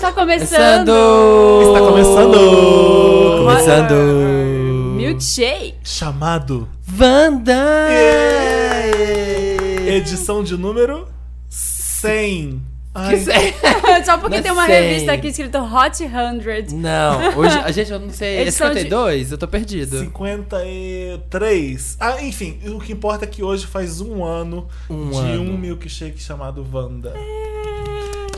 Tá começando! Está começando! Começando. Milkshake! Chamado Wanda! Edição de número 100. Ai, Só porque Não tem uma sei. revista aqui escrito Hot 100. Não, hoje a gente, eu não sei, é Edição de- 52? Eu tô perdido. 53. Ah, enfim, o que importa é que hoje faz um ano Um de ano. um milkshake chamado Wanda.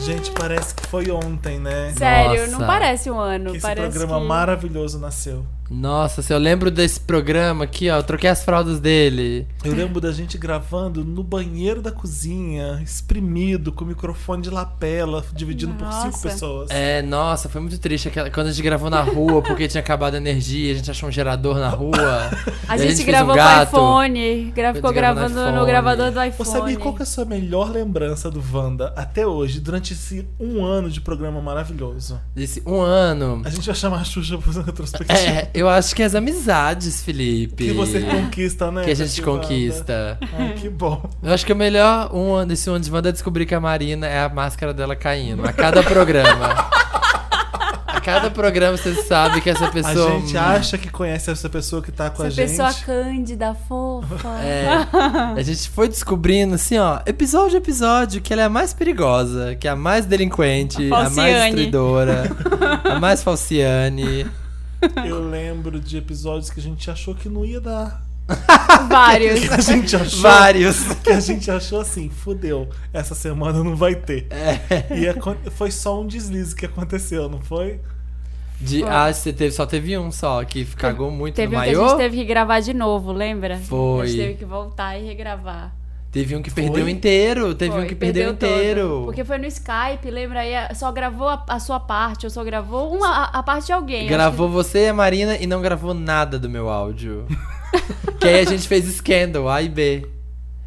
Gente, parece que foi ontem, né? É. Sério, não Nossa. parece um ano. Que esse parece programa que... maravilhoso nasceu. Nossa, se eu lembro desse programa aqui, ó, eu troquei as fraldas dele. Eu lembro da gente gravando no banheiro da cozinha, espremido, com o microfone de lapela, dividindo por cinco Nossa. pessoas. É, nossa, foi muito triste aquela, quando a gente gravou na rua, porque tinha acabado a energia, a gente achou um gerador na rua. A e gente, fez um gravou com gato. iPhone. Gra... Ficou gravou no gravando no iPhone. gravador do Você iPhone. sabe qual que é a sua melhor lembrança do Wanda até hoje, durante esse um ano de programa maravilhoso? Desse um ano. A gente vai chamar a Xuxa pra fazer uma retrospectiva. É, eu acho que as amizades, Felipe. Que você conquista, né? que a com gente esse Wanda? conquista. Ai, que bom. Eu acho que o melhor um ano desse ano de Wanda é descobrir que a Marina é a máscara dela caindo. A cada programa. a cada programa você sabe que essa A pessoa. é um gente acha que conhece essa pessoa que tá com Essa a gente. pessoa cândida, fofa. É, a gente foi descobrindo, assim, ó, episódio a episódio, que ela é a mais perigosa, que é a mais delinquente, A a, mais falciane. destruidora, a mais falciane. Eu lembro de episódios que a gente achou que não ia dar. Vários. A gente achou. Vários. que a gente achou assim, fudeu, essa semana não vai ter. É. E acon- foi só um deslize que aconteceu, não foi? De, ah, você teve, só teve um só, que cagou muito Teve no um que a maiô. gente teve que gravar de novo, lembra? Foi. A gente teve que voltar e regravar. Teve um que perdeu Foi? inteiro, teve Foi, um que perdeu, todo. inteiro. Porque foi no Skype, lembra? Aí a- só gravou a, a sua parte, ou só gravou uma, a, a parte de alguém. Gravou você e a Marina e não gravou nada do meu áudio. que aí a gente fez Scandal, A e B.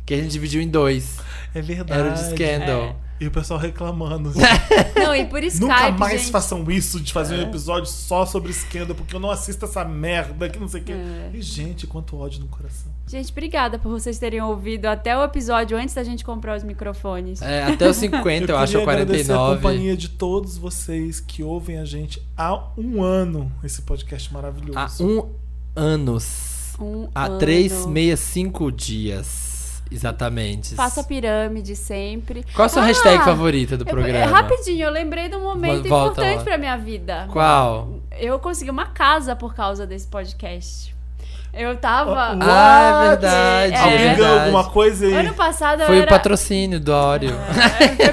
Que a gente dividiu em dois. É verdade. Era o de Scandal. E o pessoal reclamando. Acho que- Não, e por Skype, Nunca mais gente. É. façam isso de fazer um episódio só sobre Scandal, porque eu não assisto essa merda que não sei o quê. É. E, gente, quanto ódio no coração. Gente, obrigada por vocês terem ouvido até o episódio antes da gente comprar os microfones. É, até os 50, eu, queria acho, ou agradecer a 49. companhia de todos vocês que ouvem a gente há um ano, esse podcast maravilhoso. Há um anos. Um Há ano. 365 dias. Exatamente. Faça a pirâmide sempre. Qual a sua Ah! hashtag favorita do Eu- é programa? rapidinho, eu lembrei de um Volta momento importante lá. pra minha vida. Qual? Eu consegui uma casa por causa desse podcast. Eu tava. Ah, Ah, é What? verdade. É. Alguém é ganhou verdade. alguma coisa e. Ano passado eu Foi o era. Ah, patrocínio do Oreo. É, Foi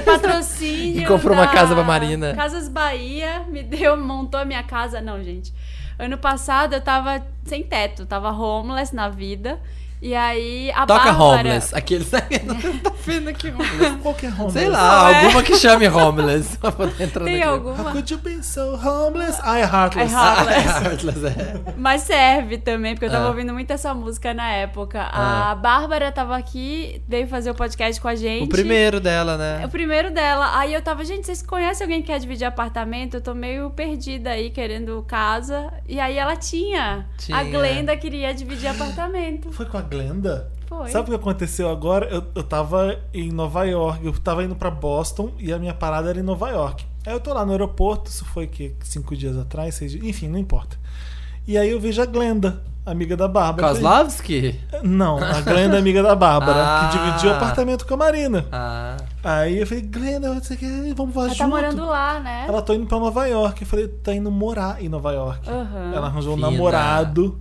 patrocínio. E comprou uma da casa pra Marina. Casas Bahia, me deu, montou a minha casa. Não, gente. Ano passado eu tava sem teto, tava homeless na vida. E aí a Toca Bárbara. Homeless. Aqueles. tá vendo que homeless. Qual que é Homeless? Sei lá, é. alguma que chame homeless. pra poder entrar Tem naquele- How alguma? could you be so homeless? I heartless. I heartless. Heartless, é. Mas serve também, porque eu tava Ah. ouvindo muito essa música na época. A Ah. Bárbara tava aqui, veio fazer o podcast com a gente. O primeiro dela, É O né? primeiro dela. Aí eu tava, gente, vocês conhecem alguém que quer dividir apartamento? Eu tô meio perdida aí, querendo casa. E aí ela tinha. A Tinha. Glenda queria dividir apartamento. Foi com a Glenda? Foi. Sabe o que aconteceu agora? Eu, eu tava em Nova York, eu tava indo pra Boston e a minha parada era em Nova York. Aí eu tô lá no aeroporto, isso foi que cinco dias atrás, seis dias, enfim, não importa. E aí eu vejo a Glenda, amiga da Bárbara. Kozlovski? Não, a Glenda, é amiga da Bárbara, Ah. que dividiu o apartamento com a Marina. Ah. Aí eu falei, Glenda, você quer, vamos voar Ela junto. tá morando lá, né? Ela tô indo pra Nova York. Eu falei, tá indo morar em Nova York. Aham. Ela arranjou Fina. um namorado.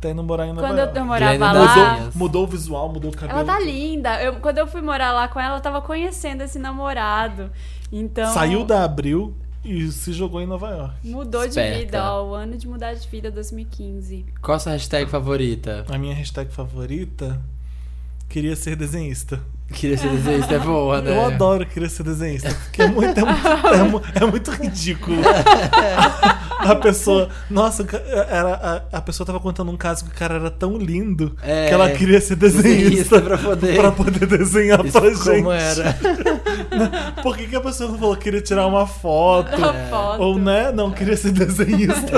Tá indo morar em Nova Quando eu York. eu morava Glenda lá. Danzinha. Mudou o visual, mudou o cabelo. Ela tá linda. Eu, quando eu fui morar lá com ela, eu tava conhecendo esse namorado. Então. Saiu da Abril e se jogou em Nova York. Mudou Esperta. de vida, ó. O ano de mudar de vida 2015. Qual a sua hashtag favorita? A minha hashtag favorita queria ser desenhista. Queria te dizer, isso é boa, né? Eu adoro querer ser desenhista, porque é muito, é muito, é mu- é muito ridículo. A pessoa. Nossa, o ca- era, a, a pessoa tava contando um caso que o cara era tão lindo É, que ela queria ser desenhista desenhista pra poder- pra poder desenhar Isso pra gente. como era. Por que, que a pessoa não falou que queria tirar uma foto? A É. foto. Ou né? Não, queria ser desenhista.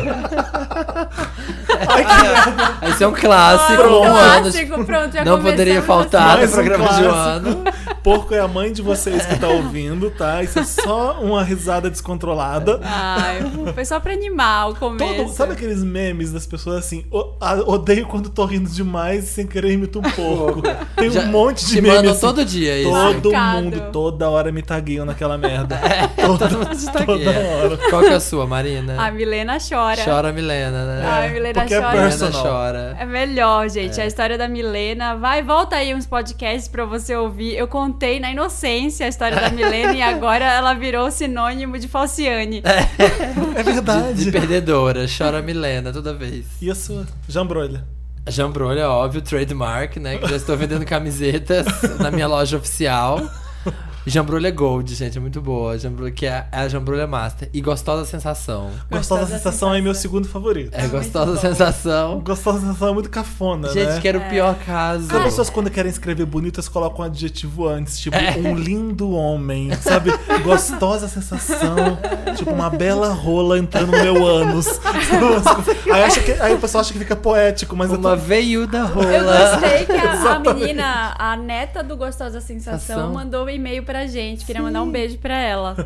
Esse é um clássico. Ai, um ano de- clássico, pronto, já um Não poderia começamos. assim. faltar Mais no um programa de um clássico. ano. Porco é a mãe de vocês que tá ouvindo, tá? Isso é só uma risada descontrolada. Ai, foi só pra animar o É começo. Todo, sabe aqueles memes das pessoas assim? "O- a- odeio quando tô rindo demais e sem querer imito um porco. Tem Já- um monte de Te memes. mandam assim. todo dia isso. Todo Marcado. mundo, toda hora me tagueiam naquela merda. É, Todo mundo está aqui. toda hora. Qual que é a sua, Marina? A Milena chora. Chora Milena, né? Ai, a Milena Porque é chora. personal. Milena chora. É melhor, gente. A história da Milena. Vai, volta aí uns podcasts pra você ouvir. Eu contei na inocência a história da Milena e agora ela virou sinônimo de falciane. É verdade. De, de perdedora, chora Milena toda vez. E a sua? Jambrolha. A Jambrolha, óbvio, trademark, né? Que já estou vendendo camisetas na minha loja oficial. Jambrolha Gold, gente, é muito boa. A Jambrolha, que é a Jambrolha Master. E gostosa sensação. Gostosa Gostosa Sensação é meu segundo favorito. É gostosa Ah, muito bom. É. sensação. Gostosa Sensação é muito cafona, Gente, né? que era o pior caso. As pessoas quando querem escrever bonitas colocam um adjetivo antes, tipo É. um lindo homem, sabe? Gostosa sensação, tipo uma bela rola entrando no meu ânus. aí, acha que, aí o pessoal acha que fica poético, mas Uma eu veiuda Eu rola. gostei que a, a menina, a neta do Gostosa Sensação, Sensação. mandou um e-mail pra gente. Queria mandar um beijo pra ela.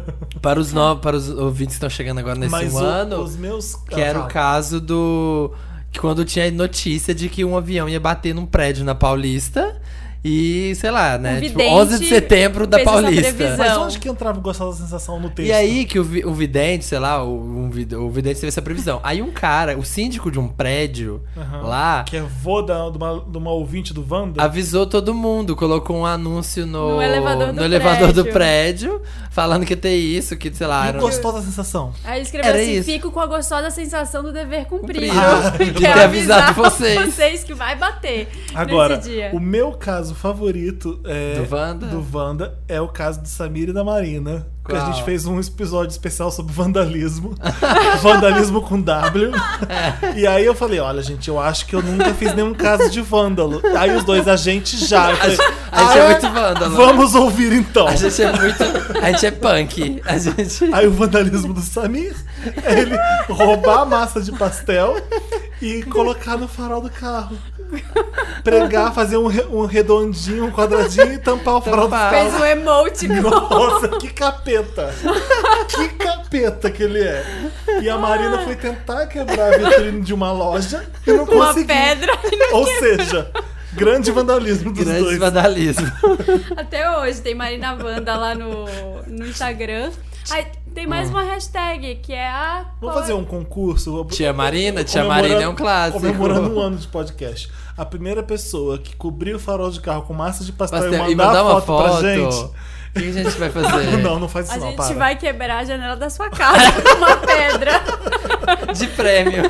Para os, no... Para os ouvintes que estão chegando agora tô, nesse mas o- ano, os meus Ah, Ah, tá. que era um o caso do. que Quando tinha notícia de que um avião ia bater num prédio na Paulista. E, sei lá, né? Um tipo, vidente 11 de setembro da fez essa Paulista. previsão. Mas onde que entrava o Gostosa Sensação no texto? E aí que o, vi- o vidente, sei lá, o, um vid- o vidente teve essa previsão. Aí um cara, o síndico de um prédio Aham. lá, Que é vô da, de, uma, de uma ouvinte do Wanda? avisou todo mundo, colocou um anúncio no, No elevador do no elevador do prédio. prédio, falando que tem isso, que sei lá. E era- um o Gostosa Sensação? Aí escreveu Era assim: isso. fico com a gostosa sensação do dever cumprido. Cumprido. De Quero ter avisado vocês. vocês que vai bater Agora, nesse dia. o meu caso favorito é, Do Wanda? do Wanda é o caso do Samir e da Marina. Que a Qual? gente fez um episódio especial sobre vandalismo. vandalismo com W. É. E aí eu falei, olha, gente, eu acho que eu nunca fiz nenhum caso de vândalo. Aí os dois, a gente já. Eu falei, A gente é "Ah, muito vândalo. Vamos ouvir então. A gente é muito. A gente é punk. A gente. é Aí o vandalismo do Samir é ele roubar a massa de pastel e colocar no farol do carro. Pregar, fazer um, re- um redondinho, um quadradinho e tampar o farol Tampar. Fez um emote do com carro. Nossa, que capeta! Que capeta que ele é! E a Marina foi tentar quebrar a vitrine de uma loja e não uma conseguiu. pedra. Ou seja, grande vandalismo dos Grande dois. vandalismo. Até hoje tem Marina Wanda lá no, no Instagram. Aí tem mais uma hashtag que é a. Vamos Ah. fazer um concurso? Tia Marina, tia Comemorando- Marina é um clássico. Comemorando um ano de podcast. A primeira pessoa que cobriu o farol de carro com massa de pastel, Pastel- e mandar, uma foto, pra O gente. que a gente vai fazer? Não, não faz isso A não, gente para. vai quebrar a janela da sua casa com uma pedra. De prêmio.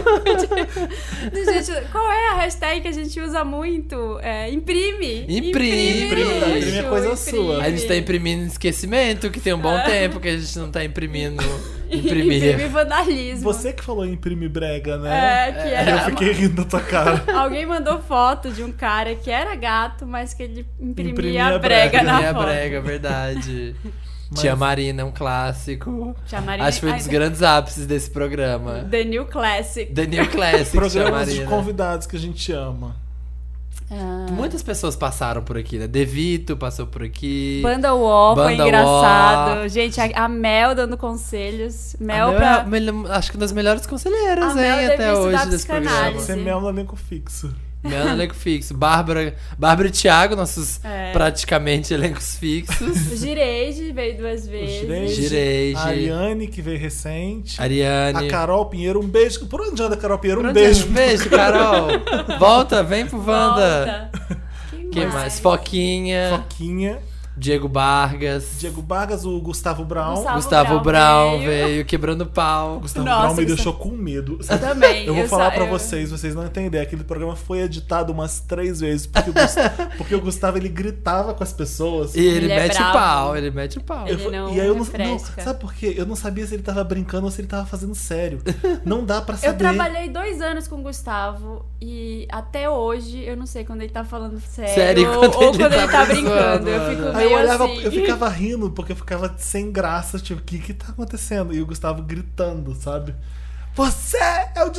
Gente, qual é a hashtag que a gente usa muito? É, imprime. Imprime. Imprime, lixo, imprime é coisa sua. A gente tá imprimindo esquecimento, que tem um bom tempo que a gente não tá imprimindo. Imprimir. É. Imprime vandalismo. Você que falou imprime brega, né? É, que Eu era. fiquei rindo da tua cara. Alguém mandou foto de um cara que era gato, mas que ele imprimia, Imprimia a brega, brega. na É, Imprimir a foto. brega, verdade. Mas- Tia Marina é um clássico. Tia Marina- Acho que foi um Ai, dos grandes ápices desse programa. The New Classic. The New Classic, Tia Programas de Marina. convidados que a gente ama. Ah. Muitas pessoas passaram por aqui, né? Devito passou por aqui. Banda UO foi Banda engraçado. Gente, a, a Mel dando conselhos. A Mel, Mel é a pra. melhor- acho que uma das melhores conselheiras, A Mel hein, deve até estudar hoje desse psicanálise. É. programa. Você é Sim. mesmo no elenco fixo. Mel no elenco fixo. Bárbara, Bárbara e Thiago, nossos É. praticamente elencos fixos. O Gireide veio duas vezes. Gireide. Gireide, A Ariane, que veio recente. Ariane. A Carol Pinheiro, um beijo. Por onde anda a Carol Pinheiro? Um Pronto, beijo. é? Beijo, Carol. Volta, vem pro Wanda. Volta. Quem mais? Foquinha, Foquinha, Diego Vargas, Diego Vargas, o Gustavo Brown. Gustavo Gustavo Brown Brown veio. veio. quebrando pau. Gustavo Nossa, Brown me Gustavo- deixou com medo. Eu também. Eu vou falar sa- é. pra eu- vocês, vocês não entendem. Aquele programa foi editado umas três vezes porque o, Gus- porque o Gustavo ele gritava com as pessoas. E ele, Ele é mete o bravo. pau, ele mete o pau. Ele fa- não refresca. sabe por quê? Eu não sabia se ele tava brincando ou se ele tava fazendo sério. Não dá pra saber. Eu trabalhei dois anos com o Gustavo e até hoje eu não sei quando ele tá falando sério, Sério, ou quando ou ele quando tá ele tá brincando, brincando. Eu mano. fico Aí meio Aí eu olhava, assim. eu ficava rindo porque eu ficava sem graça, tipo, o que que tá acontecendo? E o Gustavo gritando, sabe? Você é o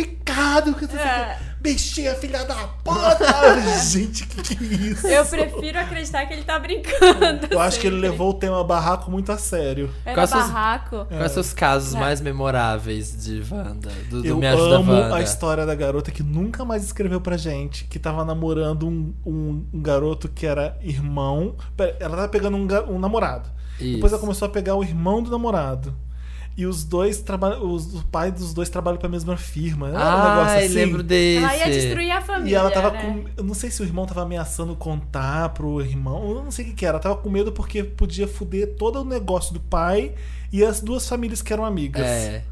desqualificado! Que você É. Bichinha, filha da puta! Gente, que que é isso? Eu prefiro acreditar que ele tá brincando. assim. Eu acho que ele sempre. levou o tema barraco muito a sério. Era Quais são os- barraco. Quais são os casos É. mais memoráveis de Wanda? Do, do Eu Me Ajuda amo Wanda. a história da garota que nunca mais escreveu pra gente, que tava namorando um, um- um garoto que era irmão. Pera, Ela tava pegando um, ga- um namorado. Depois Isso. ela começou a pegar o irmão do namorado. E os dois trabalham. Os o pai dos dois trabalham pra mesma firma. Era um Ah, negócio assim. lembro desse. Ela ia destruir a família. E ela tava né? com. Eu não sei se o irmão tava ameaçando contar pro irmão. Eu não sei o que, que era. Ela tava com medo porque podia foder todo o negócio do pai e as duas famílias que eram amigas. É.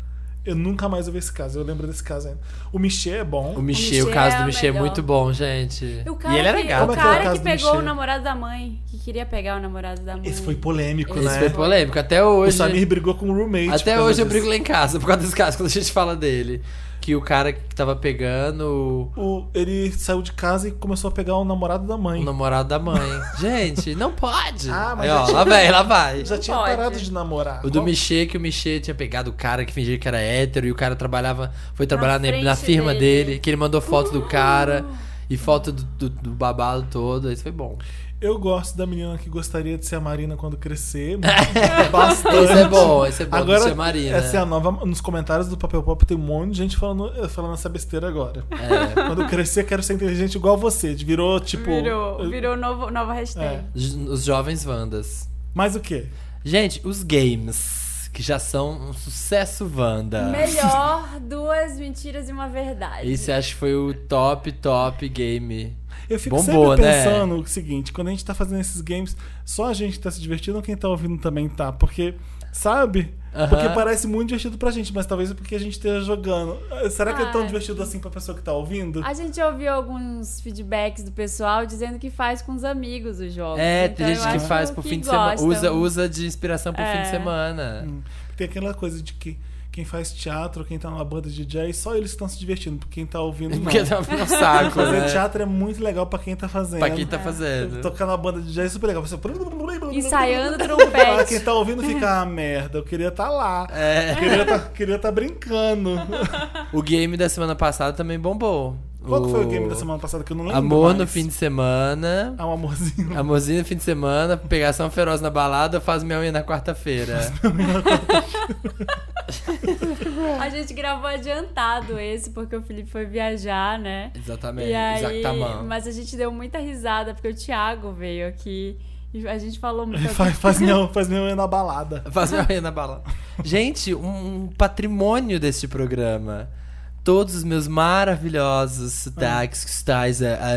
Eu nunca mais ouvi esse caso. Eu lembro desse caso ainda. O Michel é bom. O Michel, Michel o caso é do o Michel é melhor. muito bom, gente. O cara e ele é que- legal. Como O é que era o cara caso que do pegou o Michel? namorado da mãe, que queria pegar o namorado da mãe. Esse foi polêmico, Isso né? foi polêmico. Até O hoje. Samir brigou com o roommate. por Até causa hoje eu disso. brigo lá em casa por causa desse caso, quando a gente fala dele. Que o cara que tava pegando O- ele saiu de casa e começou a pegar o namorado da o mãe. namorado da mãe. gente, não pode! Ah, mas Aí, já ó, tinha- lá vai, lá vai. Já tinha Pode. parado de namorar. O do Qual- Michê, que o Michê tinha pegado o cara que fingia que era hétero e o cara trabalhava, foi trabalhar na, frente na firma dele. dele. Uh. que ele mandou foto do cara e foto do, do- do babado todo. Isso foi bom. Eu gosto da menina que gostaria de ser a Marina quando crescer. é Esse é bom, esse é bom Agora, do Tia Marina. essa é a nova. Nos comentários do Papel Pop tem um monte de gente falando, falando essa besteira agora. É. Quando eu crescer, quero ser inteligente igual você. Virou tipo. é. Virou, virou novo, nova hashtag. Jo- Os jovens Wandas. Mas o quê? Gente, os games, que já são um sucesso É. Wanda. Melhor duas mentiras e uma verdade. Esse acho que foi o top, top game. Eu fico Bombou, sempre né? pensando o seguinte: quando a gente tá fazendo esses games, só a gente tá se divertindo ou quem tá ouvindo também tá? Porque, sabe? Aham. Porque parece muito divertido pra gente, mas talvez é porque a gente esteja jogando. Ah, Será que é tão Ah. divertido assim pra pessoa que tá ouvindo? A gente ouviu alguns feedbacks do pessoal dizendo que faz com os amigos os jogos. É, então tem eu gente que acho faz pro fim de semana. gostam. Usa, usa de inspiração pro fim de É. semana. Tem aquela coisa de que quem faz teatro, quem tá numa banda de jazz, só eles estão se divertindo, porque quem tá ouvindo não. Porque dá um saco, Fazer né? teatro é muito legal pra quem tá fazendo. Pra quem tá fazendo. Tocar na banda de jazz é super legal. Você... Ensaiando Pra quem trompete. tá ouvindo fica, ah, merda, eu queria tá lá. É. Queria tá, queria tá brincando. O game da semana passada também bombou. Qual que foi o game da semana passada que eu não lembro? Amor mais? no fim de semana. Ah, um amorzinho. Amorzinho no fim de semana. Pegação feroz na balada. Faz minha unha na quarta-feira. A gente gravou adiantado esse, porque o Felipe foi viajar, né? Exatamente. E aí, Exatamente. mas a gente deu muita risada, porque o Thiago veio aqui e a gente falou muito. Faz, faz, minha, faz minha unha na balada. Faz minha unha na balada. Gente, um patrimônio deste programa. Todos os meus maravilhosos sotaques que estáis a, a,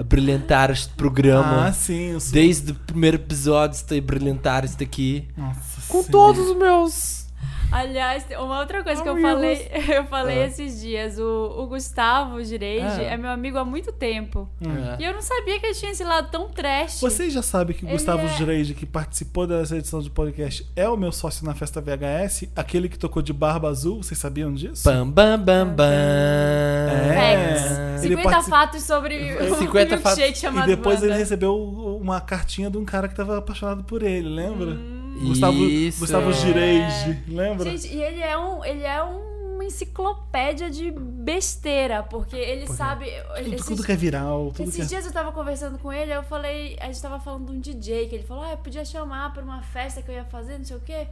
a brilhantar este programa. Ah, sim. Eu sou... Desde o primeiro episódio estou a brilhantar isto aqui. Nossa Com Senhora. todos os meus. Aliás, tem uma outra coisa que eu Amigos. falei, eu falei Ah. esses dias, o, o Gustavo Gireide Ah. é meu amigo há muito tempo. Ah. Hum. É. E eu não sabia que ele tinha esse lado tão trash. Vocês já sabem que o Ele Gustavo é- Dreide, que participou dessa edição do podcast, é o meu sócio na festa VHS, aquele que tocou de barba azul, vocês sabiam disso? Bam, bam, bam, bam. É. Facts. Ele 50 partici- fatos sobre o 50 milkshake fatos. E chamado depois ele Wanda. recebeu uma cartinha de um cara que tava apaixonado por ele, lembra? Hum. Gustavo, Isso. Gustavo Gireide, lembra? Gente, e ele é um. Ele é uma enciclopédia de besteira, porque ele sabe. tudo, esses- tudo que é viral, tudo que é... Esses dias eu tava conversando com ele, eu falei, a gente tava falando de um DJ, que ele falou, ah, eu podia chamar pra uma festa que eu ia fazer, não sei o quê.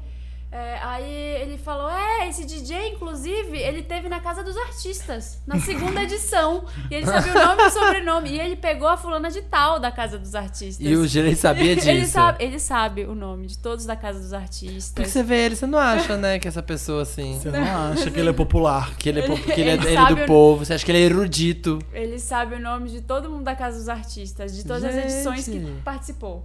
É, aí ele falou, é, esse DJ, inclusive, ele teve na Casa dos Artistas, na segunda edição. E ele sabia o nome e o sobrenome. E ele pegou a fulana de tal da Casa dos Artistas. E o Girei sabia disso. Ele sabe, ele sabe o nome de todos da Casa dos Artistas. Porque você vê ele, você não acha, né, que essa pessoa assim. Você não acha que ele é popular? Que ele é, Ele- po- que ele é, ele ele é sabe do o- povo, você acha que ele é erudito. Ele sabe o nome de todo mundo da Casa dos Artistas, de todas as edições que Gente. participou.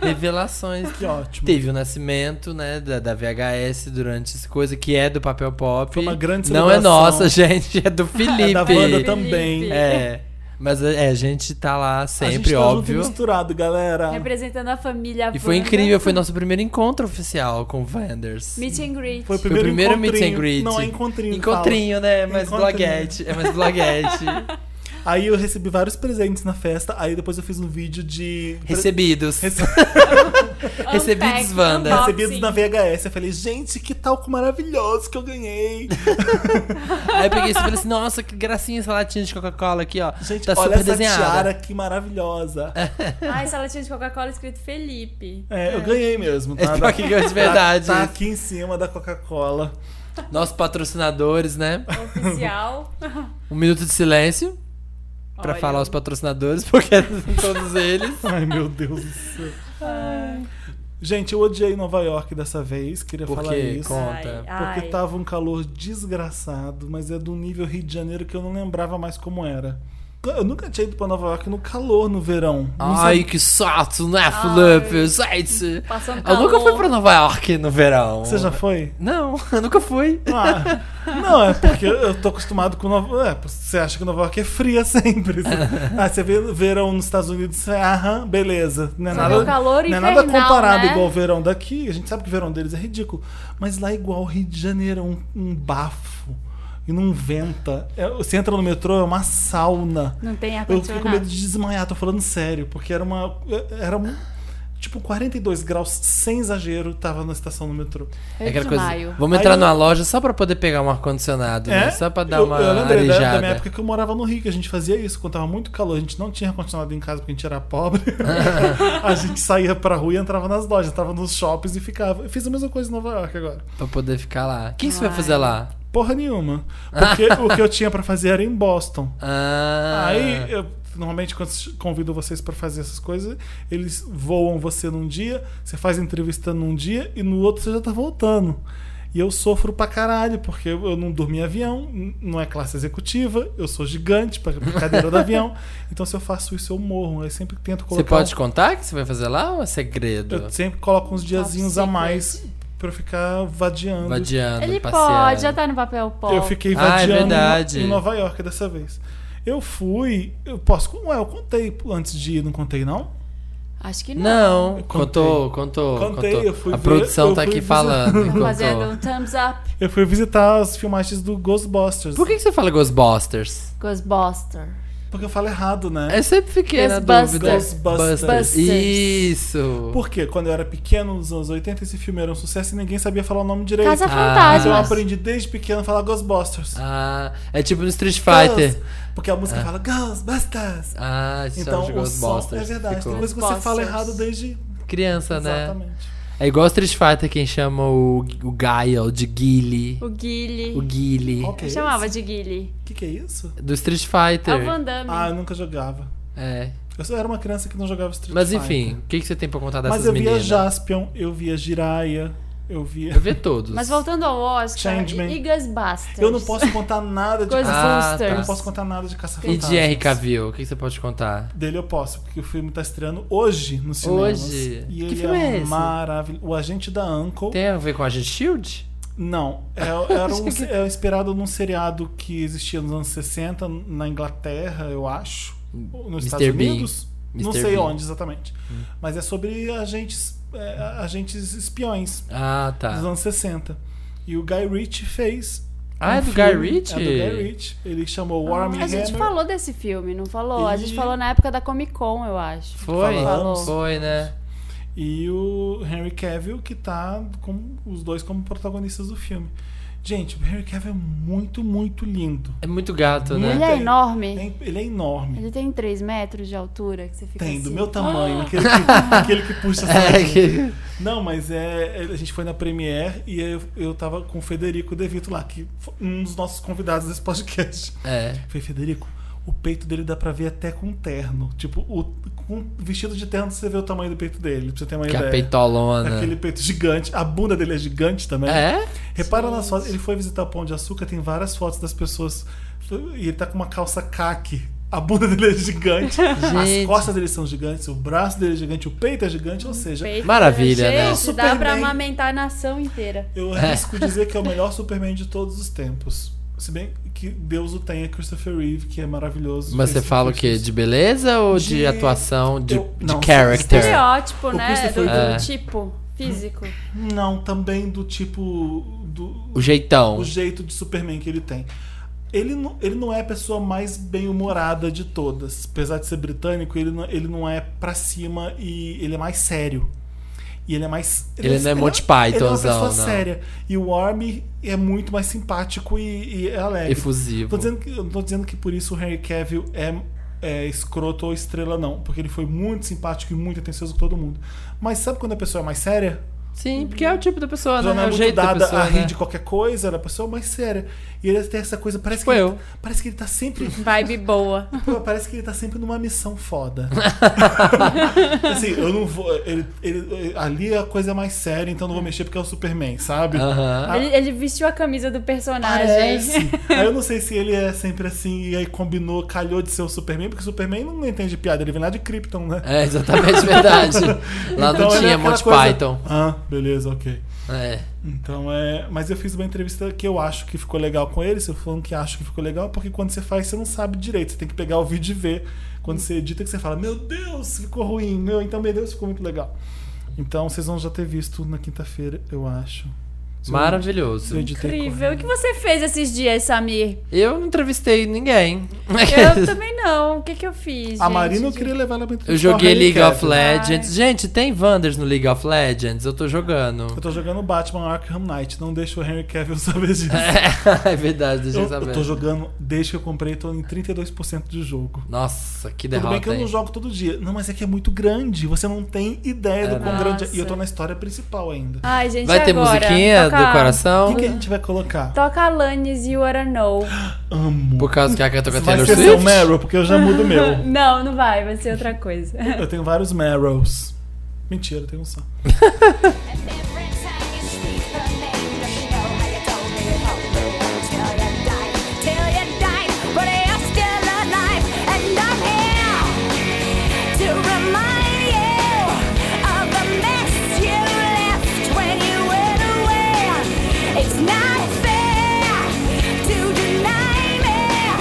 Revelações. Que ótimo. Teve o nascimento, né, da, da VHS durante essa coisa, que é do papel pop. Foi uma grande Não é celebração. nossa, gente, é do Felipe. É da banda também. É. Mas é, a gente tá lá a gente sempre, tá óbvio. Junto e misturado, É galera. Representando a família. E foi Wanda. incrível, foi nosso primeiro encontro oficial com Vanders. Meet and greet. Foi o Foi o primeiro, primeiro meet encontrinho. and greet. Não é encontrinho. Encontrinho, né? Mas Encontrinho. bloguete. É mais bloguete. Aí eu recebi vários presentes na festa, aí depois eu fiz um vídeo de. Recebidos. Rece- Recebidos, Unpacked, Wanda. unboxing. Recebidos na VHS. Eu falei, gente, que talco maravilhoso que eu ganhei. Tá Aí eu peguei isso e falei assim, nossa, que gracinha essa latinha de Coca-Cola aqui, ó. Gente, tá olha super essa desenhada. tiara que maravilhosa. É, Ai, salatinha de Coca-Cola escrito Felipe. eu ganhei mesmo. Esse Tá, toque que é de verdade. Tá, tá aqui em cima da Coca-Cola. Nossos patrocinadores, né? Oficial. Um minuto de silêncio pra Olha. falar os patrocinadores, porque todos eles. Ai, meu Deus do céu. Gente, eu odiei Nova York dessa vez, queria Por falar quê? isso. Conta. Ai, Porque tava um calor desgraçado, mas é do nível Rio de Janeiro que eu não lembrava mais como era. Eu nunca tinha ido pra Nova York no calor, no verão. Não Ai, que sato, né, Felipe? Gente, Passando eu um calor. nunca fui pra Nova York no verão. Tá Você já foi? Não, eu nunca fui. Ah, não, é porque eu tô acostumado com Nova York. Você acha que Nova York é fria sempre. Ah, você vê verão nos Estados Unidos, você, aham, beleza. Não é Você nada, vê o calor não é infernal, nada comparado né? igual ao verão daqui. A gente sabe que o verão deles é ridículo. Mas lá, é igual ao Rio de Janeiro, é um, um bafo. E não venta. É, você entra no metrô, é uma sauna. Não tem Eu fiquei com medo ar-condicionado. de desmaiar, tô falando sério, porque era uma. Era um- tipo 42 graus, sem exagero, tava na estação do metrô. Eu aquela desmaio. Vamos Aí entrar eu- numa loja só pra poder pegar um ar-condicionado, né? Só pra dar É? eu, uma Eu lembrei da, da minha arejada. época que eu morava no Rio, que a gente fazia isso. Quando tava muito calor, a gente não tinha ar-condicionado em casa porque a gente era pobre. a gente saía pra rua e entrava nas lojas, entrava nos shoppings e ficava. Eu fiz a mesma coisa em Nova York agora. Pra poder ficar lá. O que, que você vai Ai. fazer lá? Porra nenhuma. Porque o que eu tinha pra fazer era em Boston. Ah. Aí, eu, normalmente, quando convido vocês pra fazer essas coisas, eles voam você num dia, você faz entrevista num dia e no outro você já tá voltando. E eu sofro pra caralho, porque eu eu não dormi em avião, n- não é classe executiva, eu sou gigante pra pra cadeira do avião. Então, se eu faço isso, eu morro. Eu sempre tento Você colocar. pode um- contar o que você vai fazer lá ou é segredo? Eu sempre coloco uns diazinhos a secret. mais pra eu ficar vadiando. Vadiando, Ele passeando. pode, já tá no papel pó. Eu fiquei Ah, é vadiando verdade. em Nova York dessa vez. Eu fui. Eu posso. Ué, eu contei antes de ir, não contei, não? Acho que não. Não, Eu contou, contou, Contei, contou. eu fui a ver, produção eu tá fui aqui visitar. falando. e Fazendo contou. um thumbs up. Eu fui visitar as filmagens do Ghostbusters. Por que, que você fala Ghostbusters? Ghostbuster. Porque eu falo errado, né? Eu sempre fiquei na dúvida. Ghostbusters. Ghostbusters. Isso. Porque quando eu era pequeno, nos anos 80, esse filme era um sucesso e ninguém sabia falar o nome direito. Casa Mas eu Fantasma. aprendi desde pequeno a falar Ghostbusters. Ah, é tipo no Street Fighter. Ghost, porque a música fala Ghostbusters. Ah, isso Então, de o som Ghostbusters. é verdade. Tem Ficou. coisa que você fala Ghostbusters. errado desde... Criança, né? Exatamente. É igual Street Fighter quem chama o, o Guile de Guile. O Guile. O Guile. Qual que é Eu isso? chamava de Guile. O que, que é isso? Do É Street Fighter. o Van Damme. Ah, eu nunca jogava. É. Eu só era uma criança que não jogava Street Mas Fighter. enfim, o que, que você tem pra contar dessas Mas eu via meninas? Jaspion, eu via Jiraiya, eu via... Eu vi todos. Mas voltando ao Oscar, Changeman. e Ghostbusters? Eu não posso contar nada de... Ghostbusters. Ah, Caça- Eu não tá. posso contar nada de Caça-Fantasmas. E de R. Cavill, o que, que você pode contar? Dele eu posso, porque o filme tá estreando hoje no cinema. Hoje? E Que ele filme é é, esse? maravilhoso. O Agente da Uncle. Tem a ver com a gente Shield? Não, é, era um, é inspirado num seriado que existia nos anos 60, na Inglaterra, eu acho. ou Nos Mr. Estados Bean. Unidos. Não Mr. sei Bean. Hum. onde exatamente. Mas é sobre agentes, é, agentes espiões Ah, dos tá. anos 60. E o Guy Ritchie fez. Ah, é um do filme- Guy Ritchie? Ah, É do Guy Ritchie. Ele chamou Warm A gente falou desse filme, não falou? A gente E- falou na época da Comic Con, eu acho. Foi? Falamos. Foi, né? e o Henry Cavill, que tá com os dois como protagonistas do filme. Gente, o Henry Cavill é muito, muito lindo. É muito gato, Ele né? é Tem- enorme. Tem- Ele é enorme. Ele tem 3 metros de altura, que você fica Tem, do assim. meu tamanho, aquele, que, aquele que puxa a Ah! É, sardinha. que- Não, mas é. A gente foi na Premiere e eu, eu tava com o Federico De Vito lá, que foi um dos nossos convidados desse podcast. é. Falei, Federico, o peito dele dá pra ver até com terno. Tipo, o, com vestido de terno você vê o tamanho do peito dele, pra você ter uma Que ideia. a peitolona. Aquele peito gigante. A bunda dele é gigante também. É? Repara nas Gente. fotos. Ele foi visitar o Pão de Açúcar, tem várias fotos das pessoas. E ele tá com uma calça caque. A bunda dele é gigante. As Gente. costas dele são gigantes. O braço dele é gigante. O peito é gigante. Ou seja, Peito, Maravilha, gente, dá né? Superman. pra amamentar a nação inteira. Hum. eu arrisco dizer que é o melhor Superman de todos os tempos. Se bem que Deus o tenha, Christopher Reeve, que é maravilhoso. Mas você Esse- fala o quê? De beleza ou de, De- atuação? De, Eu- de não, character? Estereótipo, né? Do, Christopher do É. tipo físico. Não, também do tipo. Do, O jeitão. o jeito de Superman que ele tem. Ele não, ele não é a pessoa mais bem-humorada de todas. Apesar de ser britânico, ele não, ele não é pra cima e ele é mais sério. E ele é mais. Ele não é Monty Ele é uma Pythonzão, pessoa não. séria. E o Army é muito mais simpático e, e é alegre. Efusivo. Tô dizendo que, eu não tô dizendo que por isso o Henry Cavill é, é escroto ou estrela, não. Porque ele foi muito simpático e muito atencioso com todo mundo. Mas sabe quando a pessoa é mais séria? Sim, porque é o tipo da pessoa, Ela né? não É é o muito jeito da dada pessoa. a rir né? de qualquer coisa, ela é uma pessoa mais séria. E ele tem essa coisa, parece que, Tipo ele, eu. parece que ele tá sempre. Vibe boa. Pô, Parece que ele tá sempre numa missão foda. assim, eu não vou. ele- ele- ali a coisa é mais séria, então eu não vou mexer porque é o Superman, sabe? Aham. Ah. Ele, ele vestiu a camisa do personagem. Parece. aí eu não sei se ele é sempre assim, e aí combinou, calhou de ser o Superman, porque o Superman não entende piada, ele vem lá de Krypton, né? É, exatamente verdade. Lá Então, não ele é tinha aquela Monty coisa- Python. Ah, beleza, ok. É. Então é. Mas eu fiz uma entrevista que eu acho que ficou legal com ele. Se eu falando que acho que ficou legal, porque quando você faz, você não sabe direito. Você tem que pegar o vídeo e ver. Quando você edita, que você fala, meu Deus, ficou ruim. Meu, então, meu Deus, ficou muito legal. Então vocês vão já ter visto na quinta-feira, eu acho. Se eu- se Maravilhoso. eu editei Incrível. O correto. que você fez esses dias, Samir? Eu não entrevistei ninguém. Eu também não. O que, que eu fiz? A gente? Marina eu queria levar ela pra Eu entrevistar joguei o Henry League of Cavill. Legends. Gente, tem Wanders no League of Legends? Eu tô jogando. Eu tô jogando Batman Arkham Knight, não deixa o Henry Cavill saber disso. É, é verdade, deixa eu, eu eu saber. tô jogando, desde que eu comprei, tô em 32% de jogo. Nossa, que Tudo derrota. bem que eu não hein? jogo todo dia. Não, mas é que é muito grande. Você não tem ideia do É, quão né? grande é. E eu tô Nossa. na história principal ainda. Ai, gente, Vai ter agora? musiquinha Toca- do O coração? que, é? que a gente vai colocar? Toca Alanis e o Know. Amo. Por causa que a cantora Vai Taylor ser seu Swift? Meryl, porque eu já mudo o meu. Não, não vai, vai ser outra coisa. Eu tenho vários Meryls. Mentira, eu tenho um só. It's not fair to deny me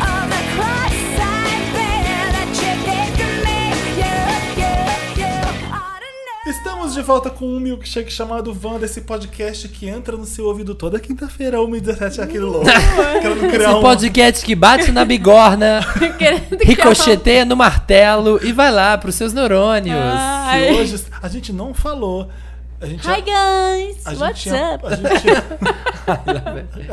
of the cross I bear that you did to me. You, you, you ought to know. Estamos de volta com um milkshake chamado Wanda, esse podcast que entra no seu ouvido toda quinta-feira, 1h17, aquele louco. Querendo criar Esse um... podcast que bate na bigorna, Querendo que é ricocheteia no martelo e vai lá pros seus neurônios. Ai. E hoje a gente não falou. A gente Hi guys, a gente what's tinha- up? A gente, tinha,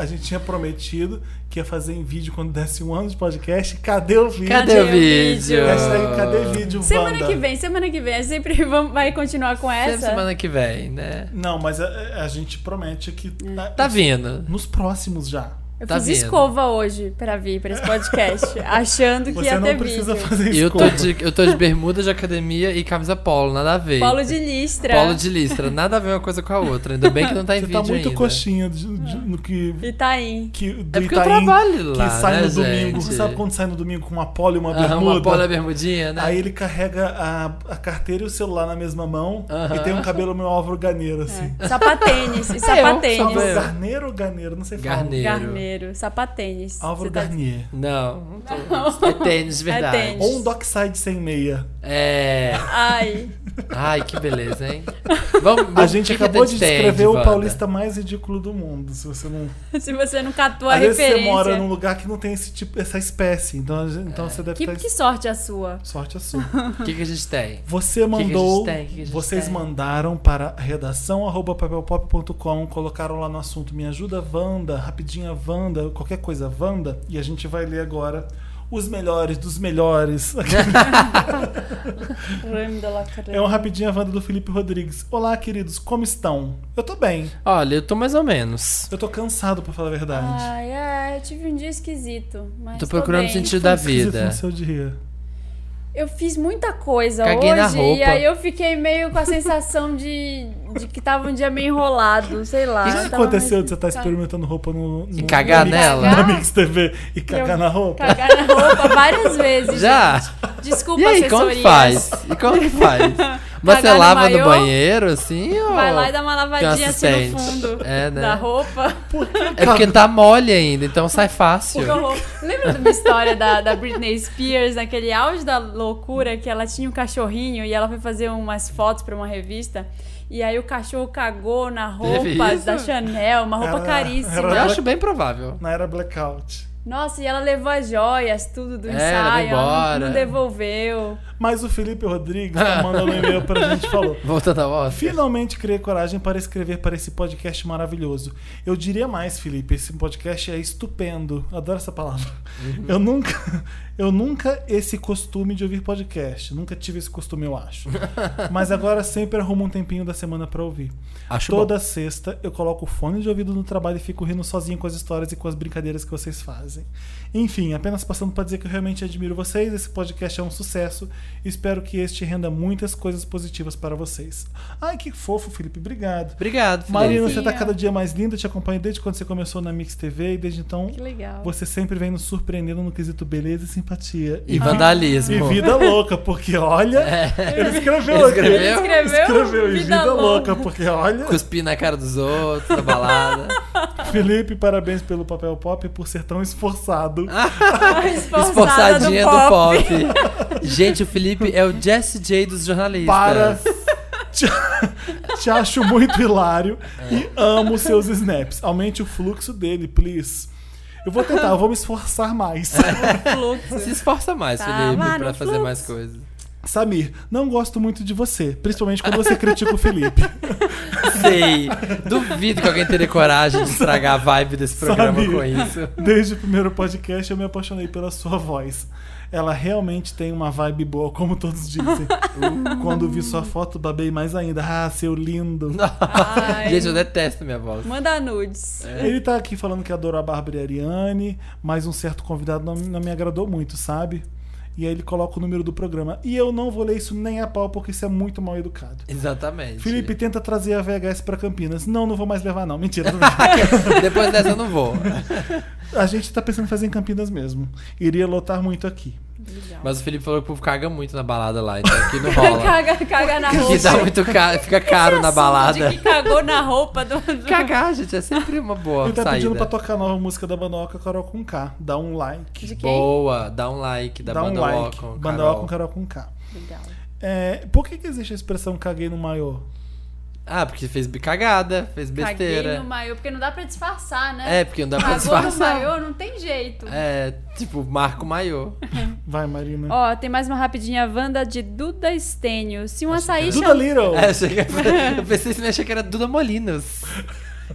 a gente tinha prometido que ia fazer em vídeo quando desse um ano de podcast. Cadê o vídeo? Cadê o Cadê o vídeo? vídeo? Hashtag cadê vídeo, Semana Wanda? que vem, semana que vem. Sempre vamos, vai continuar com Sempre essa? semana que vem, né? Não, mas a, a gente promete que Hum. a- Tá vindo. nos próximos já. Eu Tá fiz vindo. escova hoje pra vir pra esse podcast, achando que Você ia ter não precisa vídeo. fazer E isso. Eu tô, de, eu tô de bermuda de academia e camisa polo, nada a ver. Polo de listra. Polo de listra, nada a ver uma coisa com a outra. Ainda bem que não tá em Você vídeo tá muito ainda. coxinha de- Ah. de- no que, Itaim. que do É porque eu Itaim, trabalho lá, que sai né, no domingo. gente? Sabe quando sai no domingo com uma polo e uma bermuda? Aham, uma polo é bermudinha, né? Aí ele carrega a, a carteira e o celular na mesma mão e Aham. tem um cabelo meio Álvaro Ganeiro, É. assim. Sapatênis. E Álvaro sapatênis. eu. Garneiro ou Ganeiro? Não sei falar. é Garneiro. Garneiro. Sapatênis. Álvaro Você tá- Garnier. Não, não tô. É tênis, de verdade. tênis. Ou um Dockside sem meia. É. Ai. Ai, que beleza, hein? Vamos, A vamos- o gente que que acabou a de gente tem descrever o Wanda? paulista mais ridículo do mundo. Se você não. Se você não catou a Às vezes referência. você mora num lugar que não tem esse tipo, essa espécie. Então, a gente- então você deve É. que, estar. que sorte a sua. Sorte a sua. O que, que a gente tem? Você que a gente mandou. tem? O que que a gente vocês tem? mandaram para redação arroba papelpop.com, colocaram lá no assunto Me ajuda Wanda, rapidinha Wanda, qualquer coisa Wanda, e a gente vai ler agora os melhores dos melhores. Rame da lacra. É um rapidinha Wanda do Felipe Rodrigues. Olá, queridos, como estão? Eu tô bem. Olha, eu tô mais ou menos. Eu tô cansado, pra falar a verdade. Ai, é, eu tive um dia esquisito. Mas Tô procurando bem. o sentido da um Esquisito vida. No seu dia. Eu fiz muita coisa Caguei hoje na e roupa. aí eu fiquei meio com a sensação de, de que tava um dia meio enrolado, sei lá. O que, que tava aconteceu mais- de você estar experimentando roupa no, no E cagar no Mix- nela? no Mix TV e cagar na roupa? Cagar na roupa várias vezes. Já? gente. Desculpa, E aí, como assessoria. que faz? E como que faz? Mas você Cagar no lava no maiô? banheiro, assim? Ou... Vai lá e dá uma Tem um lavadinha assim assistente. no fundo É, né? da roupa. É porque tá mole ainda, então sai fácil. Porque eu rou- Lembra de uma história da, da Britney Spears, naquele auge da loucura, que ela tinha um cachorrinho e ela foi fazer umas fotos pra uma revista. E aí o cachorro cagou na Teve roupa isso? da Chanel, uma roupa Ela- caríssima. Eu ela- acho bem provável. Na era blackout. Nossa, e ela levou as joias, tudo do É, ensaio, levou ela não- embora. não devolveu. Mas o Felipe Rodrigues tá mandando um e-mail pra gente e falou. Voltando ao Oscar. Finalmente criei coragem para escrever para esse podcast maravilhoso. Eu diria mais, Felipe, esse podcast é estupendo. Adoro essa palavra. Eu nunca, eu nunca esse costume de ouvir podcast. Nunca tive esse costume, eu acho. Mas agora sempre arrumo um tempinho da semana para ouvir. Acho Toda sexta eu coloco o fone de ouvido no trabalho e fico rindo sozinho com as histórias e com as brincadeiras que vocês fazem. Enfim, apenas passando para dizer que eu realmente admiro vocês, esse podcast é um sucesso. Espero que este renda muitas coisas positivas para vocês. Ai, que fofo, Felipe, obrigado. Obrigado, Felipe. Marina, você tá Felizinho. cada dia mais linda, te acompanho desde quando você começou na Mix TV e desde então Que legal. você sempre vem nos surpreendendo no quesito beleza e simpatia. E vi- vandalismo. e vida louca, porque olha, ele escreveu É. Ele aqui. escreveu? Ele escreveu? Escreveu, e Vida vida louca, louca. porque olha. Cuspir na cara dos outros, na balada. Felipe, parabéns pelo papel pop e por ser tão esforçado. Esforçada Esforçadinha do pop. Gente, o Felipe é o Jesse J dos jornalistas. Para. Te, te acho muito hilário e amo seus snaps. Aumente o fluxo dele, please. Eu vou tentar, eu vou me esforçar mais. Se esforça mais, Tá lá Felipe, no pra fazer fluxo. mais coisas. Samir, não gosto muito de você, principalmente quando você critica o Felipe. Sei. Duvido que alguém teria coragem de estragar a vibe desse programa Sabe? com isso. Desde o primeiro podcast eu me apaixonei pela sua voz. Ela realmente tem uma vibe boa, como todos dizem. Quando vi sua foto, babei mais ainda. Ah, seu lindo. Ai. Gente, eu detesto minha voz. Manda nudes. É, Ele tá aqui falando que adorou a Bárbara e a Ariane, mas um certo convidado não, não me agradou muito, sabe? E aí ele coloca o número do programa. E eu não vou ler isso nem a pau, porque isso é muito mal educado. Exatamente. Felipe, tenta trazer a VHS pra Campinas. Não, não vou mais levar, não. Mentira. tô brincando. Depois dessa eu não vou. a gente tá pensando em fazer em Campinas mesmo. Iria lotar muito aqui. Mas o Felipe falou que o povo caga muito na balada lá, então aqui não rola. Caga, caga na Que dá roupa. muito caro, fica caro na balada. De que cagou na roupa do. do- Cagar, gente, é sempre uma boa Ele tá saída. pedindo pra tocar a nova música da Banoca Carol com K. Dá um like. De quem? Boa, dá um like, dá, Dá um banda like. Wacom, Banda Carol. Wacom Carol com K. Legal. É, por que, que existe a expressão caguei no maiô? Ah, porque fez cagada, fez Caguei besteira. no maiô, porque não dá pra disfarçar, né? É, porque não dá pra Cagou no disfarçar. maiô, não tem jeito. É, tipo, marca o maiô. Vai, Marina. Ó, tem mais uma rapidinha. Wanda de Duda Estênio. Se um açaí Duda chama- Little! É, eu, achei que- eu pensei assim, achei que era Duda Molinos.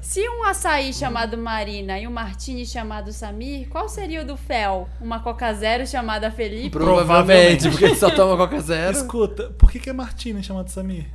Se um Hum. açaí chamado Marina e um martini chamado Samir, qual seria o do Fel? Uma Coca Zero chamada Felipe? Provavelmente. Provavelmente, porque ele só toma Coca Zero. Escuta, por que, que é Martina chamado Samir?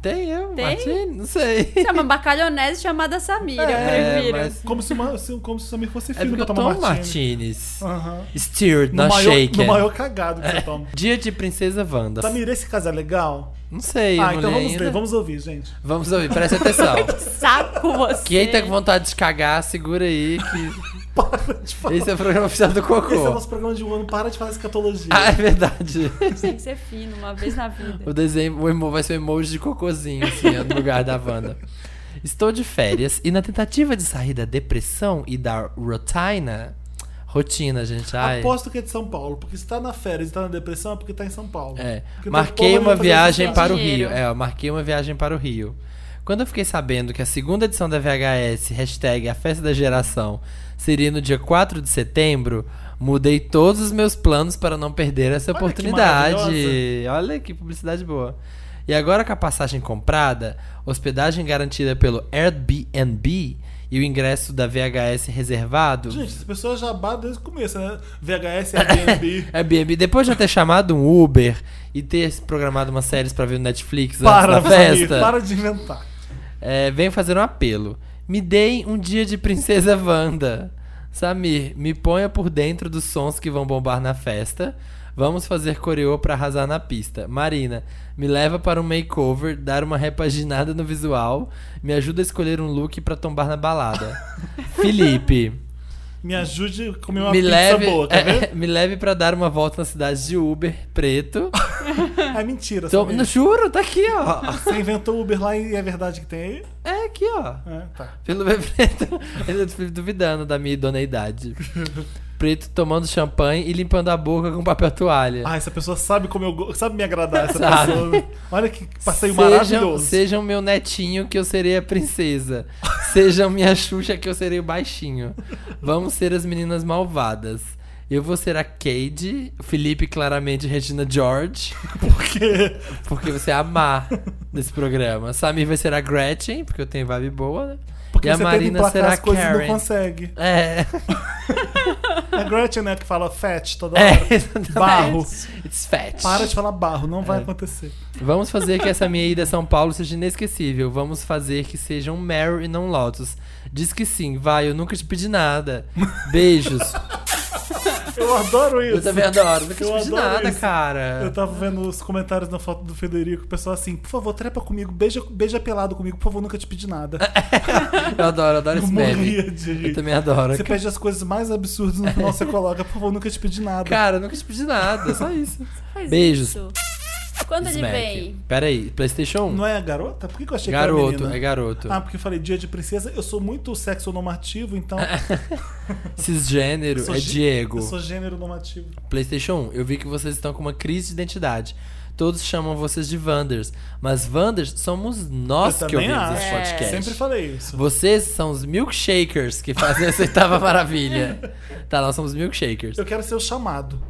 Tem eu, Tem? Martini, não sei. Chama bacalhonese chamada Samir, eu É, prefiro. mas... Como se, uma, se- como se o Samir fosse É filho porque pra eu tomar tomo Martina. Martinis. Aham. Stirred, Ah. No não é. maior- shaken. No maior cagado que você toma. Dia de Princesa Wanda. Samir, esse caso é legal? Não sei, eu ah, não então li vamos ainda. ler, vamos ouvir, gente. Vamos ouvir, presta atenção. Saco você. Quem tá com vontade de cagar, segura aí que Para de falar. esse é o programa oficial do Esse é o Cocô. nosso programa de um ano, para de falar escatologia. Ah, é verdade. Tem que ser fino uma vez na vida. O desenho, o emo, vai ser um emoji de cocôzinho, assim, no lugar da Wanda. Estou de férias e na tentativa de sair da depressão e da rotina... Rotina, gente, ai... Aposto que é de São Paulo, porque se tá na férias e tá na depressão é porque tá em São Paulo. É, Porque marquei todo povo uma vai fazer viagem isso. para o Dinheiro. Rio. É, eu marquei uma viagem para o Rio. Quando eu fiquei sabendo que a segunda edição da VHS, hashtag a festa da geração, seria no dia 4 de setembro, mudei todos os meus planos para não perder essa Olha que oportunidade. Olha que publicidade boa. E agora com a passagem comprada, hospedagem garantida pelo Airbnb e o ingresso da VHS reservado, Gente, as pessoas já batem desde o começo, né? VHS, Airbnb. Airbnb, É, depois de eu ter chamado um Uber e ter programado uma série pra ver no Netflix para, antes da Samir, festa, para de inventar. é, venho fazer um apelo. Me deem um dia de Princesa Wanda. Samir, me ponha por dentro dos sons que vão bombar na festa. Vamos fazer coreô pra arrasar na pista. Marina, me leva para um makeover, dar uma repaginada no visual, me ajuda a escolher um look pra tombar na balada. Felipe, Me ajude a comer uma me pizza leve, É, boa, tá vendo? me leve para dar uma volta na cidade de Uber preto. É mentira, Então, Samir. não, juro, tá aqui, ó. Você inventou o Uber lá e é verdade que tem aí? É aqui, ó. É, tá. Pelo bem preto. Eu tô tá duvidando da minha idoneidade. Preto tomando champanhe e limpando a boca com papel toalha. Ah, essa pessoa sabe como eu go- sabe me agradar essa Sabe. pessoa. Olha que passeio Sejam- maravilhoso. Sejam meu netinho que eu serei a princesa. Sejam minha Xuxa que eu serei o baixinho. Vamos ser as meninas malvadas. Eu vou ser a Cade, Felipe claramente Regina George, Porque porque você é a Má desse programa. Samir vai ser a Gretchen, porque eu tenho vibe boa, né? Porque e a você tenta Marina emplacar será a as coisas e não Karen. consegue. É, A Gretchen, né, que fala fat toda hora. é, exatamente. Barro. It's fat. Para de falar barro, não vai É. acontecer. Vamos fazer que essa minha ida a São Paulo seja inesquecível. Vamos fazer que seja um Mary e não Lotus. Diz que sim, vai, eu nunca te pedi nada. Beijos. Eu adoro isso. Eu também adoro. Nunca te Eu pedi adoro nada, isso. Eu cara. tava vendo os comentários na foto do Federico, o pessoal assim, por favor, trepa comigo, beija, beija pelado comigo, por favor, nunca te pedi nada. Eu adoro, adoro Eu É, esse meme. morria de Eu rir. também adoro. Você pede as coisas mais absurdas no final, você coloca, por favor, nunca te pedi nada. Cara, eu nunca te pedi nada, só isso. Faz Beijos. isso. Quando ele vem? Pera aí, Playstation 1? Não é a garota? Por que que eu achei que garoto, era é menina? garoto. Ah, porque eu falei dia de princesa, eu sou muito sexo normativo, então Cisgênero, Eu sou é gê- Diego. eu sou gênero normativo. PlayStation 1, eu vi que vocês estão com uma crise de identidade. Todos chamam vocês de Wanders, mas Wanders somos nós eu que também ouvimos acho. É, esse podcast. Sempre falei isso. Vocês são os milkshakers que fazem essa oitava maravilha. Tá, nós somos milkshakers. Eu quero ser o chamado.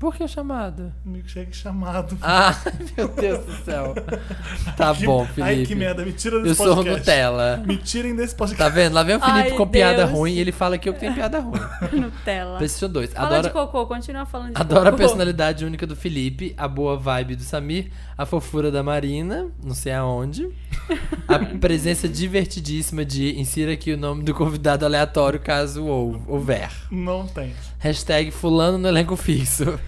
Por que o chamado? Milkshake chamado. Ah, meu Deus do céu. Tá Que- bom, Felipe. Ai, que merda, me tira desse eu sou podcast. Nutella. Me tirem desse podcast. Tá vendo? Lá vem o Felipe Ai, com piada Deus. ruim e ele fala que eu que tenho piada ruim. Nutella. PlayStation 2. Fala Adora... de cocô, continua falando de Tá Adoro a cocô. personalidade única do Felipe, a boa vibe do Samir, a fofura da Marina, não sei aonde, a presença divertidíssima de insira aqui o nome do convidado aleatório caso hou- houver. Não tem. Hashtag fulano no elenco fixo.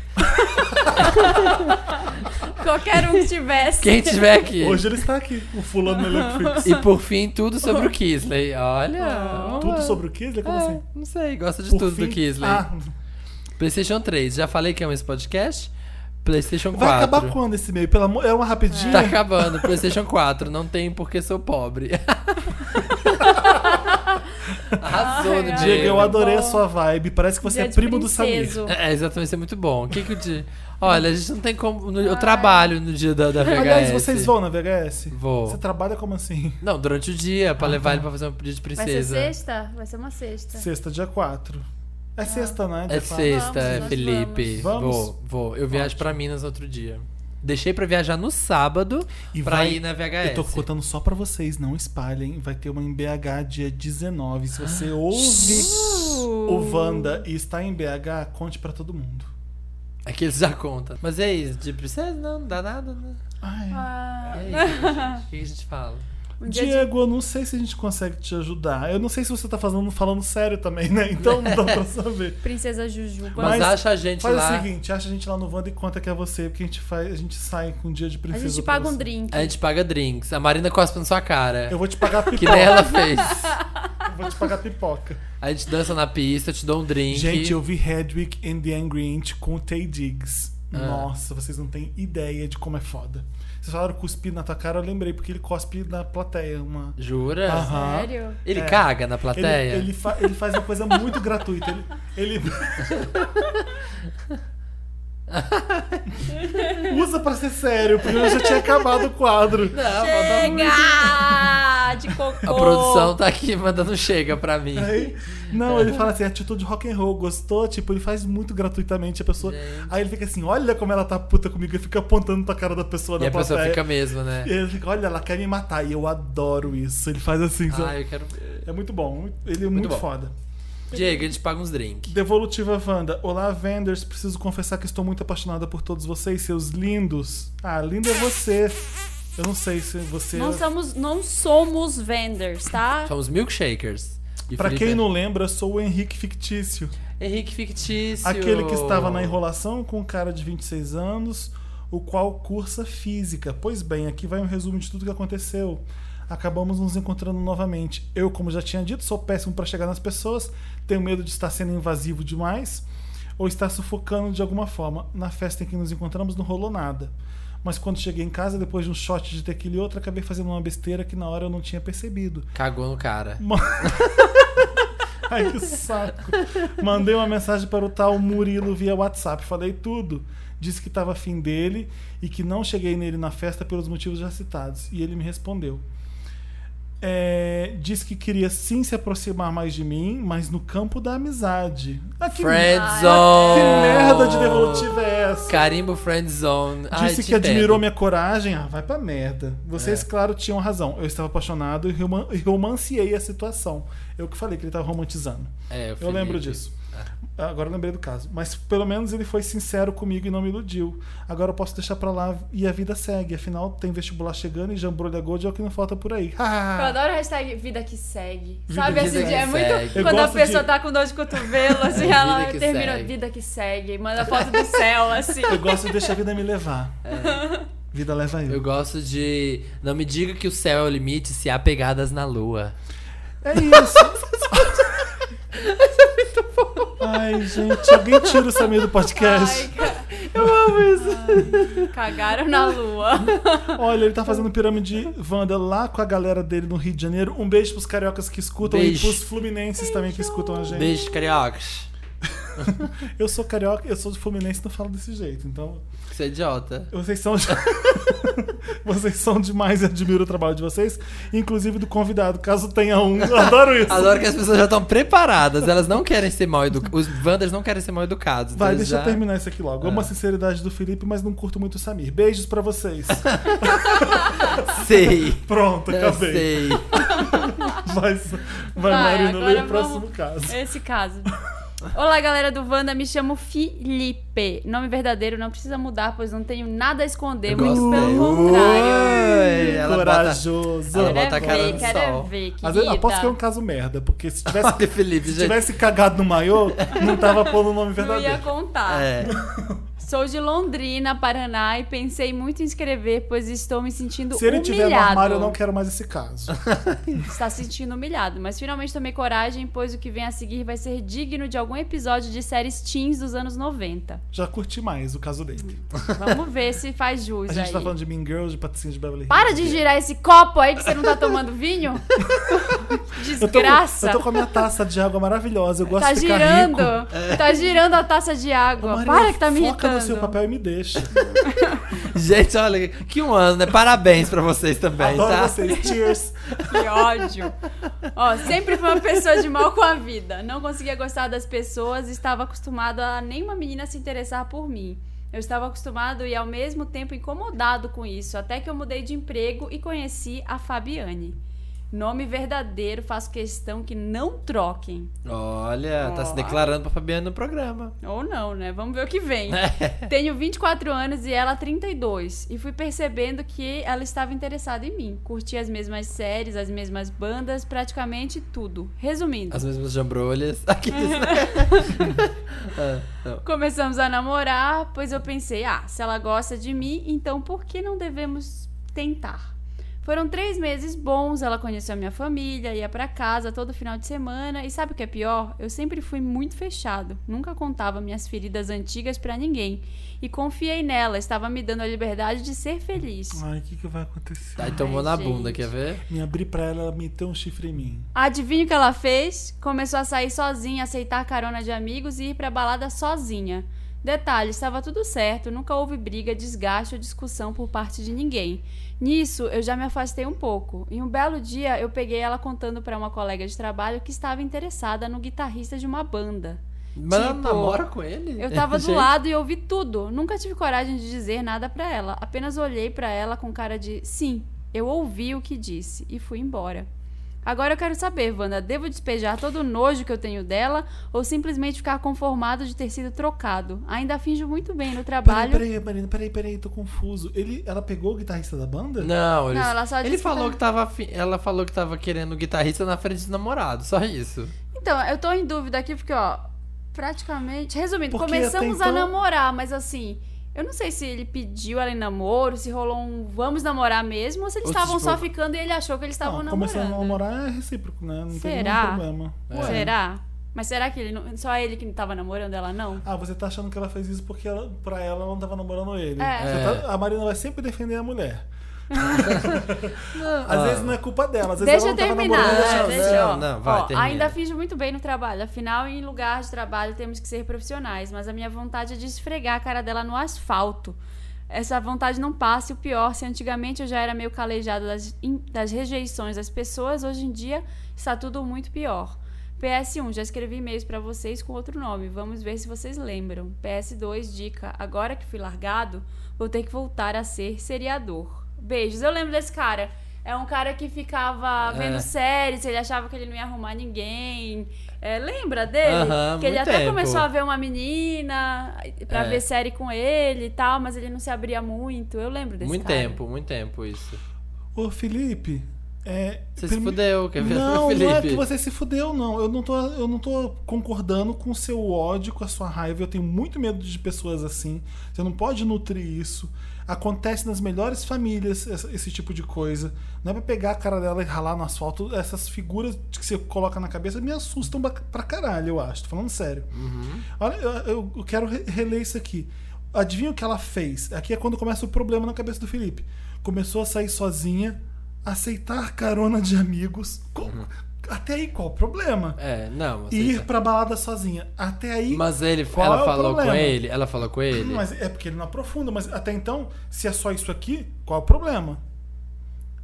Qualquer um que tivesse. Quem tiver aqui. Hoje ele está aqui, o fulano é no elenco fixo. E por fim, tudo sobre o Kisley. Olha. Ah, Tudo sobre o Kisley? Como É, assim? não sei, gosta de Por tudo fim- do Kisley. Ah, PlayStation 3, já falei que é um esse podcast. PlayStation 4. vai acabar quando esse meio? Pelo amor, é uma rapidinha. Tá acabando, PlayStation 4, não tem porque sou pobre. Arrasou Ai, no ai. Diego, eu Diego. tá adorei a Bom. sua vibe. Parece que você Dia é de primo do Samir. princeso. É, exatamente, isso é muito bom. O que que o dia... Olha, a gente não tem como... no- Eu trabalho no dia da, da VHS. Aliás, vocês vão na VHS? Vou. Você Ah, tá. trabalha como assim? Não, durante o dia, pra levar ele pra fazer um pedido de Vai ser princesa. é sexta? Vai ser uma sexta. Sexta, dia 4. É sexta, né? É Dia quatro. sexta, Vamos, é nós Felipe. vamos. Vou, vou. Eu viajo pra Minas outro dia. Deixei pra viajar no sábado E pra vai- ir na VHS. Eu tô contando só pra vocês, não espalhem. Vai ter uma em BH dia 19. Se Ah. você ouve o Wanda e está em BH, conte pra todo mundo. Aqui É eles já contam. Mas é isso, de princesa não, não dá nada, né? Ai. Ah, É isso, gente. O que a gente fala? um dia de Diego, eu não sei se a gente consegue te ajudar. Eu não sei se você tá fazendo, falando sério também, né? Então não dá pra saber. Princesa Jujuba. Mas, Mas acha a gente Faz lá. o seguinte, acha a gente lá no Wanda e conta que é você, porque a gente, faz, a gente sai com um dia de a princesa. gente pra paga um você. drink. A gente paga drinks. A Marina cospe na sua cara. Eu vou então. te pagar Que pipoca. nem ela fez. Eu vou te pagar pipoca. A gente dança na pista, eu te dou um drink. Gente, eu vi Hedwig and the Angry Inch com o Tay Diggs. Ah. Nossa, vocês não têm ideia de como é foda. Vocês falaram cuspir na tua cara, eu lembrei, porque ele cospe na plateia. Uma... Jura? Aham. Sério? Ele É. caga na Ele, plateia? ele, fa- ele faz uma coisa muito gratuita. Ele. ele- Usa pra ser sério, porque eu já tinha acabado o quadro. Não, Ah, falta muito. Chega! De cocô. Oh! A produção tá aqui mandando chega pra mim. Aí- não, ele fala assim, atitude rock and roll, gostou? Tipo, ele faz muito gratuitamente a pessoa. Gente. Aí ele fica assim, olha como ela tá puta comigo, e fica apontando pra cara da pessoa E na a pessoa plateia. fica mesmo, né? E ele fica, olha, ela quer me matar. E eu adoro isso. Ele faz assim, Ah, sabe? eu quero. ver. É muito bom. Ele é muito, bom. foda. Diego, a gente paga uns drinks. Devolutiva Wanda. Olá, Vendors. Preciso confessar que estou muito apaixonada por todos vocês, seus lindos. Ah, lindo é você. Eu não sei se você. Não somos, não somos vendors, tá? Somos milkshakers. E Pra Felipe quem é- não lembra, eu sou o Henrique Fictício. Henrique Fictício. Aquele que estava na enrolação com um cara de 26 anos, o qual cursa física. Pois bem, aqui vai um resumo de tudo que aconteceu. Acabamos nos encontrando novamente. Eu, como já tinha dito, sou péssimo para chegar nas pessoas, tenho medo de estar sendo invasivo demais ou estar sufocando de alguma forma. Na festa em que nos encontramos não rolou nada. Mas quando cheguei em casa, depois de um shot de tequila e outro, acabei fazendo uma besteira que na hora eu não tinha percebido. Cagou no cara. Ma- Ai, que saco. Mandei uma mensagem para o tal Murilo via WhatsApp. Falei tudo. Disse que estava afim dele e que não cheguei nele na festa pelos motivos já citados. E ele me respondeu. é, disse que queria sim se aproximar mais de mim, mas no campo da amizade. Ah, que, Ah, Friendzone. que merda de devolutiva é essa? Carimbo Friendzone. Ai, Disse te que admirou pego. É. minha coragem. Ah, vai pra merda. Vocês, claro, tinham razão. Eu estava apaixonado e roman- e romanciei a situação. Eu que falei que ele estava romantizando. É, o Eu Felipe. lembro disso. Agora eu lembrei do caso. Mas pelo menos ele foi sincero comigo e não me iludiu. Agora eu posso deixar pra lá e a vida segue. Afinal, tem vestibular chegando e jambrolha gold é o que não falta por aí. Eu adoro a hashtag vida que segue. Ah. Vida Sabe que esse segue. dia? É muito. Eu quando a gosto pessoa de- tá com dor de cotovelo, assim, ela Vida que termina. segue. Vida que segue. Manda foto do céu, assim. Eu gosto de deixar a vida me levar. Vida leva eu. Eu gosto de. Não me diga que o céu é o limite se há pegadas na lua. É isso. Ai, gente, alguém tira o Samir do podcast. Ai, cara. Eu amo isso. Cagaram na lua. Olha, ele tá fazendo pirâmide Wanda lá com a galera dele no Rio de Janeiro. Um beijo pros cariocas que escutam Beijo. e pros fluminenses também que escutam a gente. Beijo, cariocas. Eu sou carioca, eu sou de Fluminense e não falo desse jeito. Então, Você é idiota. vocês são. vocês são demais e admiro o trabalho de vocês, inclusive do convidado, caso tenha um. Eu Adoro isso. Adoro que as pessoas já estão preparadas, elas não querem ser mal educadas. Os Wanders não querem ser mal educados. então Vai, eles deixa já- Ah. eu terminar isso aqui logo. Amo a sinceridade do Felipe, mas não curto muito o Samir. Beijos pra vocês. Sei. Pronto, Eu acabei. sei. Vai, vai, Vai, Marina, agora lê o vamos- próximo caso. Esse caso. Olá, galera do Wanda, me chamo Felipe. Nome verdadeiro, não precisa mudar, pois não tenho nada a esconder, Eu muito gosto pelo dele. contrário. Oi, ela bota... Corajoso. ela Quero é bota a cara ver, no quero sol. ver, querida. Às vezes, aposto que é um caso merda, porque se tivesse, Olha, Felipe, se gente. tivesse cagado no maiô, não tava pondo o nome Não ia é um verdadeiro. contar. É. Sou de Londrina, Paraná, e pensei muito em escrever, pois estou me sentindo Se ele tiver no humilhado. armário, eu não quero mais esse caso. Está se sentindo humilhado, mas finalmente tomei coragem, pois o que vem a seguir vai ser digno de algum episódio de séries teens dos anos 90. Já curti mais o caso dele. Vamos ver se faz jus A gente aí. tá falando de Mean Girls, de Patricinha de Beverly Hills. é, Para de girar esse copo aí que você não tá tomando vinho. eu tô, com- Desgraça. Eu tô com a minha taça de água maravilhosa, eu gosto Tá de ficar girando. rico. Tá girando a taça de água. Marina, Para que tá me É. Foca no seu irritando. papel e me deixa. Gente, olha, que um ano, né? Parabéns pra vocês também, Adoro tá? vocês. Cheers. Que ódio. Ó, sempre fui uma pessoa de mal com a vida. Não conseguia gostar das pessoas, estava acostumado a nenhuma menina se interessar por mim. Eu estava acostumado e ao mesmo tempo incomodado com isso, até que eu mudei de emprego e conheci a Fabiane. Nome verdadeiro, faço questão que não troquem. Olha, tá se Ó. declarando pra Fabiana no programa. Ou não, né? Vamos ver o que vem. Tenho 24 anos e ela 32. E fui percebendo que ela estava interessada em mim. Curtia as mesmas séries, as mesmas bandas, praticamente tudo. Resumindo, As mesmas jambrolhas. Aqui, começamos a namorar, pois eu pensei, ah, se ela gosta de mim, então por que não devemos tentar? Foram três meses bons, ela conheceu a minha família, ia pra casa todo final de semana. E sabe o que é pior? Eu sempre fui muito fechado, nunca contava minhas feridas antigas pra ninguém. E confiei nela, estava me dando a liberdade de ser feliz. Ai, o que, que vai acontecer? Aí tomou Ai, na gente. bunda, quer ver? Me abri pra ela, ela meteu um chifre em mim. Adivinha o que ela fez? Começou a sair sozinha, aceitar carona de amigos e ir pra balada sozinha. Detalhe, estava tudo certo, nunca houve briga, desgaste ou discussão por parte de ninguém. Nisso, eu já me afastei um pouco. Em um belo dia, eu peguei ela contando pra uma colega de trabalho que estava interessada no guitarrista de uma banda. Mas ela Tipo, namora com ele? Eu tava do Gente, lado e ouvi tudo. Nunca tive coragem de dizer nada pra ela. Apenas olhei pra ela com cara de sim, eu ouvi o que disse e fui embora. Agora eu quero saber, Wanda, devo despejar todo o nojo que eu tenho dela ou simplesmente ficar conformado de ter sido trocado? Ainda finjo muito bem no trabalho. Peraí, peraí, Marina, peraí, peraí, tô confuso. Ele, ela pegou o guitarrista da banda? Não, eles- Não, ela só ele disse que falou tá- que tava. afi- Ela falou que tava querendo o guitarrista na frente do namorado, só isso. Então, eu tô em dúvida aqui porque, ó, praticamente. Resumindo, Porque até começamos a então- namorar, mas assim. Eu não sei se ele pediu ela em namoro, se rolou um vamos namorar mesmo, ou se eles Ou se, estavam só tipo, ficando e ele achou que eles estavam não, começando a É. namorando. namorar é recíproco, né? Não Será? tem nenhum problema. Ué. Será? Mas será que ele não- só ele que tava namorando ela não? Ah, você tá achando que ela fez isso porque ela, pra ela ela não tava namorando ele. É. Você É. tá- a Marina vai sempre defender a mulher. às Ah. vezes não é culpa dela, às vezes Deixa eu ela não tava terminar. né? namorando. não, Deixa, deixa, não, ó. não, vai, Ó, termina. ainda finjo muito bem no trabalho. Afinal, em lugar de trabalho temos que ser profissionais. Mas a minha vontade é de esfregar a cara dela no asfalto. essa vontade não passa. E o pior, se antigamente eu já era meio calejada das, in- das rejeições das pessoas, hoje em dia está tudo muito pior. PS1, já escrevi e-mails pra vocês com outro nome. Vamos ver se vocês lembram. PS2, dica. Agora que fui largado, vou ter que voltar a ser seriador. Beijos. Eu lembro desse cara. É um cara que ficava É. vendo séries, ele achava que ele não ia arrumar ninguém. É, lembra dele? Aham, que ele muito até tempo. começou a ver uma menina pra É. ver série com ele e tal, mas ele não se abria muito. Eu lembro desse Muito cara. tempo, muito tempo isso. Ô, Felipe, é. Você se prime- fudeu, quer ver? Não, não é que Felipe. você se fudeu, não. Eu não, tô, eu não tô concordando com o seu ódio, com a sua raiva. Eu tenho muito medo de pessoas assim. Você não pode nutrir isso. Acontece nas melhores famílias essa- esse tipo de coisa. Não é pra pegar a cara dela e ralar no asfalto. Essas figuras que você coloca na cabeça me assustam ba- pra caralho, eu acho. Tô falando sério. Olha, eu, eu quero re- reler isso aqui. Adivinha o que ela fez? Aqui é quando começa o problema na cabeça do Felipe. Começou a sair sozinha, aceitar carona de amigos. Co- Até aí, qual o problema? Uhum. É, não. você- Ir pra balada sozinha. Até aí. Mas ele, Qual é ela o falou com problema? ele, ela falou com ele. Mas é porque ele não aprofunda, mas até então, se é só isso aqui, qual é o problema?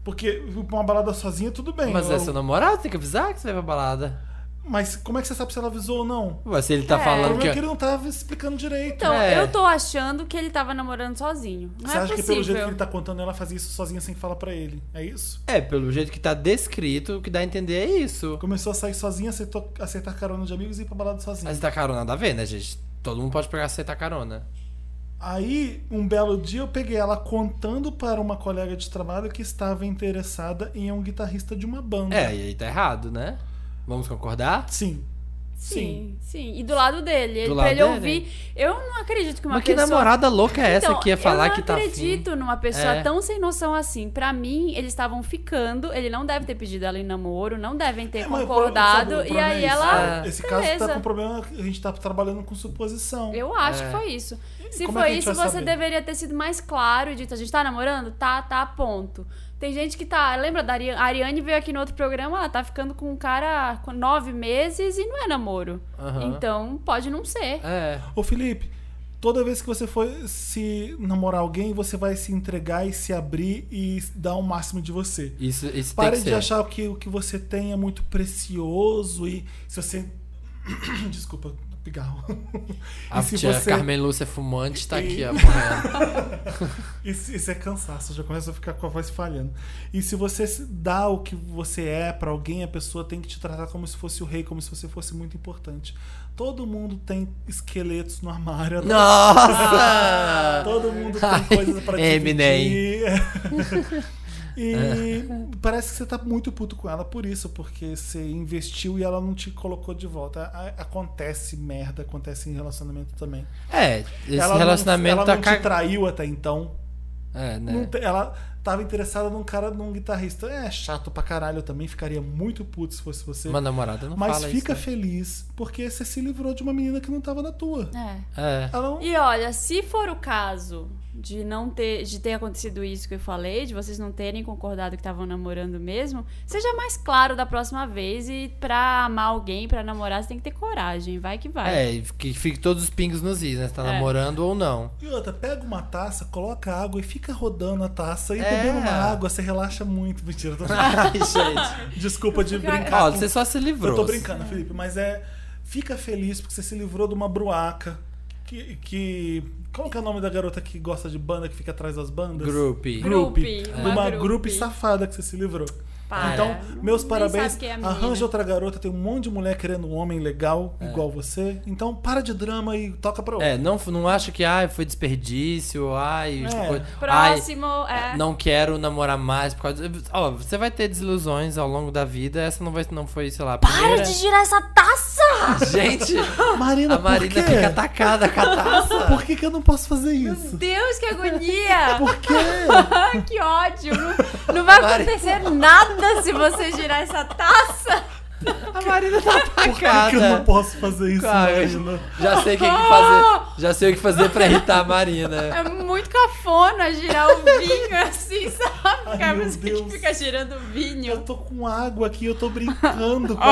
Porque uma balada sozinha, tudo bem. Mas Eu- é seu namorado, tem que avisar que você vai pra balada. mas como é que você sabe se ela avisou ou não? Mas se ele tá É. O falando problema é que que. ele não tava explicando direito. né? Então, É. eu tô achando que ele tava namorando sozinho. Não Você é acha que possível. pelo jeito que ele tá contando, ela fazia isso sozinha sem falar pra ele? É isso? É, pelo jeito que tá descrito, o que dá a entender é isso. Começou a sair sozinha, aceitou aceitar carona de amigos e ir pra balada sozinha. Aceitar carona nada a ver, né, gente? Todo mundo pode pegar aceitar carona. Aí, um belo dia, eu peguei ela contando para uma colega de trabalho que estava interessada em um guitarrista de uma banda. É, e aí tá errado, né? Vamos concordar? Sim. Sim, sim. E do lado dele. Ele, Do pra lado ele dele? ouvir. Eu não acredito que uma Mas que pessoa. namorada louca é essa Então, que ia falar eu não que tá afim? acredito numa pessoa É. tão sem noção assim. Pra mim, eles estavam ficando, ele não deve ter pedido ela em namoro, não devem ter É, mas o pro- Tá concordado. sabe, o e problema é aí isso? ela. Esse caso beleza. tá com problema, a gente tá trabalhando com suposição. Eu acho É. que foi isso. Se como é que foi a gente isso, vai você saber? deveria ter sido mais claro e dito: a gente tá namorando? Tá, tá, ponto. Tem gente que tá. Lembra da Ariane? A Ariane veio aqui no outro programa, ela tá ficando com um cara com nove meses e não é namoro. Aham. Então, pode não ser. É. Ô, Felipe, toda vez que você for se namorar alguém, você vai se entregar e se abrir e dar o máximo de você. Isso, isso Pare tem que de ser. achar que o que você tem é muito precioso e se você. Desculpa, pigarro. A e se Ah, tia você. Carmen Lúcia fumante tá aqui, ó. Isso, isso é cansaço, já começa a ficar com a voz falhando. E se você se dá o que você é pra alguém, a pessoa tem que te tratar como se fosse o rei, como se você fosse muito importante. Todo mundo tem esqueletos no armário. Nossa! Todo mundo tem coisas pra Eminem. É. dividir. e parece que você tá muito puto com ela por isso, porque você investiu e ela não te colocou de volta. A- Acontece merda, acontece em relacionamento também. É, esse ela relacionamento não, ela tá não te cagado. traiu até então. É, né? Não te- ela tava interessada num cara, num guitarrista. É chato pra caralho, eu também ficaria muito puto se fosse você. Uma namorada não Mas fala fica isso. né? feliz, porque você se livrou de uma menina que não tava na tua. É. né? Ela não... E olha, se for o caso de não ter, de ter acontecido isso que eu falei, de vocês não terem concordado que estavam namorando mesmo, seja mais claro da próxima vez e pra amar alguém, pra namorar, você tem que ter coragem, vai que vai. É, é, e que fique todos os pingos nos is, né? Você tá É. namorando ou não. E outra, pega uma taça, coloca água e fica rodando a taça e É. bebendo uma água, você relaxa muito. Mentira, eu tô... Ai, gente. desculpa de brincar. Ó, com- você só é se livrou. Eu tô brincando, Felipe, mas é. Fica feliz porque você se livrou de uma bruaca. Que. que... Qual que é o nome da garota que gosta de banda que fica atrás das bandas? Groupie. Groupie, De uma Uma groupie. grupo safada que você se livrou. Para. Então, meus Nem parabéns. sabe quem é a menina. Arranja outra garota, tem um monte de mulher querendo um homem legal, igual você. Então, para de drama e toca pra outra. É, não, não acho que ai, foi desperdício, ai, É. coisa- ai, Próximo é. não quero namorar mais por causa. de- Ó, você vai ter desilusões ao longo da vida, essa não, vai, não foi, sei lá, a primeira. Para de girar essa taça! Gente, Marina, a Marina por quê? fica atacada com a taça. Por que, que eu não posso fazer isso? Deus, que agonia! Por quê? Ah, que ódio! Não, não vai Mari- acontecer nada se você girar essa taça! A Marina tá Por que, que eu não atacada. posso fazer isso, Cara, Marina? Já sei o que que fazer. Já sei o que fazer pra irritar a Marina. É muito cafona girar o vinho assim, sabe? Ai, Cara, meu você que Deus. fica girando o Eu vinho. tô com água aqui, eu tô brincando com a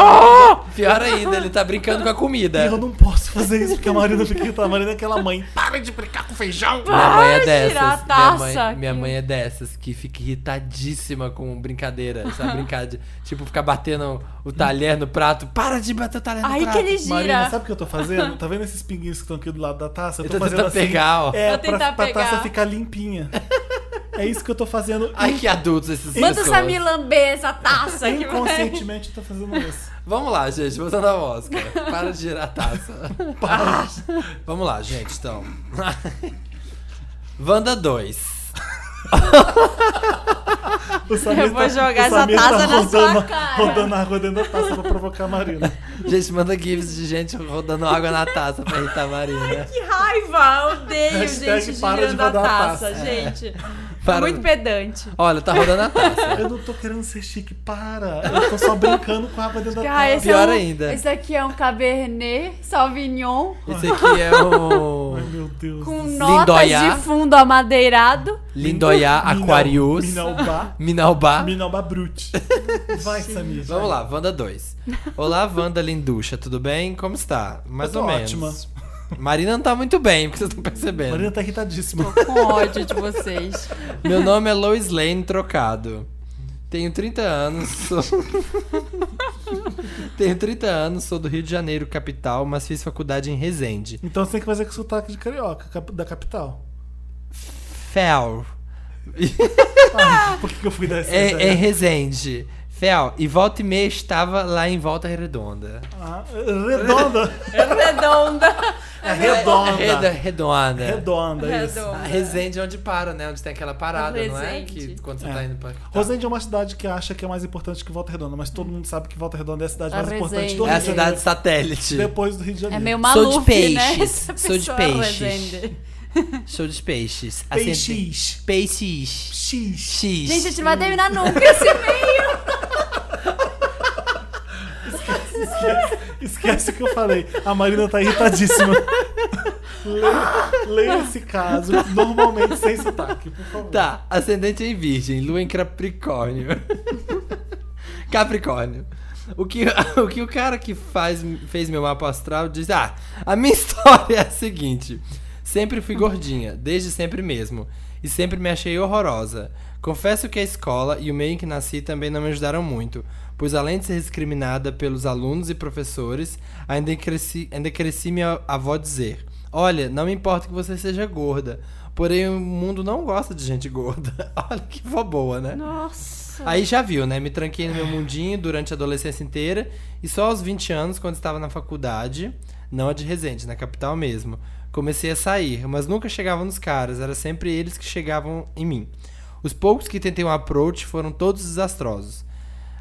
água. Pior ainda, ele tá brincando com a E Ah. comida. eu não posso fazer isso, porque a Marina fica irritada. A Marina é aquela mãe. Para de brincar com feijão! Minha mãe é Vai girar a dessas. Minha taça mãe, aqui. minha mãe é dessas que fica irritadíssima com brincadeira. Sabe, brincar de, Tipo, ficar batendo o talher no prato. Para de bater o talher no Aí que prato. ele Marina, gira. sabe o que eu tô fazendo? Tá vendo esses pinguinhos que estão aqui do lado da taça? Eu Eu tô tô fazendo tentando assim. pegar, ó. É, Pra tentar pra, pra pegar. taça ficar limpinha. É isso que eu tô fazendo. Ai, que adultos esses Manda o pessoas. Samir lamber essa taça que vai. Inconscientemente eu tô fazendo isso. Vamos lá, gente, voltando ao Oscar. Para de girar a taça. Para. Vamos lá, gente, então. Wanda 2. O Samir Eu vou jogar o essa Samir tá taça na sua rodando, cara. Rodando água dentro da taça pra provocar a Marina. Gente, manda gifs de gente rodando água na taça pra né? irritar a Marina. Que raiva! Odeio Hashtag gente para de girando a rodar a taça, taça. gente. É. Tá Para- Muito pedante. Olha, tá rodando a taça. Eu não tô querendo ser chique, para. Eu tô só brincando com a água dentro da Ah, taça. esse Pior é um, ainda. Esse aqui é um Cabernet Sauvignon Esse aqui é Ai, o meu Deus. com do céu. notas Lindoiá. de fundo amadeirado. Lindoia Aquarius Minalba. Minalba. Minalba Brut. Vai, Samir. Vamos lá, Wanda 2. Olá, Wanda Linducha, tudo bem? Como está? Mais Eu tô ou menos. ótima. Marina não tá muito bem, porque vocês estão percebendo. Marina tá irritadíssima. Tô com ódio de vocês. Meu nome é Lois Lane Trocado. Tenho 30 anos. Sou... Tenho 30 anos, sou do Rio de Janeiro, capital, mas fiz faculdade em Resende. Então você tem que fazer com sotaque de carioca, cap- da capital. Fel. Ah. Ai, Ah, por que que eu fui dar essa É, ideia? é Resende. Fel. E volta e meia estava lá em Volta Redonda. Ah, redonda. Redonda. É redonda. Reda- redonda. Redonda, isso. Redonda. A Resende é onde para, né? Onde tem aquela parada, não é? Resende. Que quando você É. tá indo pra. Rosende é uma cidade que acha que é mais importante que Volta Redonda, mas todo mundo sabe que Volta Redonda é a cidade A mais importante Resende. do Rio É a de cidade Janeiro, satélite. Depois do Rio de É Janeiro. meio Sou de maluco, peixes, né? Essa sou de pessoa peixes. Resende. Show de peixes. Acende- Peixes. Peixes. X. X. Gente, a gente não vai terminar nunca esse e-mail. Esquece o que eu falei. A Marina tá irritadíssima. Leia, leia esse caso normalmente sem sotaque, por favor. Tá, ascendente em virgem, lua em Capricórnio. Capricórnio. O que, o que o cara que faz, fez meu mapa astral diz: Ah, a minha história é a seguinte. Sempre fui gordinha, desde sempre mesmo. E sempre me achei horrorosa. Confesso que a escola e o meio em que nasci também não me ajudaram muito, pois além de ser discriminada pelos alunos e professores, ainda cresci, ainda cresci minha avó dizer: Olha, não me importa que você seja gorda, porém o mundo não gosta de gente gorda. Olha que vó boa, né? Nossa. Aí já viu, né? Me tranquei no meu mundinho durante a adolescência inteira e só aos 20 anos, quando estava na faculdade, não a de Resende, na capital mesmo, comecei a sair, mas nunca chegavam nos caras, era sempre eles que chegavam em mim. Os poucos que tentei um approach foram todos desastrosos.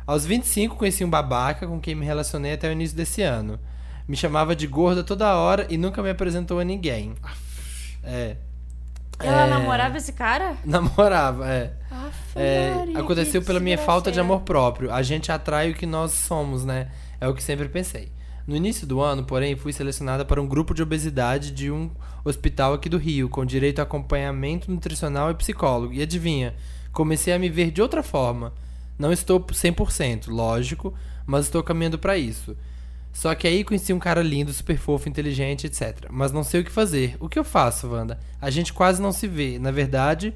Aos 25 conheci um babaca com quem me relacionei até o início desse ano. Me chamava de gorda toda hora e nunca me apresentou a ninguém. É, Ela É. namorava esse cara? namorava, é. Aff, É, Maria, aconteceu que né? pela minha falta de desgraceira. amor próprio. A gente atrai o que nós somos, né? É o que sempre pensei. No início do ano, porém, fui selecionada para um grupo de obesidade de um hospital aqui do Rio, com direito a acompanhamento nutricional e psicólogo. E adivinha, comecei a me ver de outra forma. Não estou 100%, lógico, mas estou caminhando para isso. Só que aí conheci um cara lindo, super fofo, inteligente, etc. Mas não sei o que fazer. O que eu faço, Wanda? A gente quase não se vê. Na verdade,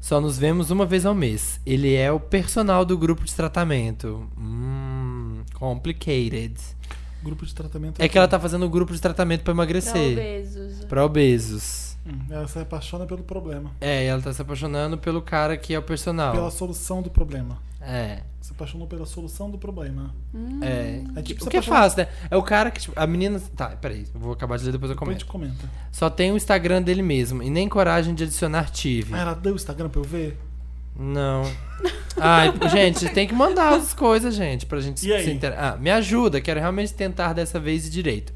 só nos vemos uma vez ao mês. Ele é o personal do grupo de tratamento. Hum, complicated. Grupo de tratamento. É que ela tá fazendo o grupo de tratamento pra emagrecer. Talvez. os- Pra obesos. Hum, Ela se apaixona pelo problema. É, e ela tá se apaixonando pelo cara que é o personal. Pela solução do problema. É. Se apaixonou pela solução do problema. É. É tipo o se que é apaixonar- fácil, né? É o cara que, tipo, a menina. Tá, peraí, eu vou acabar de ler, depois eu Depois a gente comento. comenta. Só tem o Instagram dele mesmo e nem coragem de adicionar tive. Ah, ela deu o Instagram pra eu ver? Não. Ai, gente, tem que mandar as coisas, gente, pra gente E aí? se inter... Ah, me ajuda, quero realmente tentar dessa vez e direito.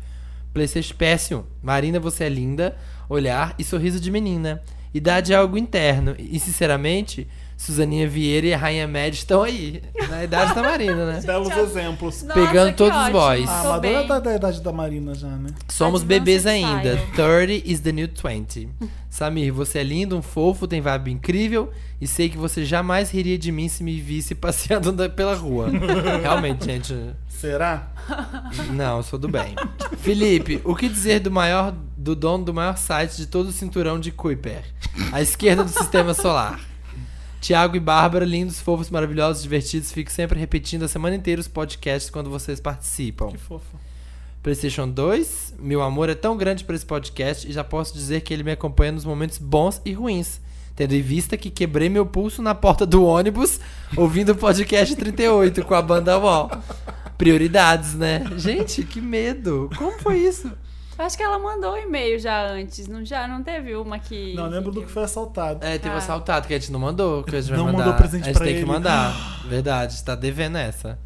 PlayStation PS1. Marina, você é linda. Olhar e sorriso de menina. Idade é algo interno. E, sinceramente, Suzaninha Vieira e a Rainha Med estão aí, na idade da Marina, né? Belos exemplos. Nossa, Pegando que todos os ótimo. boys. Ah, a Tô Madonna bem. tá da idade da Marina já, né? Somos Advanced bebês style. ainda. 30 is the new 20. Samir, você é lindo, um fofo, tem vibe incrível e sei que você jamais riria de mim se me visse passeando andando pela rua. Realmente, gente, Será? não, eu sou do bem. Felipe, o que dizer do maior do dono do maior site de todo o cinturão de Kuiper? À esquerda do sistema solar. Tiago e Bárbara, lindos, fofos, maravilhosos, divertidos. Fico sempre repetindo a semana inteira os podcasts quando vocês participam. Que fofo. PlayStation 2, meu amor é tão grande por esse podcast e já posso dizer que ele me acompanha nos momentos bons e ruins. Tendo em vista que quebrei meu pulso na porta do ônibus ouvindo o podcast 38 com a banda UOL. Prioridades, né? Gente, que medo. Como foi isso? Eu acho que ela mandou um e-mail já antes, não já? Não teve uma que. Não, eu lembro do que foi assaltado. É, teve Ah. assaltado que a gente não mandou, que a gente vai Não mandar. mandou presente a gente pra tem ele. que mandar. Verdade, tá devendo essa.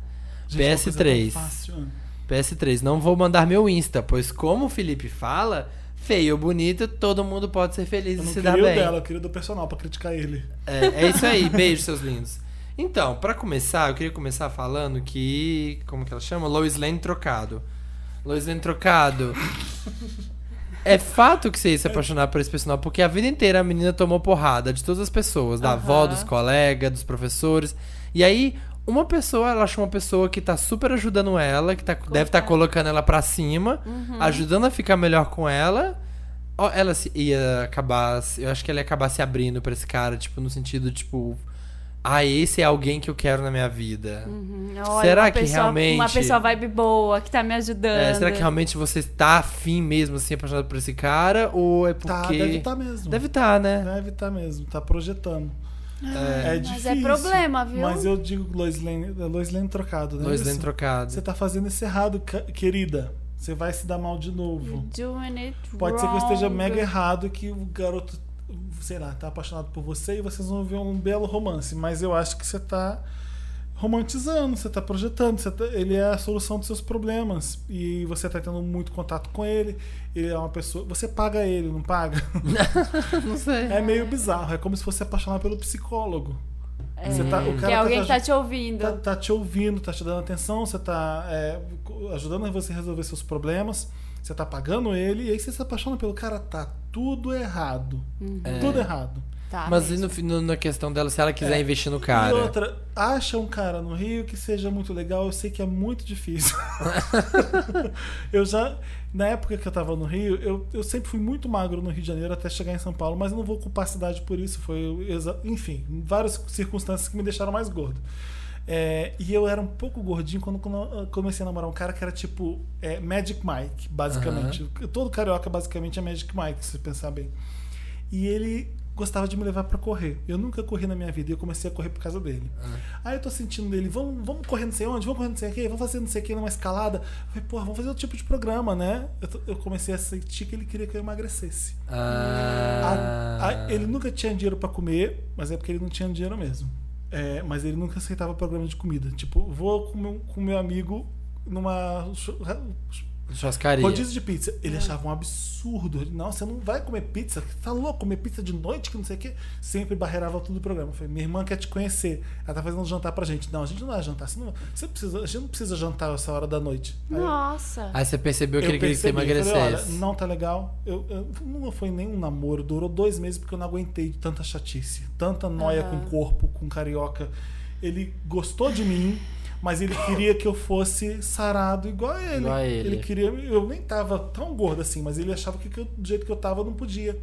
Gente, uma coisa tão PS3. fácil. né? PS3, não vou mandar meu Insta, pois como o Felipe fala, feio ou bonito, todo mundo pode ser feliz Eu e não se dar queria o bem. dela, eu queria o do personal pra criticar ele. É, é isso aí, beijo, seus lindos. Então, pra começar, eu queria começar falando que. Como que ela chama? Lois Lane trocado. Lois Lane trocado. É fato que você ia se apaixonar por esse personal, porque a vida inteira a menina tomou porrada de todas as pessoas, da avó, Aham. dos colegas, dos professores. E aí, uma pessoa, ela achou uma pessoa que tá super ajudando ela, que tá, deve estar colocando ela pra cima, ajudando a ficar melhor com ela. Ó, Ela se- ia acabar. se- Eu acho que ela ia acabar se abrindo pra esse cara, tipo, no sentido, tipo. Ah, esse é alguém que eu quero na minha vida. Uhum, olha, Será uma que pessoa- realmente- Uma pessoa vibe boa, que tá me ajudando. É, será que realmente você tá afim mesmo, assim, apaixonado por esse cara? Ou é porque. Tá, deve estar mesmo. Deve tá, né? Deve estar mesmo, tá projetando. É, Mas difícil. é problema, viu? Mas eu digo Lois Lane, Lois Lane trocado, né? Dois Isso. dentro trocado. Você tá fazendo isso errado, ca- querida. Você vai se dar mal de novo. Doing it Pode ser que eu esteja wrong. mega errado e que o garoto, sei lá, tá apaixonado por você e vocês vão ver um belo romance. Mas eu acho que você tá romantizando, você tá projetando, você tá- ele é a solução dos seus problemas. E você tá tendo muito contato com ele, ele é uma pessoa. Você paga ele, não paga? Não sei. É meio bizarro, é como se fosse apaixonar pelo psicólogo. Você tá- o É. Que alguém te tá te ouvindo. tá, tá te ouvindo, tá te dando atenção, você tá é, co- ajudando você a resolver seus problemas, você tá pagando ele, e aí você se apaixona pelo cara, tá tudo errado. Tudo errado. Tá. Mas e no, fi- no- na questão dela, se ela É. quiser investir no cara? E outra, acha um cara no Rio que seja muito legal, eu sei que é muito difícil. eu já, na época que eu tava no Rio, eu, eu sempre fui muito magro no Rio de Janeiro até chegar em São Paulo, mas eu não vou culpar a cidade por isso, foi, exa- enfim, várias circunstâncias que me deixaram mais gordo. É, e eu era um pouco gordinho quando quando comecei a namorar um cara que era tipo é, Magic Mike, basicamente. Todo carioca basicamente é Magic Mike, se você pensar bem. E ele gostava de me levar pra correr. Eu nunca corri na minha vida e eu comecei a correr por causa dele. Aí eu tô sentindo dele, vamos, vamos correr não sei onde, vamos correr não sei o que, vamos fazer não sei o que numa escalada. Eu falei, porra, vamos fazer outro tipo de programa, né? Eu, tô- eu comecei a sentir que ele queria que eu emagrecesse. Ah, A- a- ele nunca tinha dinheiro pra comer, mas é porque ele não tinha dinheiro mesmo. É, mas ele nunca aceitava programa de comida. Tipo, vou com meu, com meu amigo numa chu- Churrascaria. Rodízio de pizza. Ele achava um absurdo. Ele, não, você não vai comer pizza? Tá louco? Comer pizza de noite, que não sei o quê. Sempre barreirava tudo o programa. Eu falei, minha irmã quer te conhecer. Ela tá fazendo um jantar pra gente. Não, a gente não vai jantar. Você não, você precisa, a gente não precisa jantar essa hora da noite. Aí eu- Nossa. Aí Ah, você percebeu que ele queria que você percebi, eu emagrecesse. falei, Olha, não tá legal. Eu, eu- não foi nenhum namoro. Durou dois meses porque eu não aguentei de tanta chatice. Tanta noia com o corpo, com carioca. Ele gostou de mim, mas ele queria que eu fosse sarado igual a ele. Igual a ele. queria. Eu nem tava tão gordo assim, mas ele achava que, que eu- do jeito que eu tava eu não podia.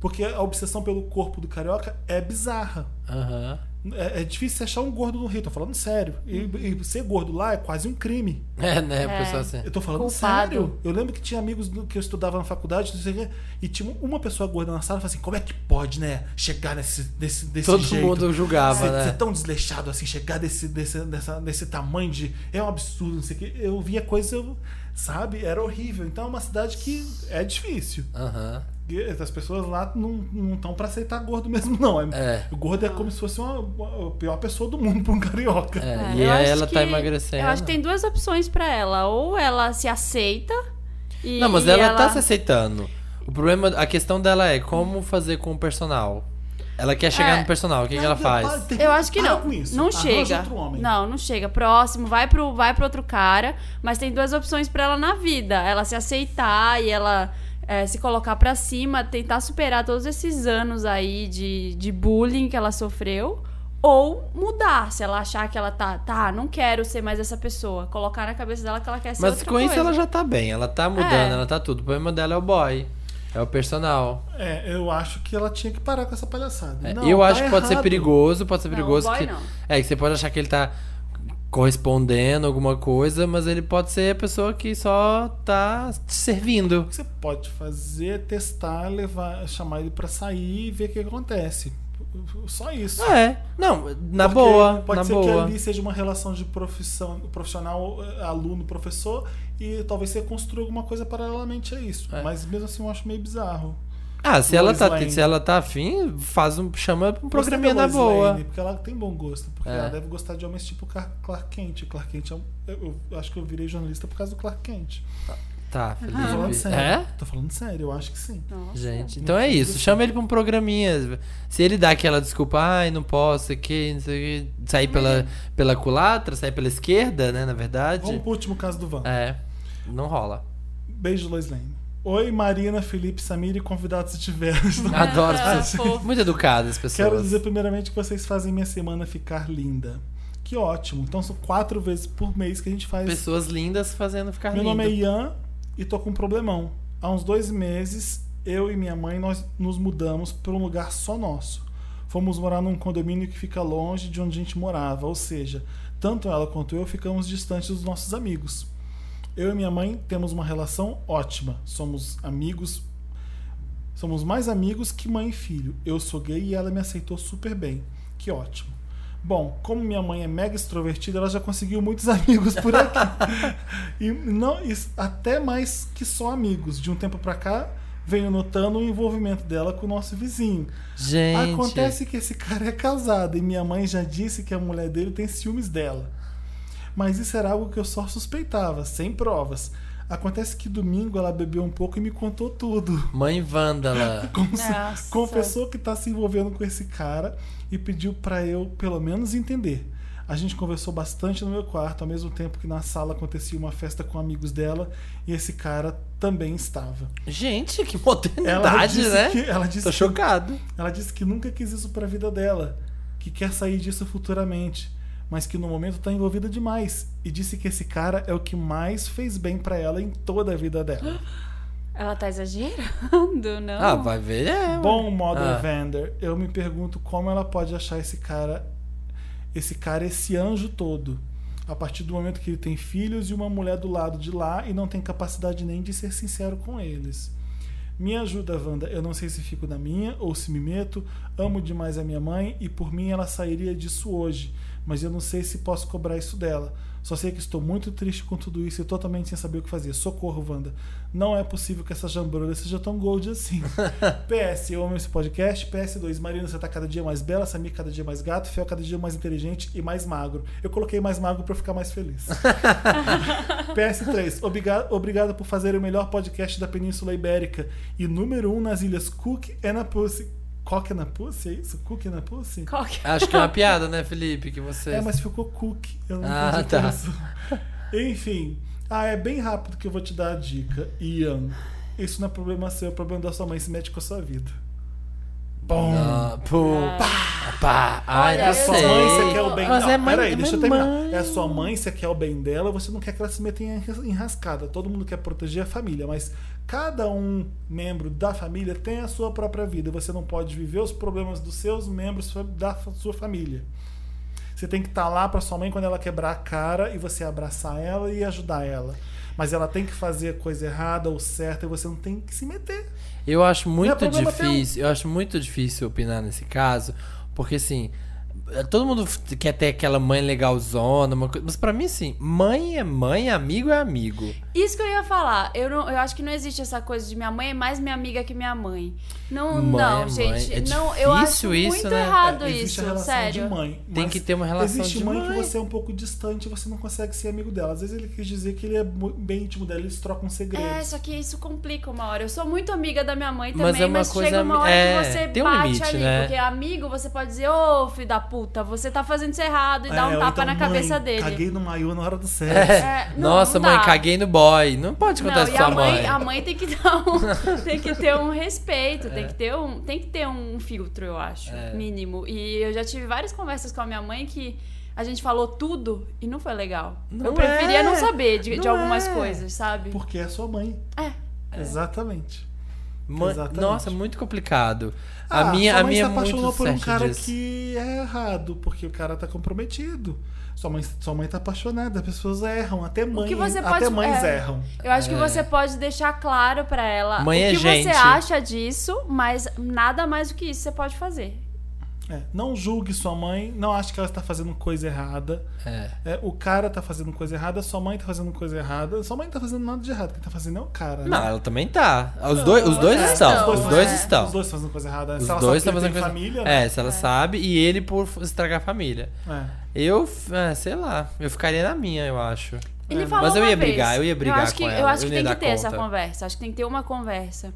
Porque a obsessão pelo corpo do carioca é bizarra. Aham. É, é difícil você achar um gordo no Rio, tô falando sério. E- e ser gordo lá é quase um crime. É, né? É. Pessoal assim. Eu tô falando Culpado. sério. Eu lembro que tinha amigos do- que eu estudava na faculdade, não sei o quê, e tinha um, uma pessoa gorda na sala e falava assim: como é que pode, né? Chegar nesse, nesse, desse Todo jeito. mundo julgava, Ser- né? ser tão desleixado assim, chegar desse, desse, dessa, desse tamanho de. É um absurdo, não sei o quê. Eu via coisas, eu- sabe? Era horrível. Então é uma cidade que é difícil. Aham. E As pessoas lá não não estão pra aceitar gordo mesmo, não. É, É. O gordo é como se fosse uma, uma- a pior pessoa do mundo pra um carioca. É, É, e eu aí acho ela tá que- emagrecendo. Eu acho que tem duas opções pra ela. Ou ela se aceita. E Não, mas ela, ela tá se aceitando. O problema, a questão dela é como fazer com o personal. Ela quer chegar É. no personal, o que, que ela faz? Eu acho que Para não. com isso. Não Arranja chega. outro homem. Não, não chega. Próximo, vai pro, vai pro outro cara. Mas tem duas opções pra ela na vida: ela se aceitar e ela é, se colocar pra cima, tentar superar todos esses anos aí de, de bullying que ela sofreu. Ou mudar, se ela achar que ela tá, tá, não quero ser mais essa pessoa. Colocar na cabeça dela que ela quer ser Mas outra com isso coisa. ela já tá bem, ela tá mudando, É. ela tá tudo. O problema dela é o boy, é o personal. É, eu acho que ela tinha que parar com essa palhaçada. É, Não, eu tá acho que pode ser errado. perigoso, pode ser Não, perigoso boy que não. é que você pode achar que ele tá correspondendo alguma coisa, mas ele pode ser a pessoa que só tá te servindo. O que você pode fazer é testar, levar, chamar ele pra sair e ver o que acontece. Só isso. É, não, na Porque boa, Pode na ser boa. que ali seja uma relação de profissão, profissional, eh, aluno, professor, e talvez você construa alguma coisa paralelamente a isso. É. Mas mesmo assim eu acho meio bizarro. Ah, se ela, Lois tá, Lane. se ela tá afim, faz um, chama um Gostei programinha da na Lois boa. Lane, porque ela tem bom gosto. Porque É. ela deve gostar de homens tipo Car- Clark Kent. Clark Kent é um- eu, eu acho que eu virei jornalista por causa do Clark Kent. Tá, Felipe. Tô falando sério. É? Tô falando sério, eu acho que sim. Nossa. Gente, então é isso. Chama ele pra um programinha. Se ele dá aquela desculpa, ai, não posso, aqui, não sei o quê", sair pela, pela culatra, sair pela esquerda, né, na verdade. Uhum. Vamos pro último caso do Van. É, não rola. Beijo, Lois Lane. Oi, Marina, Felipe, Samir e convidados se tiveram. Adoro. Ah, as pessoas. fofo. Muito educadas as pessoas. tá Quero dizer primeiramente que vocês fazem minha semana ficar linda. Que ótimo. Então são quatro vezes por mês que a gente faz. Pessoas lindas fazendo ficar Meu lindo. nome é Ian e tô com um problemão. Há uns dois meses, eu e minha mãe nós nos mudamos para um lugar só nosso. Fomos morar num condomínio que fica longe de onde a gente morava, ou seja, tanto ela quanto eu ficamos distantes dos nossos amigos. Eu e minha mãe temos uma relação ótima. Somos amigos. Somos mais amigos que mãe e filho. Eu sou gay e ela me aceitou super bem. Que ótimo. Bom, como minha mãe é mega extrovertida, ela já conseguiu muitos amigos por aqui. e não e até mais que só amigos. De um tempo pra cá, venho notando o envolvimento dela com o nosso vizinho. Gente. Acontece que esse cara é casado e minha mãe já disse que a mulher dele tem ciúmes dela. Mas isso era algo que eu só suspeitava, sem provas. Acontece que domingo ela bebeu um pouco e me contou tudo. Mãe Vândala. Como se- Nossa. Confessou que tá se envolvendo com esse cara e pediu pra eu, pelo menos, entender. A gente conversou bastante no meu quarto, ao mesmo tempo que na sala acontecia uma festa com amigos dela e esse cara também estava. Gente, que Ela modernidade, disse né? que- ela disse Tô que- chocado. Ela disse que nunca quis isso pra vida dela, que quer sair disso futuramente, mas que no momento tá envolvida demais e disse que esse cara é o que mais fez bem pra ela em toda a vida dela. Ela tá exagerando, não? Ah, vai ver. É, ué. Bom modo Ah. Vander, eu me pergunto como ela pode achar esse cara esse cara esse anjo todo. A partir do momento que ele tem filhos e uma mulher do lado de lá e não tem capacidade nem de ser sincero com eles. Me ajuda, Wanda. Eu não sei se fico na minha ou se me meto. Amo demais a minha mãe e por mim ela sairia disso hoje. Mas eu não sei se posso cobrar isso dela. Só sei que estou muito triste com tudo isso e totalmente sem saber o que fazer. Socorro, Wanda. Não é possível que essa jambrolha seja tão gold assim. PS, eu amo esse podcast. PS2, Marina, você tá cada dia mais bela, Samir cada dia mais gato, Fel cada dia mais inteligente e mais magro. Eu coloquei mais magro pra eu ficar mais feliz. PS3, obriga obrigado por fazer o melhor podcast da Península Ibérica e número um nas ilhas Cook e na Pussy. Cook e na Pussy? É isso? Cook e na Pussy? Qual que- Acho que é uma piada, né, Felipe? Que você. É, mas ficou Cook. Eu não Ah, entendi tá. isso. Enfim. Ah, é bem rápido que eu vou te dar a dica, Ian. Isso não é problema seu, é problema da sua mãe, se mete com a sua vida. Bom. Ah, pô, pá, pá. Ai, Olha, não eu É sei. sua mãe, você quer o bem Mas não, é mãe, peraí, é deixa eu minha terminar. mãe. É sua mãe, você quer o bem dela, você não quer que ela se meta em enrascada. Todo mundo quer proteger a família, mas cada um membro da família tem a sua própria vida. Você não pode viver os problemas dos seus membros fa- da fa- sua família. Você tem que estar lá pra sua mãe quando ela quebrar a cara e você abraçar ela e ajudar ela. Mas ela tem que fazer a coisa errada ou certa e você não tem que se meter. Eu acho muito é problema difícil, eu acho muito difícil opinar nesse caso, porque assim, todo mundo f- quer ter aquela mãe legalzona, uma coisa, mas pra mim assim, mãe é mãe, amigo é amigo. Isso que eu ia falar. Eu, não, eu acho que não existe essa coisa de minha mãe é mais minha amiga que minha mãe. Não, Mãe é não, mãe. gente. É não, eu difícil acho isso, muito né? errado É, Existe a isso, relação sério. de mãe. Tem mas que ter uma relação Existe de mãe, que mãe. você é um pouco distante e você não consegue ser amigo dela. Às vezes ele quis dizer que ele é mu- bem íntimo dela, eles trocam um segredos. É, só que isso complica uma hora. Eu sou muito amiga da minha mãe também, Mas mas, é uma coisa- chega uma hora é, que você tem um bate limite, ali. né? Porque amigo, você pode dizer, ô filho da puta, você tá fazendo isso errado e É, dá um ou tapa então, na "Mãe, cabeça dele. Caguei no maiô na hora do É. sexo. não, Nossa, não mãe, dá. caguei no boy. Não pode Não, contar isso e pra a sua mãe. mãe, a mãe tem que dar um, tem que ter um respeito, tem que ter um, tem que ter um filtro, eu acho, É. mínimo. E eu já tive várias conversas com a minha mãe que a gente falou tudo e não foi legal. Não eu preferia é, não saber de, de não algumas é. coisas, sabe? Porque é sua mãe. É. Exatamente. Mãe- Exatamente. Nossa, é muito complicado. a Ah, minha, sua a mãe minha se é apaixonou muito por um certa cara disso. que é errado, porque o cara tá comprometido. Sua mãe, sua mãe tá apaixonada, as pessoas erram, até mãe, que você até pode- mães é. erram. Eu acho que você pode deixar claro pra ela Mãe o é que gente. você acha disso, mas nada mais do que isso você pode fazer. É, não julgue sua mãe, não ache que ela está fazendo coisa errada. É. É, o cara tá fazendo coisa errada, sua mãe tá fazendo coisa errada. Sua mãe não tá fazendo nada de errado, quem tá fazendo é o cara. né? Não, ela também tá. Os dois, os dois estão. Os fazendo- dois é. estão. Os dois fazendo coisa errada. Os Se ela dois sabe estão que ele fazendo tem coisa. família, né? É, se ela sabe, e ele por f- estragar a família. É. Eu, f- ah, sei lá, eu ficaria na minha, eu acho. Ele É. falou Mas eu uma ia vez. brigar, eu ia brigar eu acho com que, ela. Eu acho eu que não ia tem que dar ter essa conta. conversa. Acho que tem que ter uma conversa.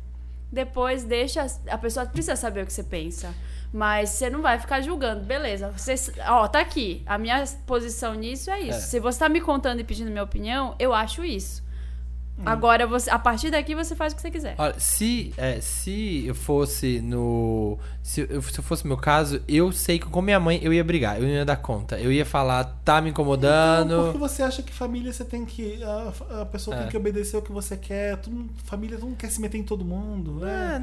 Depois deixa. A pessoa precisa saber o que você pensa. Mas você não vai ficar julgando, beleza. Você, ó, tá aqui. A minha posição nisso é isso. É. Se você tá me contando e pedindo minha opinião, eu acho isso. Hum. Agora, você, a partir daqui, você faz o que você quiser. Olha, se, é, se eu fosse no. Se eu, se eu fosse meu caso, eu sei que com minha mãe eu ia brigar, eu não ia dar conta. Eu ia falar, tá me Então, incomodando. Porque você acha que família você tem que. A, a pessoa É. tem que obedecer o que você quer. Todo mundo- família todo mundo quer se meter em todo mundo.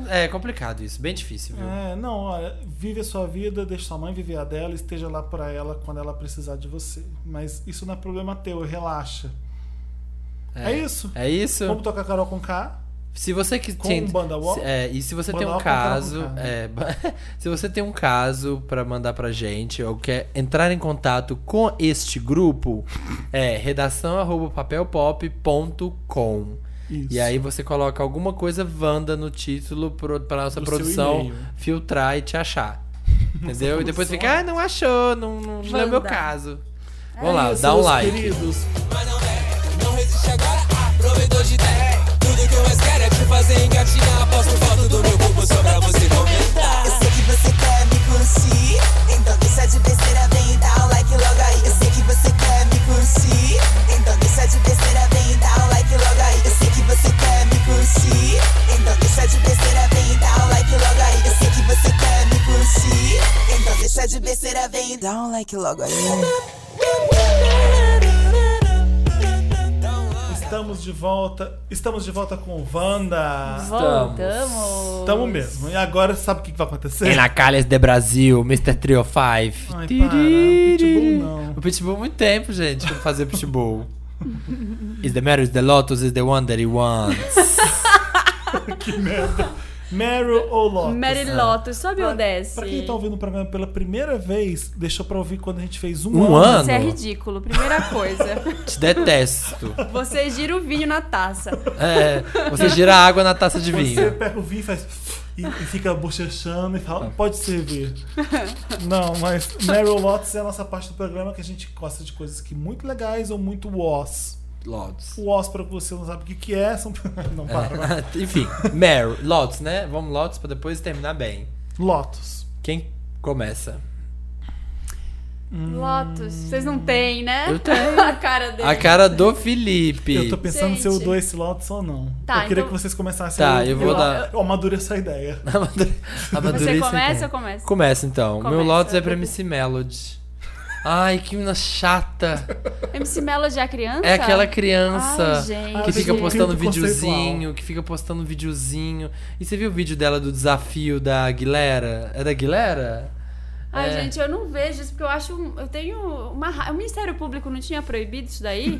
É. É, é complicado isso, bem difícil, viu? É, não, olha, vive a sua vida, deixa sua mãe viver a dela, esteja lá pra ela quando ela precisar de você. Mas isso não é problema teu, relaxa. É, isso? É isso? Vamos tocar Carol com K? Se você que Com tem, banda wall? se- é, e se você Banda tem um wall com cara caso, com cara. é, ba- se você tem um caso pra mandar pra gente ou quer entrar em contato com este grupo, é redação@papelpop.com. Isso. E aí você coloca alguma coisa Wanda no título pro, pra nossa Do seu produção e-mail. filtrar e te achar. Entendeu? E depois produção. fica, ah, não achou, não, não, não é meu Wanda. caso. Vamos lá, dá um meus like. Queridos. Mas não é, não resiste agora, ah, provedor de ideia. Tudo que eu mais quero é te fazer engatinhar. Posto foto do meu corpo só pra você comentar. Eu sei que você quer me curtir. Então deixa de besteira, vem e dá o like logo aí. Eu sei que você quer me curtir. Então deixa de besteira, vem e dá o like logo aí. Eu sei que você quer me curtir. Então deixa de besteira, vem e dá o like logo aí. Eu sei que você quer me curtir. Então deixa de besteira, vem e dá um like logo aí. Estamos de volta. Estamos de volta com o Wanda. Voltamos. Estamos mesmo. E agora sabe o que que vai Em acontecer? la Calles de Brasil, Mr. Trio 5. Ai, para. Pitbull não. O Pitbull muito tempo, gente, pra fazer Pitbull. is the matter, is the lotus, is the one that he wants. Meryl ou Lotus? Mary É. Lotus, sobe ou desce? Pra quem tá ouvindo o programa pela primeira vez, deixou pra ouvir quando a gente fez um, Um ano? Você é ridículo, primeira coisa. Te detesto. você gira o vinho na taça. É, você gira água na taça de Você vinho. pega o vinho e faz. E, e fica bochechando e fala, "Ah, pode servir. Não, mas Meryl Lotus é a nossa parte do programa que a gente gosta de coisas que muito legais ou muito was. Lotus. Was, pra você não sabe o que, que é, são. Não, para, vai. Enfim, Meryl, Lotus, né? Vamos Lotus pra depois terminar bem. Lotus. Quem começa? Lotus, vocês não têm, né? Eu tenho. A cara dele. A cara do Felipe. Eu tô pensando se eu Gente. dou esse Lotus ou não. Tá, eu queria então- que vocês começassem. Tá, eu vou dar- Tá. Eu amadurei essa ideia. Amadu- Você amadurece começa bem. ou começa? Começa então. Meu Começa. Lotus é pra MC Melody. Ai, que menina chata. MC Melody é a criança? É aquela criança Ai, gente. que fica Ah, postando filtro videozinho, conceitual. que fica postando videozinho. E você viu o vídeo dela do desafio da Aguilera? É da Aguilera? Ai, É. gente, eu não vejo isso porque eu acho. um- Eu tenho uma. ra- O Ministério Público não tinha proibido isso daí?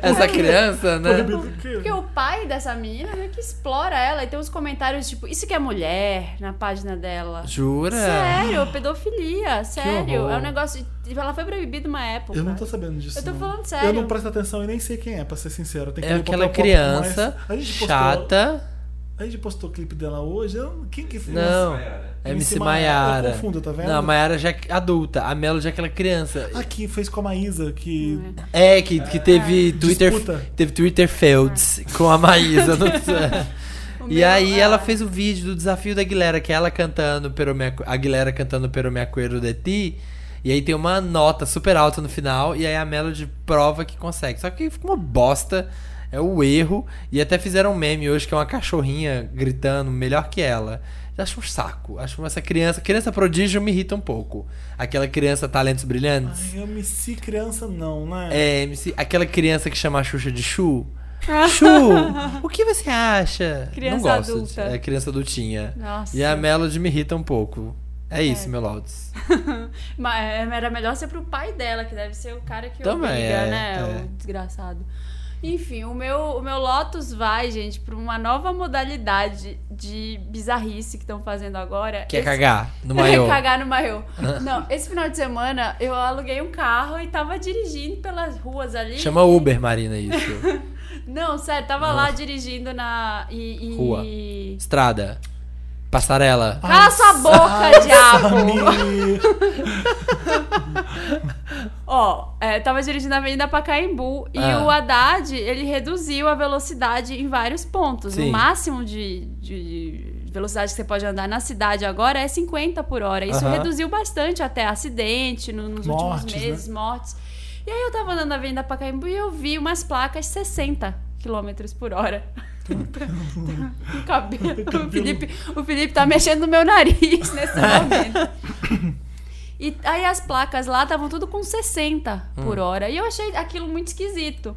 essa criança, né? Porque o pai dessa menina meio que explora ela e tem uns comentários tipo, isso que é mulher na página dela. Jura? Sério, pedofilia, sério. horror. É um negócio. de- Ela foi proibida uma época. Eu não tô sabendo disso. Eu tô não. falando sério. Eu não presto atenção e nem sei quem é, pra ser sincero. Tem que É ler o aquela papel pop, mas criança um a gente postou- chata. A gente postou o clipe dela hoje. eu- Quem que foi? Não. É MC MC Maiara. Maiara. Eu confundo, tá vendo? Não, a Maiara já é adulta. A Melo já é aquela criança. Ah, que fez com a Maísa, que. É, que, que teve Twitter. Disputa. Teve Twitter Fields com a Maísa. no- e meu aí é- ela fez o vídeo do desafio da Aguilera, que é ela cantando Pero me acu- a Aguilera cantando Pero Me Acuerdo de Ti. E aí tem uma nota super alta no final, e aí a Melody prova que consegue. Só que fica uma bosta, é o erro. E até fizeram um meme hoje que é uma cachorrinha gritando melhor que ela. Eu Acho um saco. Acho essa criança. Criança prodígio me irrita um pouco. Aquela criança talentos brilhantes. Ai, MC criança, não, né? É, MC, aquela criança que chama a Xuxa de Chu. Chu, o que você acha? Criança Não gosto. adulta. É criança adultinha. Nossa. E a Melody me irrita um pouco. É isso, meu Louds. Mas é, era melhor ser pro pai dela, que deve ser o cara que Também, obriga, é, né? é. O desgraçado. Enfim, o meu, o meu Lotus vai, gente, pra uma nova modalidade de bizarrice que estão fazendo agora. Quer Esse- é cagar no maiô. cagar no maiô. Não, esse final de semana eu aluguei um carro e tava dirigindo pelas ruas ali. Chama Uber, Marina, isso. Não, sério, tava lá dirigindo na. E, e- Rua. Estrada. Passarela. Cala sua boca, diabo! Amigo. Ó, é, tava dirigindo a Avenida Pacaembu e Ah. o Haddad, ele reduziu a velocidade em vários pontos. Sim. O máximo de, de velocidade que você pode andar na cidade agora é 50 por hora. Isso Aham. reduziu bastante até acidente no- nos Mortes, né? últimos meses, mortes. E aí eu tava andando na Avenida Pacaembu e eu vi umas placas 60 quilômetros por hora. o cabelo. O Felipe, o Felipe tá mexendo no meu nariz nesse momento. E aí as placas lá estavam tudo com 60 Hum. por hora. E eu achei aquilo muito esquisito.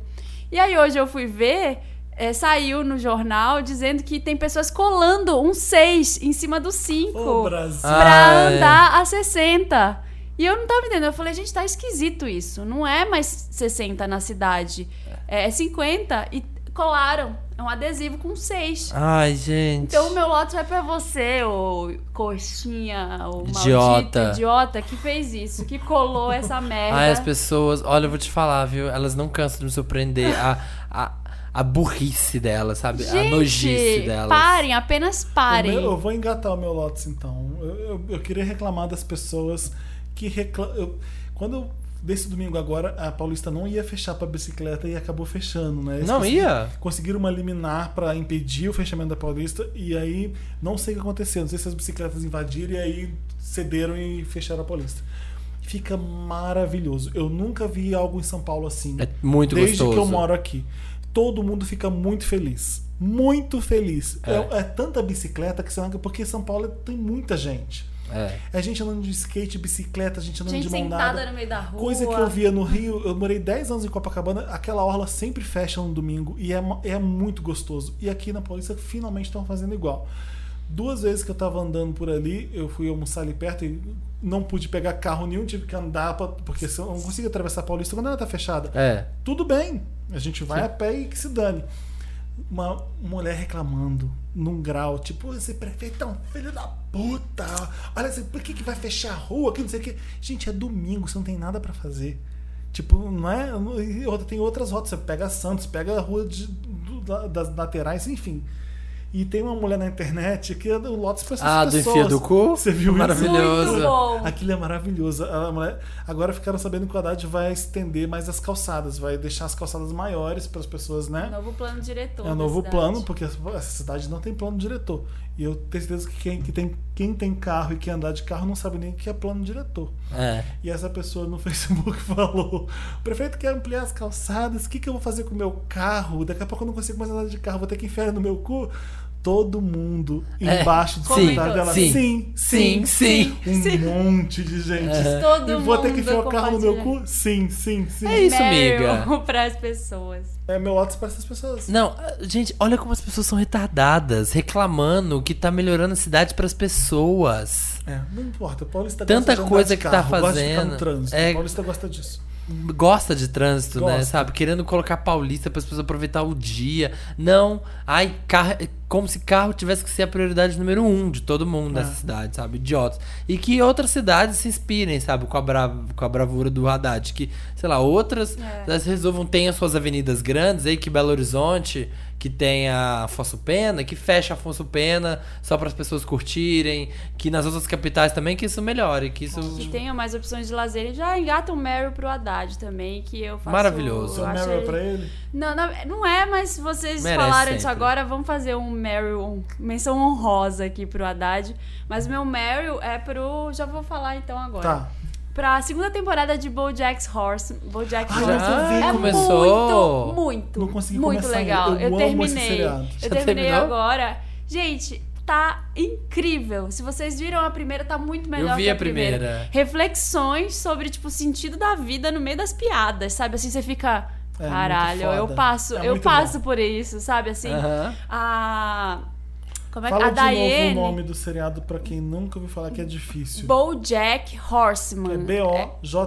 E aí hoje eu fui ver, eh, saiu no jornal dizendo que tem pessoas colando um 6 em cima do 5 Ô, Brasil. Ah. pra é. andar a 60. E eu não tava entendendo. Eu falei, gente, tá esquisito isso. Não é mais 60 na cidade. É 50 e colaram. É um adesivo com 6. Ai, gente. Então o meu lote vai pra você, ô coxinha, ô maldito Idiota. idiota que fez isso, que colou essa merda. Ai, as pessoas. Olha, eu vou te falar, viu? Elas não cansam de me surpreender. A, a, a burrice delas, sabe? a Gente, nojice delas. parem, apenas O parem. meu- eu vou engatar o meu Lotus então. Eu, eu- eu queria reclamar das pessoas que reclamam. Quando eu. Desse domingo agora, a Paulista não ia fechar pra bicicleta e acabou fechando, né? Eles Não Tipo consegui- ia? assim. Conseguiram uma liminar pra impedir o fechamento da Paulista e aí não sei o que aconteceu. Não sei se as bicicletas invadiram e aí cederam e fecharam a Paulista. Fica maravilhoso. Eu nunca vi algo em São Paulo assim. É muito Desde gostoso. que eu moro aqui. Todo mundo fica muito feliz. Muito feliz. É, É. é tanta bicicleta que você não... Porque São Paulo tem muita gente. É. É gente andando de skate, bicicleta, gente andando Gente de mão sentada dada. no meio da rua. Coisa que eu via no Rio, eu morei 10 anos em Copacabana, aquela orla sempre fecha no domingo e é, mo- é muito gostoso. E aqui na Paulista finalmente estão fazendo igual. Duas vezes que eu tava andando por ali, eu fui almoçar ali perto e não pude pegar carro nenhum, tive que andar, pra, porque se eu não consigo atravessar a Paulista quando ela tá fechada. É. Tudo bem, a gente vai a pé e que se dane. Uma mulher reclamando num grau, tipo, esse prefeito é um filho da puta. Olha, assim, por que, que vai fechar a rua? Que não sei o que. Gente, é domingo, você não tem nada pra fazer. Tipo, não é. não- e outra- Tem outras rotas, você pega Santos, pega a rua de- do- da- das laterais, enfim. E tem uma mulher na internet que é do Lotus pra essas Ah, do pessoas. enfia do cu? Você viu isso? Maravilhoso. Muito bom. Aquilo é maravilhoso. A mulher- Agora ficaram sabendo que o Haddad vai estender mais as calçadas, vai deixar as calçadas maiores para as pessoas, né? Novo plano diretor. é um da novo cidade. plano, porque essa cidade não tem plano diretor. E eu tenho certeza que quem, que tem, quem tem carro e quem andar de carro não sabe nem o que é plano diretor. É. E essa pessoa no Facebook falou: o prefeito quer ampliar as calçadas, o que, que eu vou fazer com o meu carro? Daqui a pouco eu não consigo mais andar de carro, vou ter que enfiar ele no meu cu. Todo mundo É. embaixo do Sim, comentário dela. sim, sim, sim, sim. Um monte de gente. Todo e vou ter que mundo enfiar o carro no meu compartilha. cu? Sim, sim, sim. É isso, Meryl miga. pras pessoas. É meu Lotus para essas pessoas. Não, ah, gente, olha como as pessoas são retardadas, reclamando que tá melhorando a cidade pras pessoas. É, não importa. Paulista Tanta gosta de andar coisa de que carro, tá Gosta de ficar no fazendo. trânsito. É. Paulista gosta disso. gosta de trânsito, né? Gosta. Sabe? Querendo colocar paulista para as pessoas aproveitar o dia. Não, ai, carro, é como se carro tivesse que ser a prioridade número um de todo mundo nessa cidade, sabe? Idiotas. E que outras cidades se inspirem, sabe? Com a, bra- com a bravura do Haddad. Que, sei lá, outras É. elas resolvam, tem as suas avenidas grandes aí, que Belo Horizonte, que tem a Afonso Pena, que fecha Afonso Pena só para as pessoas curtirem. Que nas outras capitais também, que isso melhore, que isso... Que tenham mais opções de lazer. E já engata um Meryl pro Haddad também, que eu faço... Maravilhoso. eu Sou acho Meryl é ele- pra ele. Não, não, não é, mas vocês Merece falaram isso sempre. agora, vamos fazer um Meryl, um- menção honrosa aqui pro Haddad. Mas meu Meryl é pro... Já vou falar então agora. Tá. Pra segunda temporada de BoJack's Horse. BoJack's Ah, já Horse. vi, é começou. muito, muito, Não consegui muito começar ainda. legal. Eu Eu, amo esse terminei. seriado. Eu Já terminei terminou? agora. Gente, tá incrível. Se vocês viram a primeira, tá muito melhor vi que a a primeira. Reflexões sobre, tipo, o sentido da vida no meio das piadas, sabe? Assim, você fica... É Caralho, muito eu foda. passo, É eu muito passo por isso, sabe? Assim, Aham. a... Como é que... Fala A de Daiane... novo o nome do seriado pra quem nunca ouviu falar que é difícil. BoJack Hum, é Horseman.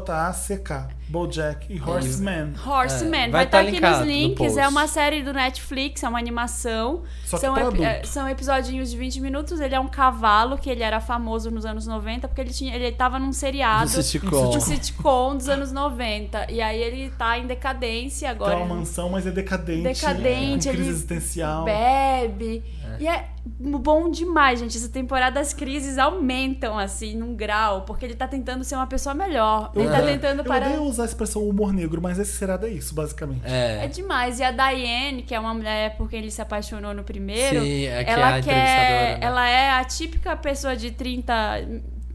B-O-J-A-C-K. BoJack e Horseman. Horseman. É, vai vai estar tá aqui linkado nos no links. post. É uma série do Netflix, é uma animação. Só que são, pra epi- adulto. eh, são episodinhos de 20 minutos. Ele é um cavalo que ele era famoso nos anos 90 porque ele tinha ele tava num seriado, No sitcom. um sitcom dos anos 90. E aí ele tá em decadência Tem agora. uma mansão, mas é decadente. Decadente, Com crise ele existencial. Bebe. E é bom demais, gente. Essa temporada as crises aumentam, assim, num grau, porque ele tá tentando ser uma pessoa melhor. Ele tá odeio- tentando Eu parar. odeio usar a expressão humor negro, mas esse seriado é isso, basicamente. É É. demais. E a Diane, que é uma mulher por quem ele se apaixonou no primeiro, Sim, é que é ela a quer. entrevistadora, né? Ela é a típica pessoa de 30.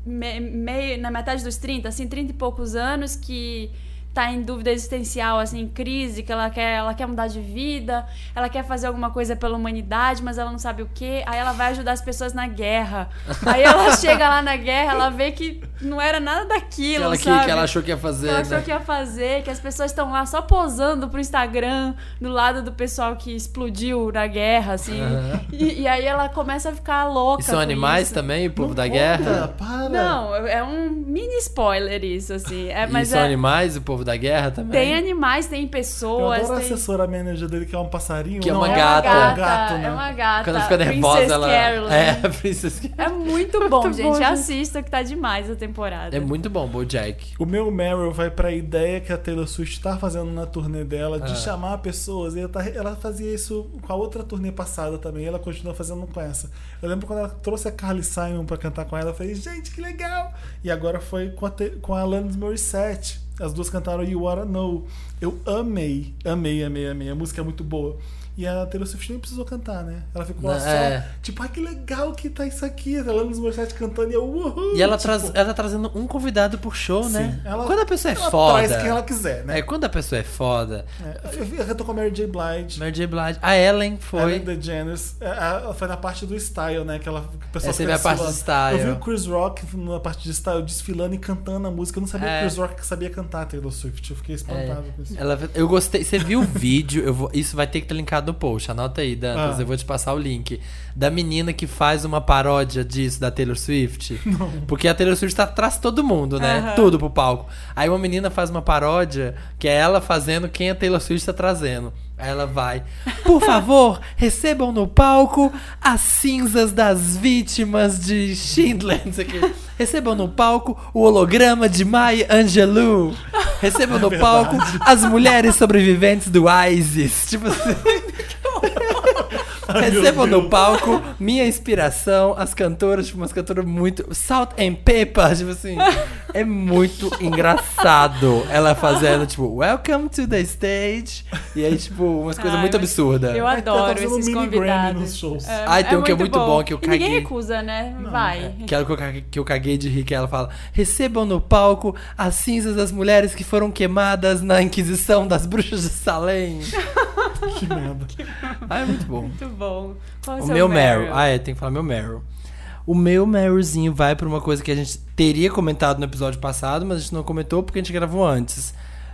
me- meio, na metade dos 30, assim, 30 e poucos anos, que tá em dúvida existencial, assim, em crise, que ela quer, ela quer mudar de vida, ela quer fazer alguma coisa pela humanidade, mas ela não sabe o quê. Aí ela vai ajudar as pessoas na guerra. Aí ela chega lá na guerra, ela vê que não era nada daquilo, Aquela que, sabe? que ela achou que ia fazer. Ela né? achou que ia fazer, que as pessoas estão lá só posando pro Instagram, do lado do pessoal que explodiu na guerra, assim. Aham. E, e aí ela começa a ficar louca. E são com animais isso. também, o povo Não da conta, guerra? Para. Não, é um mini spoiler isso, assim. É, E mas são é- animais, o povo da guerra também? tem animais, tem Eu pessoas. adoro a tem- assessora manager dele, que é um passarinho. Que é não, uma É uma gata. gata, Um gato, né? é uma gata. Quando ela fica nervosa, Princess ela. Carolyn. É, Princess Carolyn. É muito bom, Muito bom, gente. gente. Assista que tá demais a temporada. É muito bom, Bojack. O meu Meryl vai pra ideia que a Taylor Swift tá fazendo na turnê dela de Ah. chamar pessoas. E ela, tá- ela fazia isso com a outra turnê passada também. E ela continua fazendo com essa. Eu lembro quando ela trouxe a Carly Simon pra cantar com ela. Eu falei, gente, que legal! E agora foi com a, Te- com a Alanis Morissette. As duas cantaram You Wanna Know. Eu amei, amei, amei, amei. A música é muito boa. E a Taylor Swift nem precisou cantar, né? Ela ficou lá Não, só, é. tipo, ah, que legal que tá isso aqui. A Alanis Morissette cantando e eu, uhul! E ela, tipo, traz, ela tá trazendo um convidado por show, né? Sim. Ela- quando a pessoa é ela foda. Traz quem ela quiser, né? É, quando a pessoa é foda. É, Eu, vi- eu tô com a Mary J. Blige. Mary J. Blige. A Ellen foi. É. Ellen DeGeneres. É, a- Foi na parte do style, né? Que ela, que o pessoal Essa é fica a parte zoando. do style. Eu vi o Chris Rock na parte de style desfilando e cantando a música. Eu não sabia É. que o Chris Rock sabia cantar Taylor Swift. Eu fiquei espantado com isso. Ela- eu gostei. Você viu o vídeo? Eu vou- isso vai ter que ter linkado no post. Anota aí, Dantas. Ah. Eu vou te passar o link. Da menina que faz uma paródia disso, da Taylor Swift. Porque a Taylor Swift tá atrás de todo mundo, né? Tudo pro palco. Aí uma menina faz uma paródia que é ela fazendo quem a Taylor Swift tá trazendo. Aí ela vai. Por favor, recebam no palco as cinzas das vítimas de Schindler. Não sei o quê. Recebam no palco o holograma de Maya Angelou. Recebam no palco as mulheres sobreviventes do ISIS. Tipo assim. Recebam no palco minha inspiração, as cantoras, tipo, umas cantoras muito. Salt and Pepper, tipo assim. É muito engraçado ela fazendo, tipo, Welcome to the stage. E aí, tipo, umas coisas Ai, muito mas absurdas. Eu adoro fazendo um esses mini Grammy convidados. nos shows. É, Ai, tem um que é muito bom, que eu E ninguém caguei. recusa, né? é. Vai. Que, ela, que eu caguei- que eu caguei de rir, que ela fala: recebam no palco as cinzas das mulheres que foram queimadas na Inquisição das Bruxas de Salem. Que merda. Ah, é muito bom. Muito bom. Qual é O seu meu Meryl. Ah, é, tem que falar meu Meryl. O meu Merylzinho vai pra uma coisa que a gente teria comentado no episódio passado, mas a gente não comentou porque a gente gravou antes.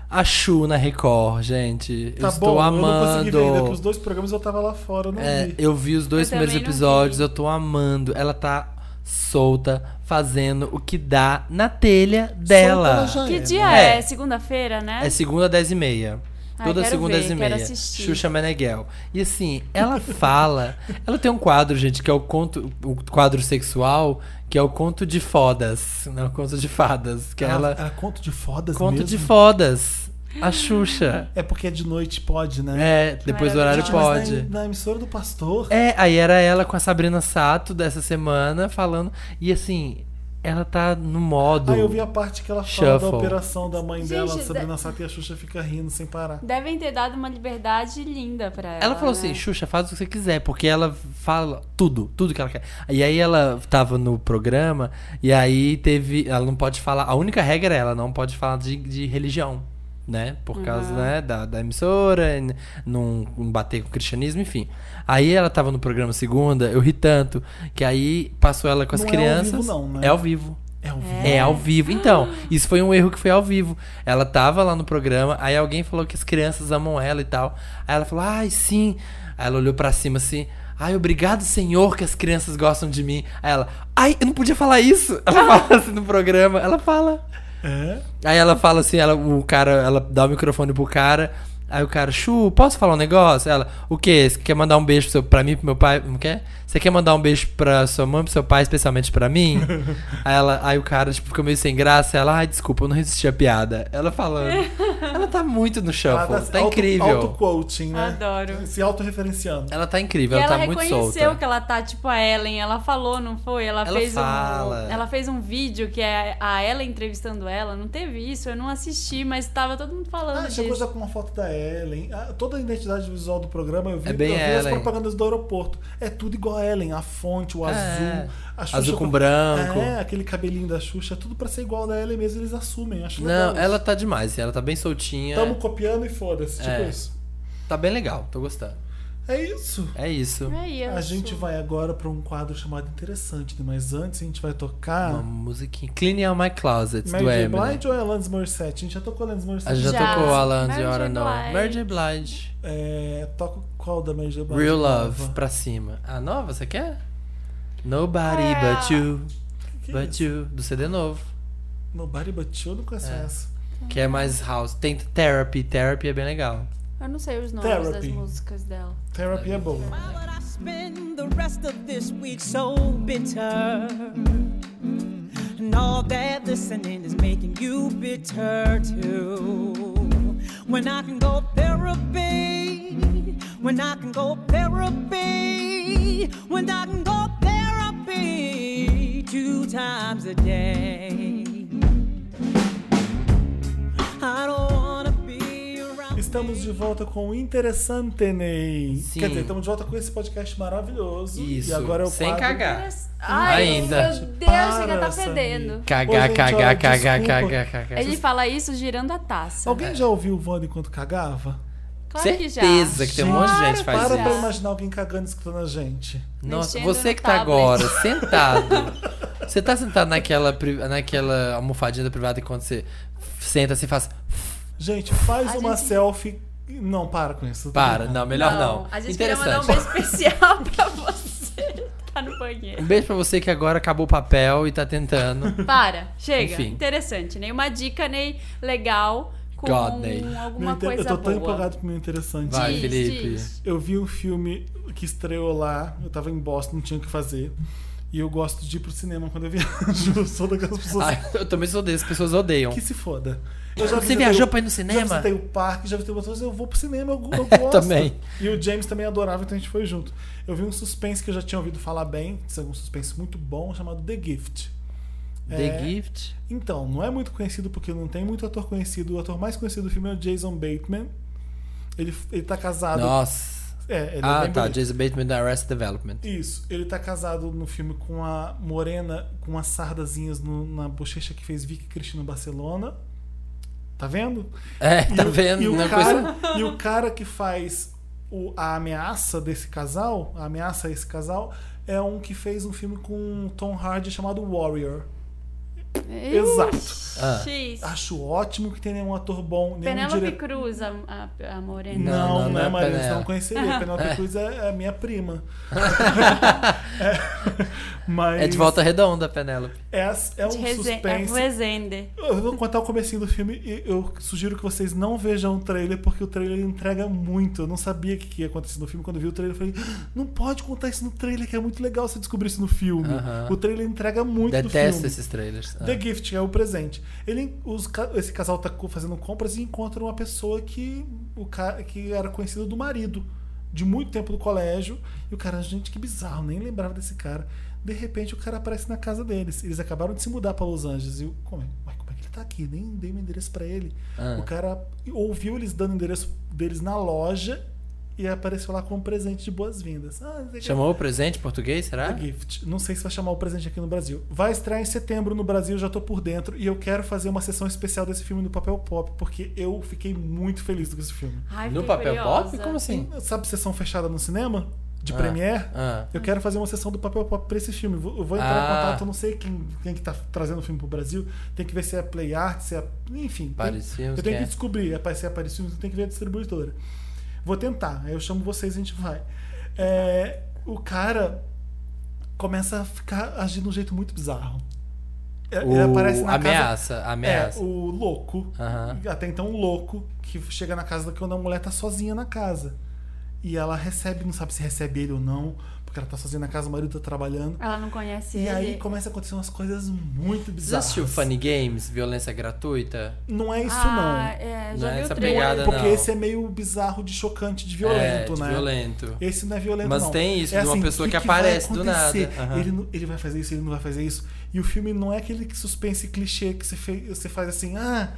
A Chu na Record, gente. Tá eu estou bom, eu não consegui amando. ver ainda, porque os dois programas eu tava lá fora, eu não É, vi. eu vi os dois Eu primeiros também não episódios, vi. eu tô amando. Ela tá solta, fazendo o que dá na telha dela. Solta, ela já Que é, dia né? é? É. Segunda-feira, né? É segunda, 10 e meia. Ai, Toda Ah, quero segunda, ver, 10 e quero meia. assistir. Xuxa Meneghel. E assim, ela fala. ela tem um quadro, gente, que é o conto. O quadro sexual, que é o conto de fodas. Não, o conto de fadas. Que Ela, ela. ela conta de fodas conto Ah, é mesmo? de fodas. A Xuxa. É porque de noite pode, né? É, depois do horário Gente, mas pode. Na, na emissora do pastor. É, aí era ela com a Sabrina Sato dessa semana falando. E assim, ela tá no modo. Aí Ah, eu vi a parte que ela fala da Shuffle. operação da mãe dela, Gente, Sabrina Sato, e a Xuxa fica rindo sem parar. Devem ter dado uma liberdade linda pra ela. Ela falou né? assim, Xuxa, faz o que você quiser, porque ela fala tudo, tudo que ela quer. E aí ela tava no programa, e aí teve. Ela não pode falar. A única regra é ela não pode falar de, de religião, né? Por causa Uhum. né, da, da emissora, n- não, não bater com o cristianismo, enfim. Aí ela tava no programa segunda, eu ri tanto, que aí passou ela com as Não é ao crianças. vivo não, né? É ao vivo. É o vídeo. É ao vivo. Então, isso foi um erro que foi ao vivo. Ela tava lá no programa, aí alguém falou que as crianças amam ela e tal. Aí ela falou, ai, sim. Aí ela olhou pra cima assim, ai, obrigado, senhor, que as crianças gostam de mim. Aí ela, ai, eu não podia falar isso. Ela fala assim no programa, ela fala. É. Aí ela fala assim, ela, o cara, ela dá o microfone pro cara. Aí o cara, Chu, posso falar um negócio? Ela, o quê? Você quer mandar um beijo pro seu, pra mim, pro meu pai? Não quer? Você quer mandar um beijo pra sua mãe, pro seu pai, especialmente pra mim? aí, ela, aí o cara, tipo, ficou meio sem graça. Ela, ai, desculpa, eu não resisti à piada. Ela falando. ela tá muito no Ela shuffle. se Tá auto- incrível. Auto-quoting, né? Adoro. Se autorreferenciando. Ela tá E incrível, ela, ela, tá muito reconheceu solta. que ela tá tipo a Ellen, ela falou, não foi? Ela, Ela fez fala. um ela fez um vídeo que é a Ellen entrevistando ela, não teve isso, eu não assisti, mas tava todo mundo falando Ah, é chegou disso. já com uma foto da Ellen. Ah, toda a identidade visual do programa eu vi, É bem eu vi as Ellen. É, propagandas do aeroporto. É tudo igual a Ellen. A fonte, o azul. A Xuxa Azul com branco. É, aquele cabelinho da Xuxa. Tudo pra ser igual a da Ellen mesmo. Eles assumem. Acho legal Não, isso. ela tá demais, assim, ela tá bem soltinha. Tamo copiando e foda-se. Tipo É. isso. Tá bem legal, tô gostando. É isso. É isso. É isso. A gente vai agora pra um quadro chamado Interessante, né? mas antes a gente vai tocar Uma musiquinha. Cleaning Out My Closet, Mary do J. Eminem. Blind ou é Alanis Morissette? A gente já tocou Alanis A Morissette. gente já, Já. tocou Alan de Mary J. Hora Não. Blige. Mary J. Blige. É, toca qual da Mary J. Blind? Real Love, Nova. pra cima. A nova, você quer? Nobody É. But You, Que But isso? You, do CD novo. Nobody But You, eu não conheço essa. Que é mais house. Tem Therapy, Therapy é bem legal. Eu não sei os nomes das Therapy. músicas dela. Therapy é boa. Why would I spend the rest of this week so bitter? And all that listening is making you bitter too. When I can go therapy, when I can go therapy, when I can go therapy two times a day. I don't wanna be around. Estamos de volta com o Interessante Ney. Sim. Quer dizer, estamos de volta com esse podcast maravilhoso. Isso. E agora é o Sem quadro- cagar. Ai, Ainda. meu Deus, chega Para, tá Samir. fedendo. Cagar, Ô, gente, olha, cagar, cagar, desculpa. cagar, cagar. Ele fala isso girando a É. taça. Alguém já ouviu o Wanda enquanto cagava? Claro Certeza que, que já. tem um monte de gente que faz Para isso. pra imaginar alguém cagando e escutando a gente. Nossa, Mexendo você no que tá tablet. agora sentado. Você tá sentado naquela, pri- naquela almofadinha da privada e quando você senta, você faz. Gente, faz A uma gente- selfie. Não, para com isso. Para. Não, melhor não. A gente queria mandar um Interessante. beijo especial pra você. Tá no banheiro. Um beijo pra você que agora acabou o papel e tá tentando. Para, chega. Enfim. Interessante, nem uma dica, nem legal com God, Ney. Meu alguma inte- Eu coisa tô tão boa. empolgado pro meu interessante. Vai, Diz, Felipe. diz. Eu vi um filme que estreou lá, eu tava em Boston, não tinha o que fazer. E eu gosto de ir pro cinema quando eu viajo. Eu sou daquelas pessoas Ai, eu também sou desse, as pessoas odeiam. que se foda. Eu já Você visitei viajou o- pra ir no Já cinema? visitei o parque, já visitei outras coisas, eu vou pro cinema, eu, eu gosto. Também. E o James também adorava, então a gente foi junto. Eu vi um suspense que eu já tinha ouvido falar bem, que é um suspense muito bom, chamado The Gift. The É. Gift. Então, não é muito conhecido porque não tem muito ator conhecido. O ator mais conhecido do filme é o Jason Bateman. Ele, ele tá casado. Nossa. É, ele é Ah, bem tá. bonito. Jason Bateman da Arrested Development. Isso, ele tá casado no filme com a morena com as sardazinhas no- na bochecha que fez Vicky Cristina Barcelona. Tá vendo? É, tá E o- vendo? é. E o, Uma coisa- cara, e o cara que faz o- a ameaça desse casal, a um ameaça a esse casal, é um que fez um filme com o Tom Hardy chamado Warrior. Exato. Ah. X. Acho ótimo que tem nenhum ator bom, nenhum Penélope diretor. Cruz, a, a- a morena. Não, não, é Marina, Penélope. você não conheceria. Penélope Cruz é, é minha prima. é, mas É de volta redonda, Penélope. É, é um De Reze- é suspense. Rezende. Eu vou contar o comecinho do filme e eu sugiro que vocês não vejam o trailer, porque o trailer entrega muito. Eu não sabia o que que ia acontecer no filme. Quando eu vi o trailer, eu falei, "Ah, não pode contar isso no trailer, que é muito legal você descobrir isso no filme. Aham. O trailer entrega muito do Detesto filme. esses trailers. Ah. The Gift é o presente. Ele, os ca- esse casal tá co- fazendo compras e encontra uma pessoa que, o ca- que era conhecido do marido de muito tempo do colégio. E o cara, gente, que bizarro, nem lembrava desse cara. De repente o cara aparece na casa deles. Eles acabaram de se mudar para Los Angeles. E o, como, é, mas como é que ele tá aqui? Nem dei meu endereço para ele. Ah. O cara ouviu eles dando o endereço deles na loja e apareceu lá com um presente de boas-vindas. Ah, não sei o que. Chamou o presente português, será? The Gift. Não sei se vai chamar o presente aqui no Brasil. Vai estrear em setembro no Brasil, já tô por dentro. E eu quero fazer uma sessão especial desse filme no papel pop, porque eu fiquei muito feliz com esse filme. Ai, No fiquei papel curiosa. pop? Como assim? Sabe sessão fechada no cinema? De Ah, premiere? ah. Eu quero fazer uma sessão do papel pop pra esse filme. Vou- Eu vou entrar Ah. em contato, eu não sei quem, quem que tá trazendo o filme pro Brasil. Tem que ver se é Play Art, se é. Enfim. tem- Paris Filmes, eu tenho quem que é? descobrir. É, pra- se é Paris Filmes, eu tenho que ver a distribuidora. Vou tentar. Aí eu chamo vocês e a gente vai. É, o cara começa a ficar agindo de um jeito muito bizarro. É, O... Ele aparece na casa ameaça, ameaça. é, o louco. Aham. Até então, o louco que chega na casa quando a mulher tá sozinha na casa. E ela recebe, não sabe se recebe ele ou não, porque ela tá sozinha na casa, o marido tá trabalhando. Ela não conhece E ele. aí começa a acontecer umas coisas muito Você já bizarras. assistiu Funny Games, violência gratuita? Não é isso, ah, não. É, Não já é vi essa o trailer. pegada, Porque não. esse é meio bizarro de chocante, de é, violento, de né? violento. Esse não é violento, Mas não. tem isso é de uma assim, pessoa o que vai aparece do acontecer? nada. Aham. Ele, não- ele vai fazer isso, ele não vai fazer isso. E o filme não é aquele suspense clichê que você, fe- você faz assim, ah.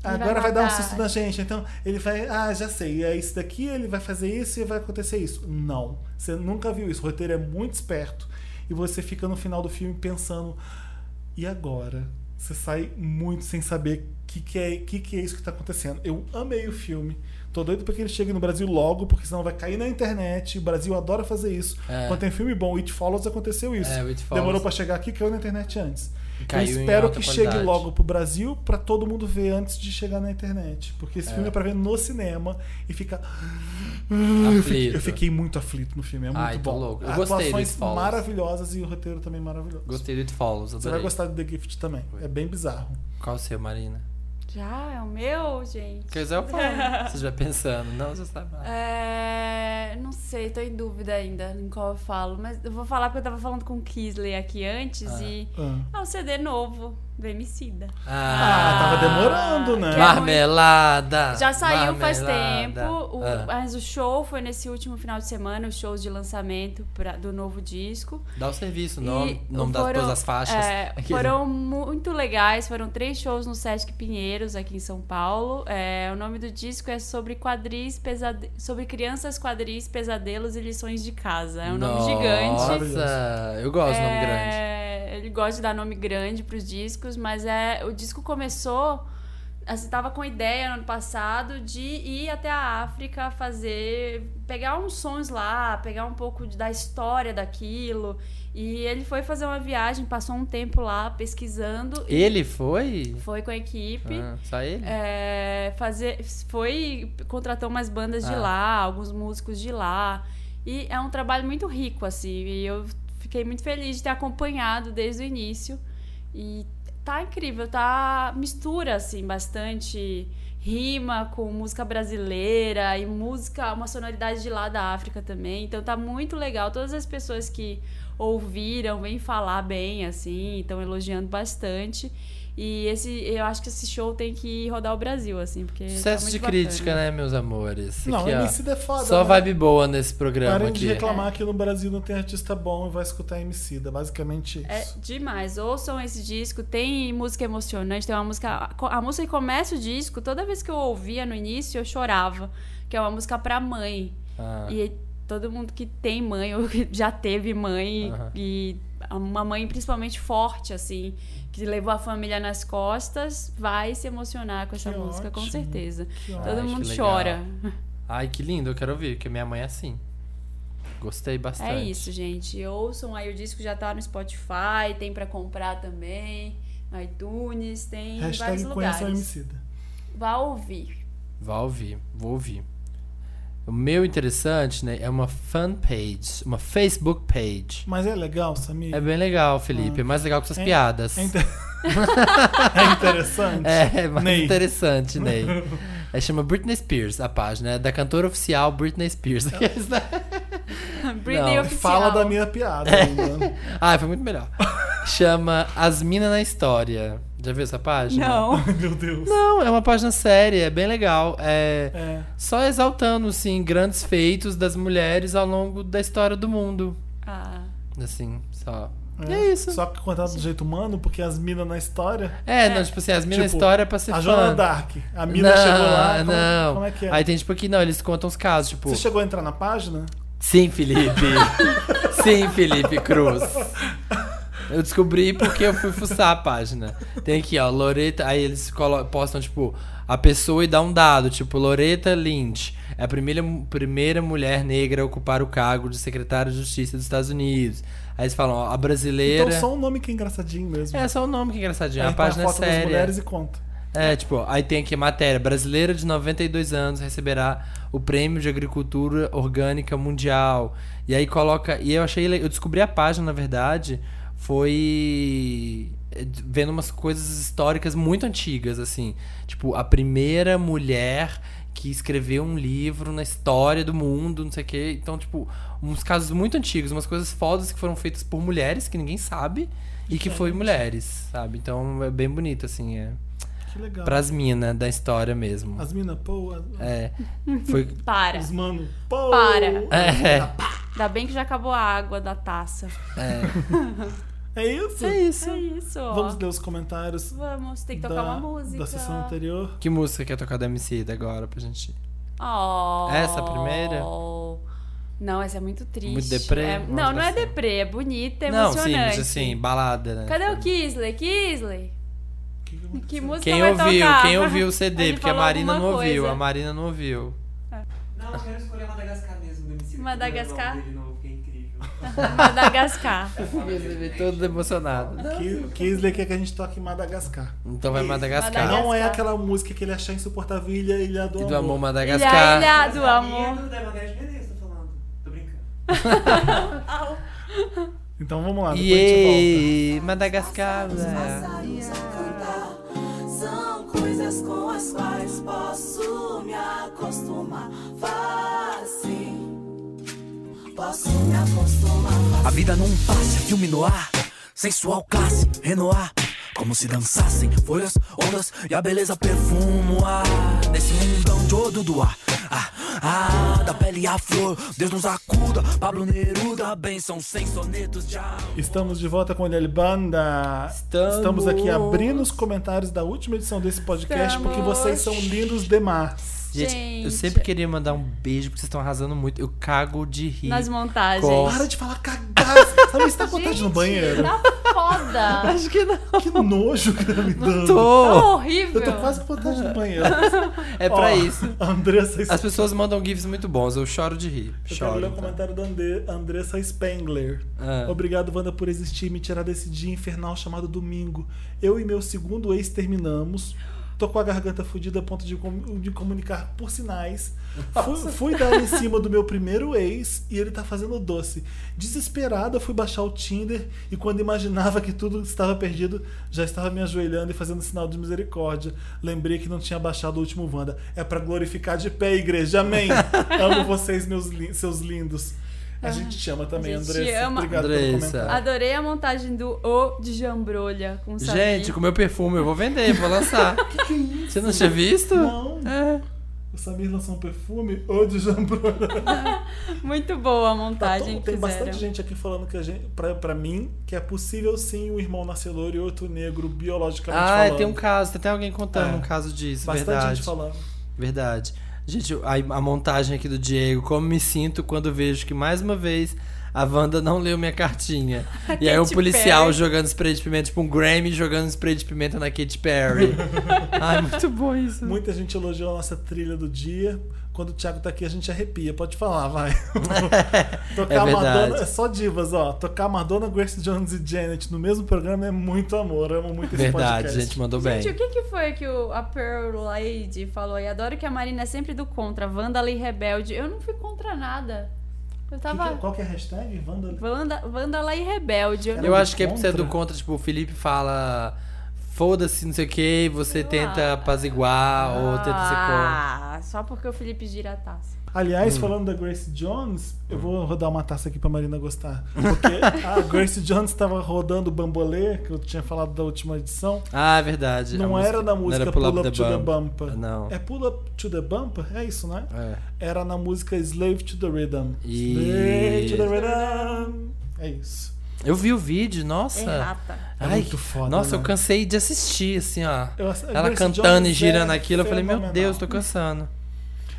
vai Agora vai, dar um matar. susto na gente, então ele vai. Ah, já sei, é isso daqui, ele vai fazer isso e vai acontecer isso. Não, você nunca viu isso. O roteiro é muito esperto e você fica no final do filme pensando: e agora? Você sai muito sem saber o que, que, é, que, que é isso que tá acontecendo. Eu amei o filme. Tô doido pra que ele chegue no Brasil logo, porque senão vai cair na internet. O Brasil adora fazer isso. É. Quando tem filme bom, It Follows aconteceu isso. É, o It Follows. Demorou pra chegar aqui, caiu na internet antes. Então, Caiu em eu espero alta que chegue qualidade. logo pro Brasil pra todo mundo ver antes de chegar na internet. Porque esse filme é pra ver no cinema e fica. Eu fiquei, eu fiquei muito aflito no filme, é muito Ai, tô bom. louco. Eu gostei do Atuações It Follows. maravilhosas e o roteiro também maravilhoso. Gostei do It Follows, Você vai adorei. gostar do The Gift também. É bem bizarro. Qual o seu, Marina? Já é o meu, gente. Quer dizer, eu falo. Você já pensando. Não, você sabe. lá. É, não sei, tô em dúvida ainda em qual eu falo, mas eu vou falar porque eu tava falando com o Kisley aqui antes Ah. e Ah. é o CD novo do Emicida. Ah, Ah, tava demorando, né? que é marmelada! tá Já saiu faz marmelada. tempo, o- Ah, mas o show foi nesse último final de semana, os shows de lançamento pra- do novo disco. Dá o serviço, o nome, E nome das, foram- todas as faixas. né? é, Aquele- foram muito legais, foram três shows no Sesc Pinheiros, aqui em São Paulo. É, o nome do disco é sobre quadris, pesade... sobre crianças, quadris, pesadelos e lições de casa. É um nome gigante. Nossa, eu gosto do nome grande. É, Ele gosta de dar nome grande pros discos, mas é o disco começou. Assim, tava com ideia no ano passado de ir até a África fazer. pegar uns sons lá, pegar um pouco de- da história daquilo. E ele foi fazer uma viagem, passou um tempo lá pesquisando. e Ele foi? Foi com a equipe. Ah, só ele? É, fazer foi contratou umas bandas de Ah. lá alguns músicos de lá e é um trabalho muito rico assim e eu fiquei muito feliz de ter acompanhado desde o início e tá incrível tá mistura assim bastante rima com música brasileira e música uma sonoridade de lá da África também então tá muito legal todas as pessoas que ouviram vêm falar bem assim estão elogiando bastante e esse, eu acho que esse show tem que rodar o Brasil, assim, porque. Sucesso tá de muito crítica, bacana. né, meus amores? Não, Aqui, ó, MC é foda. Só né? vibe boa nesse programa Parem de aqui. É. reclamar que no Brasil não tem artista bom e vai escutar MC. da. Basicamente É isso. demais. Ouçam esse disco, tem música emocionante, tem uma música. A música que começa o disco, toda vez que eu ouvia no início, eu chorava. Que é uma música pra mãe. Ah, E todo mundo que tem mãe ou que já teve mãe Aham. e uma mãe principalmente forte assim, que levou a família nas costas, vai se emocionar com essa Que música com ótimo. certeza. Que ó- Todo Ai, Ah, que mundo legal. chora. Ai, que lindo, eu quero ouvir, porque minha mãe é assim. Gostei bastante. É isso, gente. Ouçam aí o disco já tá no Spotify, tem pra comprar também. iTunes, tem em vários Hashtag conheça o lugares. Emicida. Vá ouvir. Vai ouvir, vou ouvir. O meu interessante, né, é uma fanpage, uma Facebook page. Mas é legal, Samir? É bem legal, Felipe. É mais legal que suas É- piadas. É, inter- É interessante? É, é mais Ney. interessante, Ney. É, chama Britney Spears, a página. É da cantora oficial Britney Spears. Britney Não, É oficial. Fala da minha piada ainda. ah, foi muito melhor. Chama As Minas na História. Já viu essa página? Não. Meu Deus. Não, é uma página séria, é bem legal. É, É. só exaltando, assim, grandes feitos das mulheres ao longo da história do mundo. Ah. Assim, só. E é isso. Só que contado do jeito humano, porque as minas na história. É, não, tipo assim, as minas na Tipo, história é pra ser a fã. Joana Dark. A mina não, chegou lá. Como, não. como é que é? Aí tem tipo aqui, não, eles contam os casos, tipo. Você chegou a entrar na página? Sim, Felipe. Sim, Felipe Cruz. Eu descobri porque eu fui fuçar a página. Tem aqui, ó, Loreta. Aí eles colo- postam, tipo, a pessoa e dá um dado, tipo, Loreta Lynch. É a primeira, primeira mulher negra a ocupar o cargo de secretária de Justiça dos Estados Unidos. Aí eles falam, ó, a brasileira. Então só um nome que é engraçadinho mesmo. É só o nome que é engraçadinho. Aí a põe página é foto das séria. mulheres e conta. É, tipo, aí tem aqui a matéria. Brasileira de 92 anos receberá o Prêmio de Agricultura Orgânica Mundial. E aí coloca. E eu achei. le- Eu descobri a página, na verdade, foi. eh, d- Vendo umas coisas históricas muito antigas, assim. Tipo, a primeira mulher que escreveu um livro na história do mundo, não sei o quê. Então, tipo, uns casos muito antigos, umas coisas fodas que foram feitas por mulheres, que ninguém sabe, e que foi mulheres, sabe? Então é bem bonito, assim. É Que legal. pras minas da história mesmo. As minas, pô, as- É. Foi. Para. os mano, pô. Para. É, Ainda bem que já acabou a água da taça. É isso? é isso. É isso. ó. Vamos ler os comentários Vamos, tem que da, tocar uma música. da sessão anterior. Que música quer tocar da MC da agora pra gente? Oh. Essa primeira? Não, essa é muito triste. Muito deprê? É- Vamos Não, não pra é cima. deprê, é bonita, é Não, sim, emocionante. mas assim, balada, né? Cadê o Kisley? Kisley? Que música Quem vai ouviu? tocar? Quem ouviu o CD? Ele Porque a falou Marina não alguma ouviu. coisa. A Marina não ouviu. Não, eu quero escolher Madagascar mesmo. do MC, que Madagascar? eu lembro o nome dele novo, que é incrível. Madagascar. Todo emocionado. Ki- Kisley quer que a gente toque em Madagascar. Então vai Madagascar. Madagascar. Não é aquela música que ele achar insuportável Ilha, Ilha do E Amor. do amor Ilha, Madagascar. ilha do amor. Lindo, da Margareth Menezes, tô falando. Tô brincando. Então vamos lá, depois a gente volta. E Madagascar. né? passarinhos a cantar são coisas com as quais posso me acostumar. Fácil, posso me acostumar. A vida num passe, filme no ar, sensual classe, renoar. Como se dançassem folhas, ondas e a beleza perfuma o ar. Nesse mundão de odo do ar, ah, ah, da pele à flor, Deus nos acuda. Pablo Neruda, benção sem sonetos de amor. Estamos de volta com o Ilha Banda. Estamos. aqui abrindo os comentários da última edição desse podcast, Estamos. porque vocês são lindos demais. Gente, eu Gente. sempre queria mandar um beijo porque vocês estão arrasando muito. Eu cago de rir. Nas montagens. Com- Para de falar cagada. Sabe, você tá contando no banheiro? Tá foda. Acho que não. Que nojo que tá me Tá dando. Tô. horrível. Eu tô quase com vontade no banheiro. É pra Ó, isso. Andressa As pessoas mandam gifs muito bons, eu choro de rir. Eu quero Choro. ler o comentário da Ande- Andressa Spengler. Ah. Obrigado, Wanda, por existir e me tirar desse dia infernal chamado domingo. Eu e meu segundo ex terminamos. Tô com a garganta fudida a ponto de, com- de comunicar por sinais. Fui, fui dar em cima do meu primeiro ex e ele tá fazendo doce. Desesperada, fui baixar o Tinder e quando imaginava que tudo estava perdido, já estava me ajoelhando e fazendo sinal de misericórdia. Lembrei que não tinha baixado o último Wanda. É pra glorificar de pé, igreja. Amém. Amo vocês, meus lin- seus lindos. A gente te ama tá? também, A gente Andressa. te ama. Obrigado pelo Andressa. comentário. Adorei a montagem do O de Jambrolha com o Samir. Gente, com meu perfume, eu vou vender, vou lançar. Você não tinha visto? é Não. O Samir lançou um perfume ou de jambrolha. Muito boa a Tá, montagem to- que tem fizeram. bastante gente aqui falando que a gente, pra, pra mim que é possível sim o irmão nascer louro e outro negro biologicamente Ah, falando. tem um caso, tem até alguém contando É. um caso disso, Bastante verdade. gente falando. Verdade. Gente, a, a montagem aqui do Diego, como me sinto quando vejo que mais uma vez a Wanda não leu minha cartinha. e aí um Katy policial Perry. jogando spray de pimenta, tipo um Grammy jogando spray de pimenta na Katy Perry. Ai, muito bom isso. Muita gente elogiou a nossa trilha do dia. Quando o Thiago tá aqui, a gente arrepia. Pode falar, vai. Tocar É verdade. Madonna é só divas, ó. Tocar Madonna, Grace Jones e Janet no mesmo programa é muito amor. Amo muito esse Verdade, podcast. gente, mandou Gente, o bem. que, que foi que o, a Pearl Lady falou? E adoro que a Marina é sempre do contra, Vandala e Rebelde. Eu não fui contra nada. Eu Que que tava. é- qual que é a hashtag? Vanda... Vanda- Vandala e Rebelde. Eu Eu um não- acho que é porque você é do Contra? contra, tipo, o Felipe fala. Foda-se, não sei o que, e você tenta apaziguar ou tenta ser contra. Ah, só porque o Felipe gira a taça. Aliás, Hum. falando da Grace Jones, eu vou rodar uma taça aqui pra Marina gostar. Porque a Grace Jones tava rodando o bambolê, que eu tinha falado da última edição. Ah, é verdade. A Não era na música não era Pull Up, to the Bump. Bumper. Não. É Pull Up to the Bumper? É isso, né? É. Era na música Slave to the Rhythm. E- Slave to the Rhythm. É isso. Eu vi o vídeo, nossa. Errata. É muito foda, Nossa, né? eu cansei de assistir, assim, ó. Eu- a Ela Grace cantando e Jones girando é aquilo, eu falei, meu fenomenal. Deus, tô cansando.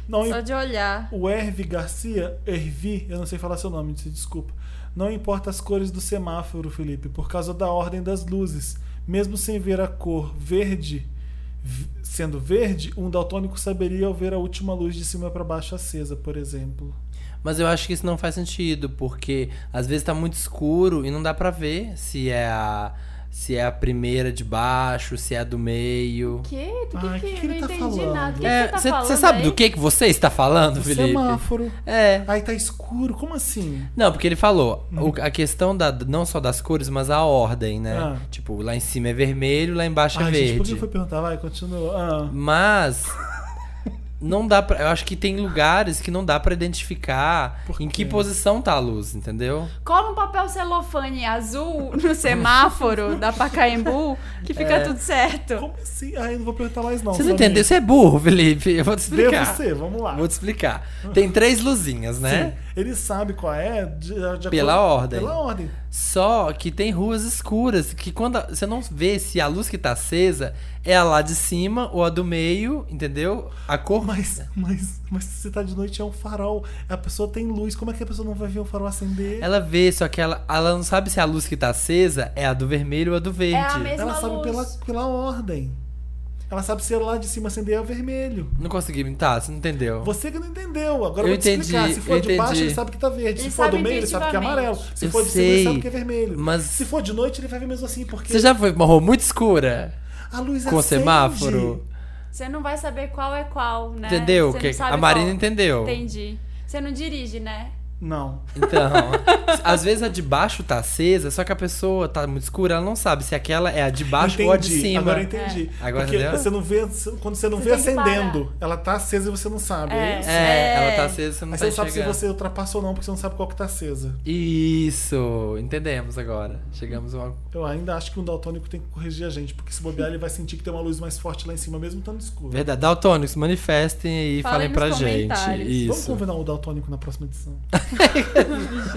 Não, Só de olhar. O Hervé Garcia, Hervi, eu não sei falar seu nome, se desculpa. Não importa as cores do semáforo, Felipe, por causa da ordem das luzes. Mesmo sem ver a cor verde, v- sendo verde, um daltônico saberia ao ver a última luz de cima para baixo acesa, por exemplo. Mas eu acho que isso não faz sentido, porque às vezes tá muito escuro e não dá pra ver se é a se é a primeira de baixo, se é a do meio. Que? Do que, Ai, que, que que não ele tá entendi falando? nada. O que, É, que você cê- tá cê falando? sabe aí? do que que você está falando, O Felipe? semáforo. É. Aí tá escuro, como assim? Não, porque ele falou Uhum. o- a questão da não só das cores, mas a ordem, né? Ah. Tipo, lá em cima é vermelho, lá embaixo é Ai, gente, verde. por que foi perguntar? Vai, continua. Ah, Mas não dá pra. Eu acho que tem lugares que não dá pra identificar Por em que quê? posição tá a luz, entendeu? Cola um papel celofane azul no semáforo da Pacaembu que fica É. tudo certo. como assim? Ai, não vou perguntar mais não. Você não Samir. entendeu? Você é burro, Felipe. Eu vou te explicar. Devo ser, vamos lá. Vou te explicar. Tem três luzinhas, né? Sim, ele sabe qual é. de- de Pela acordo- ordem. Pela ordem. Só que tem ruas escuras que quando a- você não vê se a luz que tá acesa é a lá de cima ou a do meio, entendeu? A cor Mas, mas, mas se você tá de noite é um farol. A pessoa tem luz. Como é que a pessoa não vai ver o farol acender? ela vê, só que ela, ela não sabe se a luz que tá acesa é a do vermelho ou a do verde. É a mesma Ela sabe luz. pela, pela ordem. Ela sabe se lá de cima acender é o vermelho. Não consegui imitar, você não entendeu. Você que não entendeu. Agora Eu eu vou te entendi, explicar. Se for eu de baixo, entendi. ele sabe que tá verde. Ele se for do sabe meio, ele sabe que é amarelo. Se Eu for de cima, ele sei, sabe que é vermelho. mas- Se for de noite, ele vai ver mesmo assim, porque Você já foi pra uma rua muito escura? a luz com acende. semáforo? Você não vai saber qual é qual, né? Entendeu? Você não Que sabe a Marina qual. entendeu. Entendi. Você não dirige, né? Não. Então, às vezes a de baixo tá acesa, só que a pessoa tá muito escura, ela não sabe se aquela é a de baixo entendi. ou a de cima. É. Agora eu entendi. Agora porque entendeu? você não vê, quando você não Você vê tem que acendendo, ela tá acesa e você não sabe. É isso? É, É. ela tá acesa, você não Mas tá você não sabe se enxergando. você ultrapassa ou não, porque você não sabe qual que tá acesa. Isso, entendemos agora. Chegamos a uma... Eu ainda acho que um daltônico tem que corrigir a gente, porque se bobear ele vai sentir que tem uma luz mais forte lá em cima, mesmo estando escuro. Verdade, Daltônicos, manifestem e Falem falem pra nos gente. comentários. Vamos Isso. convidar o daltônico na próxima edição.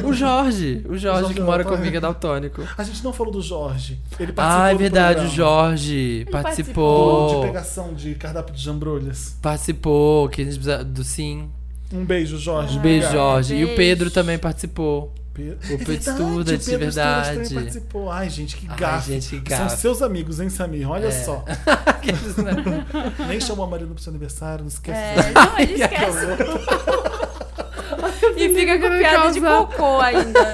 O Jorge, o Jorge Jorge que mora Daltônico. comigo é Daltônico. A gente não falou do Jorge. Ele participou Ah, é do verdade, o programa. Jorge Do- De participou. pegação de cardápio de jambrolhas. Participou, que a gente precisa do sim. Um beijo, Jorge. Um beijo, Obrigado. Jorge. E o beijo. Pedro também participou. Pe- O Pedro Studat, é de Pedro Studat verdade. também participou. Ai, gente, que Ai, gafe. gente, que São gafe. É. seus amigos, hein, Samir? Olha só. Aqueles, né? Nem chamou a Marina pro seu aniversário, não esquece. É, não, ele esquece. e fica é com piada de cocô ainda.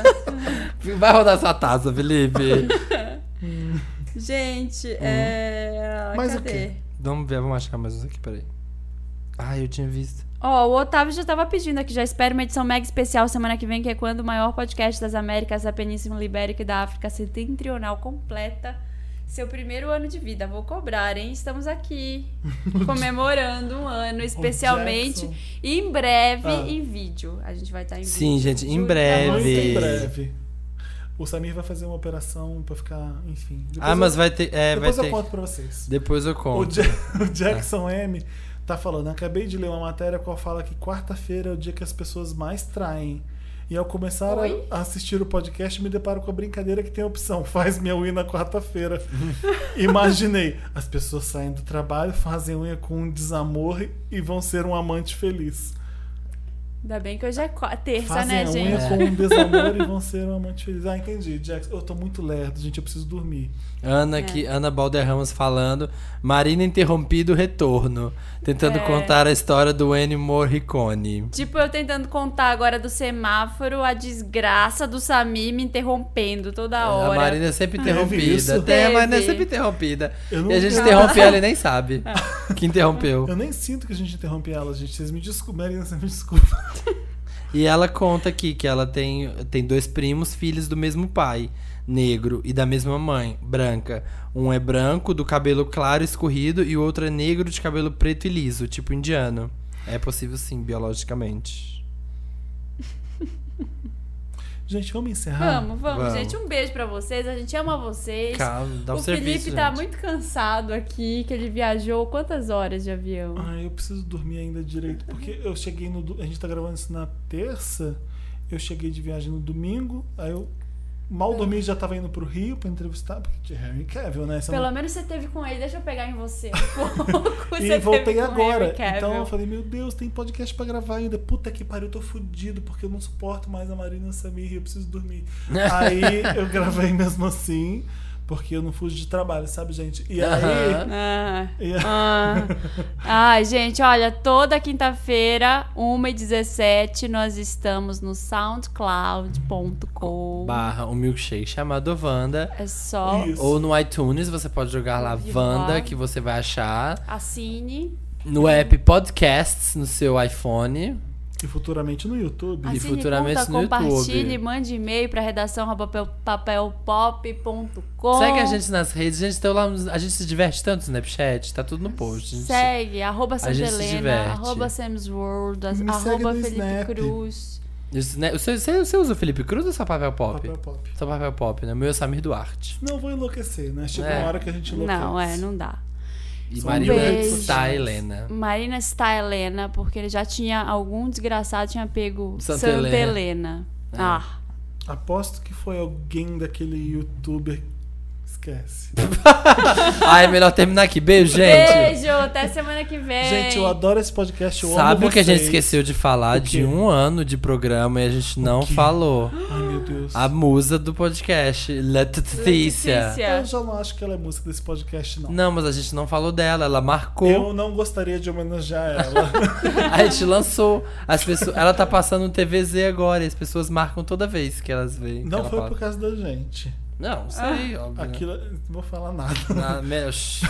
Vai rodar sua taça, Felipe. Gente, Hum. é. Mas o cadê? quê? vamos ver, vamos achar mais uns aqui, peraí. Ah, eu tinha visto. Ó, o Otávio já tava pedindo aqui, já espero uma edição mega especial semana que vem, que é quando o maior podcast das Américas, da Península Ibérica e da África Setentrional completa seu primeiro ano de vida. Vou cobrar, hein? Estamos aqui comemorando um ano, especialmente. Jackson. E em breve, Ah. em vídeo. A gente vai estar em vídeo. Sim, gente, em Juro, Muito em breve. breve. O Samir vai fazer uma operação pra ficar, enfim. Depois Ah, mas eu, vai ter. É, vai depois eu ter. conto pra vocês. Depois eu O, conto. Ja- o Jackson M tá falando, acabei de ler uma matéria qual fala que quarta-feira é o dia que as pessoas mais traem. E ao começar a- Oi? a assistir o podcast, me deparo com a brincadeira que tem a opção: faz minha unha na quarta-feira. Imaginei, as pessoas saem do trabalho, fazem unha com um desamor e vão ser um amante feliz. Ainda bem que hoje é qua- terça, Fazem né, a gente? unha com um desamor e vão ser um amante feliz. Ah, entendi, Jackson. Eu tô muito lerdo, gente. Eu preciso dormir. Ana, que, Ana Balderramos falando. Marina interrompido retorno. Tentando contar a história do Ennio Morricone. Tipo, eu tentando contar agora do semáforo, a desgraça do Samir me interrompendo toda A hora. Marina é sempre interrompida. Ah, isso? Tem, a Marina é Teve. sempre interrompida. Eu não- E a gente interrompe ela e nem sabe que interrompeu. Eu nem sinto que a gente interrompe ela, gente. Vocês me desculpem, Marina, você me desculpa. E ela conta aqui que ela tem, tem dois primos, filhos do mesmo pai, negro, e da mesma mãe, branca. Um é branco, do cabelo claro e escorrido, e o outro é negro, de cabelo preto e liso, tipo indiano. É possível sim, biologicamente. Gente, vamos encerrar? Vamos, vamos, Vamos. gente. Um beijo pra vocês. A gente ama vocês. Calma, dá um o serviço, Felipe tá gente. muito cansado aqui, que ele viajou quantas horas de avião? Ai, eu preciso dormir ainda direito, porque eu cheguei no. do- A gente tá gravando isso na terça. Eu cheguei de viagem no domingo, aí eu É. mal dormi e já tava indo pro Rio pra entrevistar, porque tinha Harry Cavill, né? Essa Pelo menos você teve com ele. Deixa eu pegar em você um pouco. Você E teve voltei com agora. Henry Cavill. Então eu falei, meu Deus, tem podcast pra gravar ainda. Puta que pariu, eu tô fudido, porque eu não suporto mais a Marina Samir, eu preciso dormir. Aí eu gravei mesmo assim, porque eu não fujo de trabalho, sabe, gente? E aí. Aham. Ah. e aí- Ah. Ai, gente, olha, toda quinta-feira, 1h17, nós estamos no soundcloud.com. Barra um milkshake chamado Wanda. É só Isso. Ou no iTunes, você pode jogar lá Pode Wanda, jogar. que você vai achar. assine. No app Podcasts, no seu iPhone. E futuramente no YouTube. E Assine, futuramente conta, no YouTube. compartilhe, mande e-mail para redação papelpop.com. Segue a gente nas redes, a gente, tá lá, a gente se diverte tanto no Snapchat, tá tudo no post. A gente- Segue, arroba gente se diverte. Santelena, arroba Sam's World, as- Me segue arroba no Felipe Snap. Cruz. Isso, né? Você, você- você usa o Felipe Cruz ou só papel pop? Papel pop. Só papel pop, né? O meu é Samir Duarte. Não vou enlouquecer, né? Chega É. uma hora que a gente enlouquece. Não, é, não dá. E São Marina beijo. está Helena. Marina está Helena, porque ele já tinha algum desgraçado tinha pego Santa Santa, Helena. É. Helena. Ah, Aposto que foi alguém daquele youtuber. Esquece. Ah, é melhor terminar aqui. Beijo, gente. Um beijo, até semana que vem. Gente, eu adoro esse podcast. Eu Sabe amo o que a gente vocês. esqueceu de falar O quê? de um ano de programa e a gente não quê? falou? Ai, meu Deus. A musa do podcast, Letícia. Eu Letícia. já não acho que ela é música desse podcast, não. Não, mas a gente não falou dela, ela marcou. Eu não gostaria de homenagear ela. A gente lançou. As pessoas, ela tá passando no TVZ agora e as pessoas marcam toda vez que elas veem. que Não ela foi fala. por causa da gente. Não, sei, óbvio. né? Aquilo, não vou falar nada. Na- me- Oxi.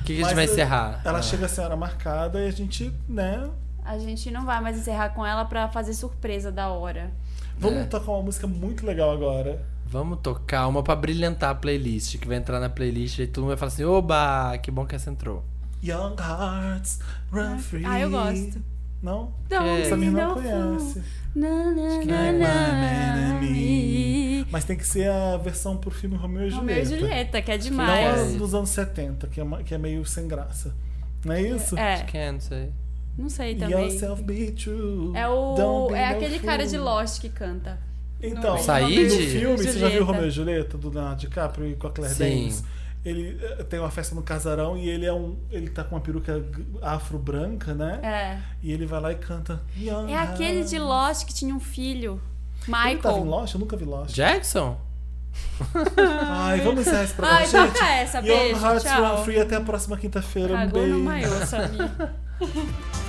O que, que a gente Mas vai eu- encerrar? Ela Ah. chega assim, hora marcada e a gente, né? A gente não vai mais encerrar com ela pra fazer surpresa da hora. É. Vamos tocar uma música muito legal agora. Vamos tocar uma pra brilhantar a playlist, que vai entrar na playlist e todo mundo vai falar assim: oba, que bom que essa entrou. Young Hearts Run Free. Ah, eu gosto. Não? Então, Ei. Essa menina não Don't conhece. Na, na, na, Like na, one enemy. Mas tem que ser a versão pro filme Romeo e Romeu e Julieta. Julieta, que é Não a demais. dos anos 70, que é, ma- que é meio sem graça. Não é isso? É, Can't say. não sei também. Yourself be true. É Don't o be é no aquele cara de fool. Lost que canta. Então, No- Said? no filme, você já viu Julieta. Romeo e Julieta, do Leonardo DiCaprio e com a Claire Sim. Danes? Ele eh, tem uma festa no casarão e ele é um. Ele tá com uma peruca g- afro-branca, né? É. E ele vai lá e canta. É aquele de Lost que tinha um filho. Ele tava em Michael. Lost? Eu nunca vi Lost. Jackson? Ai, vamos encerrar esse programa, Ai, gente. toca Ah, então tá essa, Young beijo. Hearts Tchau. Um Run Free, até a próxima quinta-feira. Um Cagou no beijo. maiô, Samir. Mm,